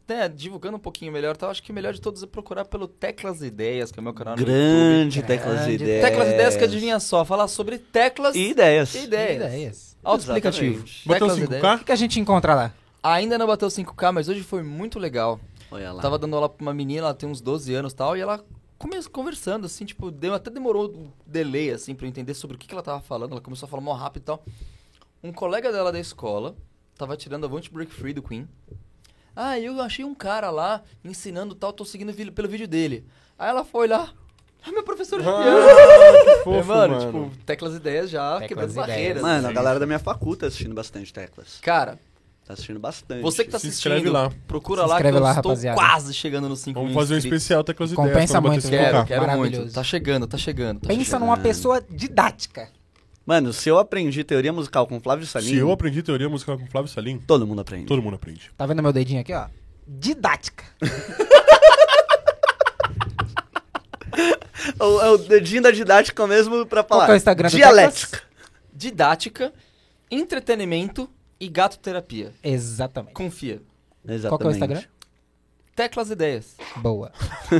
[SPEAKER 3] né, divulgando um pouquinho melhor, tá? acho que o melhor de todos é procurar pelo Teclas Ideias, que é o meu canal no YouTube.
[SPEAKER 1] Grande Teclas e
[SPEAKER 4] Grande
[SPEAKER 1] Ideias.
[SPEAKER 3] Teclas Ideias
[SPEAKER 4] é
[SPEAKER 3] que adivinha só, falar sobre teclas
[SPEAKER 1] E
[SPEAKER 3] e
[SPEAKER 1] ideias.
[SPEAKER 3] ideias.
[SPEAKER 4] Ideias.
[SPEAKER 3] Auto-explicativo.
[SPEAKER 1] Exatamente.
[SPEAKER 2] Bateu
[SPEAKER 3] Teclas e ideias.
[SPEAKER 2] 5K?
[SPEAKER 4] O que, que a gente encontra lá?
[SPEAKER 3] Ainda não bateu 5K, mas hoje foi muito legal.
[SPEAKER 1] Olha
[SPEAKER 4] Tá
[SPEAKER 1] lá.
[SPEAKER 3] Tava dando aula pra uma menina, ela tem uns 12 anos e tal, e ela começou conversando, assim, tipo, deu, até demorou um delay, assim, pra eu entender sobre o que, que ela tava falando. Ela começou a falar mó rápido e tal. Um colega dela da escola tava tirando a Want Break Free do Queen. Ah, eu achei um cara lá ensinando tal, tô seguindo vi- pelo vídeo dele. Aí ela foi lá. Ah, meu professor de piano.
[SPEAKER 2] Ah, que
[SPEAKER 3] Falei,
[SPEAKER 2] fofo,
[SPEAKER 3] mano,
[SPEAKER 2] mano.
[SPEAKER 3] tipo, teclas ideias já,
[SPEAKER 4] Teclas
[SPEAKER 3] quebrando
[SPEAKER 4] ideias.
[SPEAKER 3] barreiras.
[SPEAKER 1] Mano, a
[SPEAKER 3] assim.
[SPEAKER 1] galera da minha faculdade tá assistindo bastante Teclas.
[SPEAKER 3] Cara,
[SPEAKER 1] Tá assistindo bastante.
[SPEAKER 3] você que tá
[SPEAKER 2] Se
[SPEAKER 3] assistindo,
[SPEAKER 2] inscreve lá.
[SPEAKER 3] procura
[SPEAKER 4] Se
[SPEAKER 3] lá que
[SPEAKER 4] inscreve
[SPEAKER 3] eu
[SPEAKER 4] lá,
[SPEAKER 3] estou
[SPEAKER 4] rapaziada.
[SPEAKER 3] quase chegando nos 5
[SPEAKER 2] Vamos fazer um especial Teclas e Ideias.
[SPEAKER 4] Compensa
[SPEAKER 2] quando bater
[SPEAKER 4] muito,
[SPEAKER 2] 5K.
[SPEAKER 4] cara.
[SPEAKER 3] Quero, quero
[SPEAKER 4] Maravilhoso.
[SPEAKER 3] muito. Tá chegando, tá chegando. Tá
[SPEAKER 4] Pensa
[SPEAKER 3] chegando.
[SPEAKER 4] numa pessoa didática.
[SPEAKER 1] Mano, se eu aprendi teoria musical com Flávio Salim,
[SPEAKER 2] Se eu aprendi teoria musical com Flávio Salim,
[SPEAKER 1] todo mundo aprende.
[SPEAKER 2] todo mundo aprende.
[SPEAKER 4] Tá vendo meu dedinho aqui, ó? Didática.
[SPEAKER 1] O- É o dedinho da didática mesmo pra falar.
[SPEAKER 4] Qual que é o Instagram do
[SPEAKER 1] Dialética.
[SPEAKER 3] Didática, entretenimento e gato terapia.
[SPEAKER 4] Exatamente.
[SPEAKER 3] Confia.
[SPEAKER 1] Exatamente.
[SPEAKER 4] Qual que é o Instagram?
[SPEAKER 3] Teclas ideias.
[SPEAKER 4] Boa.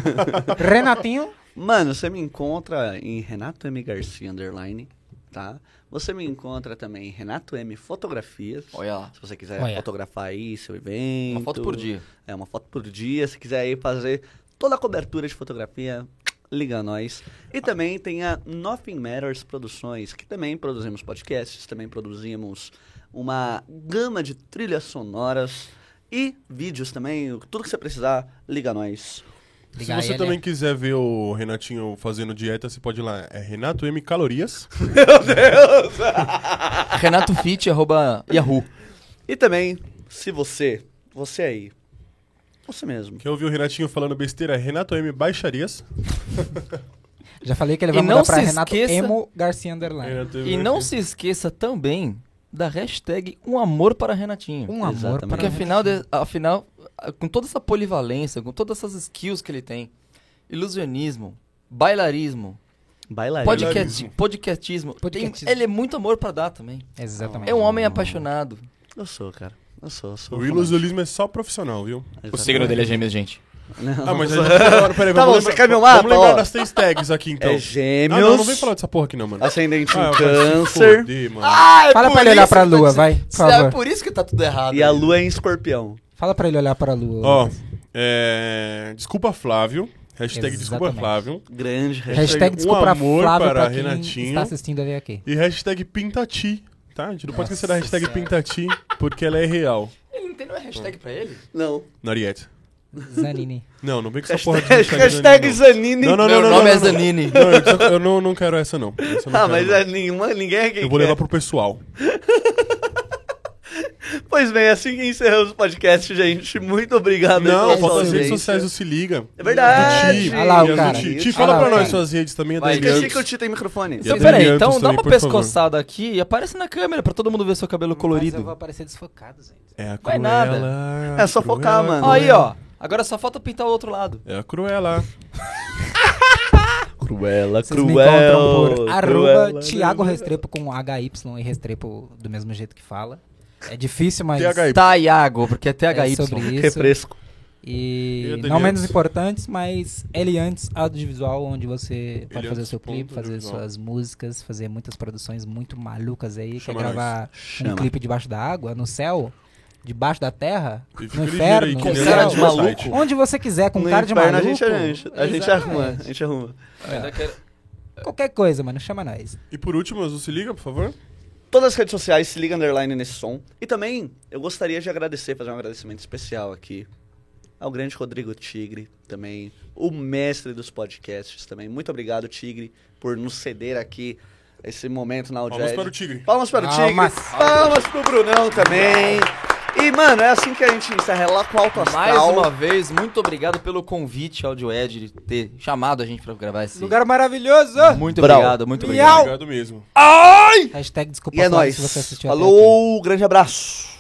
[SPEAKER 4] Renatinho.
[SPEAKER 1] Mano, você me encontra em Renato M. Garcia Underline, tá? Você me encontra também em Renato M. Fotografias.
[SPEAKER 3] Olha lá.
[SPEAKER 1] Se você quiser
[SPEAKER 4] Olha.
[SPEAKER 1] fotografar aí seu evento.
[SPEAKER 3] Uma foto por dia.
[SPEAKER 1] É, uma foto por dia. Se quiser aí fazer toda a cobertura de fotografia, liga a nós. E também tem a Nothing Matters Produções, que também produzimos podcasts, também produzimos uma gama de trilhas sonoras e vídeos também. Tudo que você precisar, liga a nós.
[SPEAKER 4] Liga
[SPEAKER 2] Se você
[SPEAKER 4] aí,
[SPEAKER 2] também
[SPEAKER 4] né?
[SPEAKER 2] quiser ver o Renatinho fazendo dieta, você pode ir lá. É Renato M Calorias.
[SPEAKER 3] RenatoFit, arroba Yahoo.
[SPEAKER 1] E também, se você, você aí, você mesmo.
[SPEAKER 2] Quer ouvir o Renatinho falando besteira? É Renato M Baixarias.
[SPEAKER 4] é. Já falei que ele
[SPEAKER 3] E
[SPEAKER 4] vai
[SPEAKER 3] não
[SPEAKER 4] mandar pra
[SPEAKER 3] se
[SPEAKER 4] Renato
[SPEAKER 3] esqueça-
[SPEAKER 4] Emo Garcia Underline.
[SPEAKER 2] Renato M.
[SPEAKER 3] E não se esqueça também da hashtag Um Amor para Renatinho.
[SPEAKER 4] Um amor
[SPEAKER 1] Exatamente.
[SPEAKER 4] para
[SPEAKER 3] Porque afinal, de, afinal, com toda essa polivalência, com todas essas skills que ele tem, ilusionismo, bailarismo,
[SPEAKER 1] Bailarina.
[SPEAKER 3] podcast, podcastismo, tem-
[SPEAKER 4] Podcastismo.
[SPEAKER 3] ele é muito amor pra dar também.
[SPEAKER 4] Exatamente.
[SPEAKER 3] É um homem apaixonado.
[SPEAKER 1] Eu sou, cara. Eu sou, eu sou.
[SPEAKER 2] O ilusionismo é só profissional, viu?
[SPEAKER 1] Exatamente.
[SPEAKER 3] é gêmeos, gente.
[SPEAKER 1] Não.
[SPEAKER 2] Ah, mas aí. Peraí, peraí,
[SPEAKER 1] Tá bom,
[SPEAKER 2] vamos
[SPEAKER 1] você
[SPEAKER 2] lembrar-
[SPEAKER 1] quer meu
[SPEAKER 2] Vamos
[SPEAKER 1] mapa,
[SPEAKER 2] lembrar
[SPEAKER 1] ó.
[SPEAKER 2] das três tags aqui, então.
[SPEAKER 1] É
[SPEAKER 2] Ah,
[SPEAKER 1] gêmeos.
[SPEAKER 2] não, não vem falar dessa porra aqui, não, mano.
[SPEAKER 1] Ascendente
[SPEAKER 2] Ah,
[SPEAKER 1] em
[SPEAKER 2] vai se
[SPEAKER 1] câncer.
[SPEAKER 2] fuder, mano.
[SPEAKER 4] Fala pra ele olhar pra lua, vai. Por
[SPEAKER 3] É
[SPEAKER 4] favor.
[SPEAKER 3] por isso que tá tudo errado.
[SPEAKER 1] E a lua é em escorpião.
[SPEAKER 4] Fala pra ele olhar pra lua.
[SPEAKER 2] Ó, é, desculpa Flávio. Hashtag desculpa
[SPEAKER 4] Exatamente.
[SPEAKER 2] Flávio.
[SPEAKER 1] Grande hashtag.
[SPEAKER 4] Hashtag
[SPEAKER 2] um
[SPEAKER 4] desculpa
[SPEAKER 2] amor
[SPEAKER 4] Flávio
[SPEAKER 2] para
[SPEAKER 4] pra quem
[SPEAKER 2] Renatinho.
[SPEAKER 4] está assistindo a ver aqui.
[SPEAKER 2] E hashtag Pintati, tá? A gente não pode
[SPEAKER 4] Nossa
[SPEAKER 2] esquecer da hashtag
[SPEAKER 4] Senhora.
[SPEAKER 2] Pintati, porque ela é real.
[SPEAKER 3] Ele não tem nenhuma hashtag pra ele?
[SPEAKER 1] Não.
[SPEAKER 2] Nariette.
[SPEAKER 4] Zanini.
[SPEAKER 2] Não, não vem com essa porra de
[SPEAKER 1] Hashtag, hashtag
[SPEAKER 2] Zanini,
[SPEAKER 1] Zanini.
[SPEAKER 2] Não, não, não,
[SPEAKER 3] Meu
[SPEAKER 2] não.
[SPEAKER 3] nome
[SPEAKER 2] não,
[SPEAKER 3] é
[SPEAKER 2] não, não.
[SPEAKER 3] Zanini.
[SPEAKER 2] Não, eu, só- eu não, não quero essa, não. Essa eu não
[SPEAKER 1] Ah,
[SPEAKER 2] quero,
[SPEAKER 1] mas
[SPEAKER 2] não.
[SPEAKER 1] é nenhuma, ninguém é quem
[SPEAKER 2] Eu vou
[SPEAKER 1] quer.
[SPEAKER 2] levar pro pessoal.
[SPEAKER 1] Pois bem, é assim que encerramos o podcast, gente. Muito obrigado. aí
[SPEAKER 2] Não,
[SPEAKER 1] pela
[SPEAKER 2] falta as
[SPEAKER 1] sua
[SPEAKER 2] redes
[SPEAKER 1] audiência.
[SPEAKER 2] sociais do Se Liga.
[SPEAKER 1] É verdade.
[SPEAKER 2] Do Ti.
[SPEAKER 4] Olha Ah lá o
[SPEAKER 2] e as do
[SPEAKER 4] cara.
[SPEAKER 2] Ti. Ti,
[SPEAKER 1] Olha
[SPEAKER 2] fala
[SPEAKER 4] lá
[SPEAKER 2] pra
[SPEAKER 4] o
[SPEAKER 2] nós
[SPEAKER 4] cara.
[SPEAKER 2] suas redes também. a
[SPEAKER 3] Vai,
[SPEAKER 2] da
[SPEAKER 3] Esqueci
[SPEAKER 1] Esqueci
[SPEAKER 2] Eliantes.
[SPEAKER 1] que eu te tenho microfone.
[SPEAKER 2] E a
[SPEAKER 3] Então, peraí,
[SPEAKER 2] Adriano,
[SPEAKER 3] então
[SPEAKER 2] também,
[SPEAKER 3] dá uma
[SPEAKER 2] por favor.
[SPEAKER 3] pescoçada aqui e aparece na câmera pra todo mundo ver seu cabelo
[SPEAKER 4] Mas eu vou
[SPEAKER 3] colorido.
[SPEAKER 4] aparecer desfocado, gente.
[SPEAKER 2] É a Cruella,
[SPEAKER 3] Vai nada.
[SPEAKER 2] a
[SPEAKER 1] É só
[SPEAKER 2] Cruella,
[SPEAKER 1] focar, mano.
[SPEAKER 3] Aí, ó. Agora só falta pintar o outro lado.
[SPEAKER 2] É a Cruella.
[SPEAKER 1] Cruela,
[SPEAKER 4] Vocês me encontram por arroba Thiago Restrepo com HY e Restrepo do mesmo jeito que fala. É difícil, mas
[SPEAKER 2] THY.
[SPEAKER 4] é
[SPEAKER 3] Taiago, porque é THY.
[SPEAKER 4] sobre isso.
[SPEAKER 1] Refresco.
[SPEAKER 2] E
[SPEAKER 4] E não
[SPEAKER 2] Adeliantes.
[SPEAKER 4] menos importantes, mas Eliantes Audiovisual, onde você pode
[SPEAKER 2] Eliantes
[SPEAKER 4] fazer o seu clipe,
[SPEAKER 2] ponto
[SPEAKER 4] fazer
[SPEAKER 2] audiovisual.
[SPEAKER 4] suas músicas, fazer muitas produções muito malucas aí.
[SPEAKER 2] Chama
[SPEAKER 4] Quer
[SPEAKER 2] nós.
[SPEAKER 4] gravar um
[SPEAKER 1] Chama.
[SPEAKER 4] clipe debaixo da água, no céu, debaixo da terra,
[SPEAKER 2] E fica
[SPEAKER 4] no
[SPEAKER 2] ligeiro aí,
[SPEAKER 4] inferno,
[SPEAKER 2] que
[SPEAKER 4] no
[SPEAKER 2] nem
[SPEAKER 1] com cara
[SPEAKER 4] céu,
[SPEAKER 2] o
[SPEAKER 1] de
[SPEAKER 2] nosso
[SPEAKER 1] é um maluco.
[SPEAKER 2] site.
[SPEAKER 4] onde você quiser, com
[SPEAKER 1] No
[SPEAKER 4] cara de
[SPEAKER 1] inferno
[SPEAKER 4] maluco.
[SPEAKER 1] a gente arranja. A gente arruma. A
[SPEAKER 4] Exatamente.
[SPEAKER 1] gente arruma.
[SPEAKER 4] Qualquer coisa, mano, chama nós.
[SPEAKER 2] E por último, as do Se Liga, por favor.
[SPEAKER 1] Todas as redes sociais se liga underline nesse som. E também eu gostaria de agradecer, fazer um agradecimento especial aqui ao grande Rodrigo Tigre também, o mestre dos podcasts também. Muito obrigado, Tigre, por nos ceder aqui esse momento na
[SPEAKER 2] Palmas
[SPEAKER 1] audiência.
[SPEAKER 2] para o Tigre.
[SPEAKER 1] Palmas para o Tigre.
[SPEAKER 4] Palmas.
[SPEAKER 1] Palmas pro Brunão também. E, mano, é assim que a gente encerra é lá com o Alto
[SPEAKER 3] Mais
[SPEAKER 1] Astral.
[SPEAKER 3] uma vez, muito obrigado pelo convite, Audio Ed, de ter chamado a gente pra gravar esse.
[SPEAKER 4] Lugar maravilhoso!
[SPEAKER 3] Muito
[SPEAKER 1] Brau.
[SPEAKER 3] obrigado, muito
[SPEAKER 4] Miau.
[SPEAKER 3] obrigado.
[SPEAKER 2] Obrigado mesmo.
[SPEAKER 4] Hashtag desculpa
[SPEAKER 1] E é
[SPEAKER 4] Flávio,
[SPEAKER 1] nóis.
[SPEAKER 4] se você assistiu até aqui.
[SPEAKER 1] Falou, grande abraço.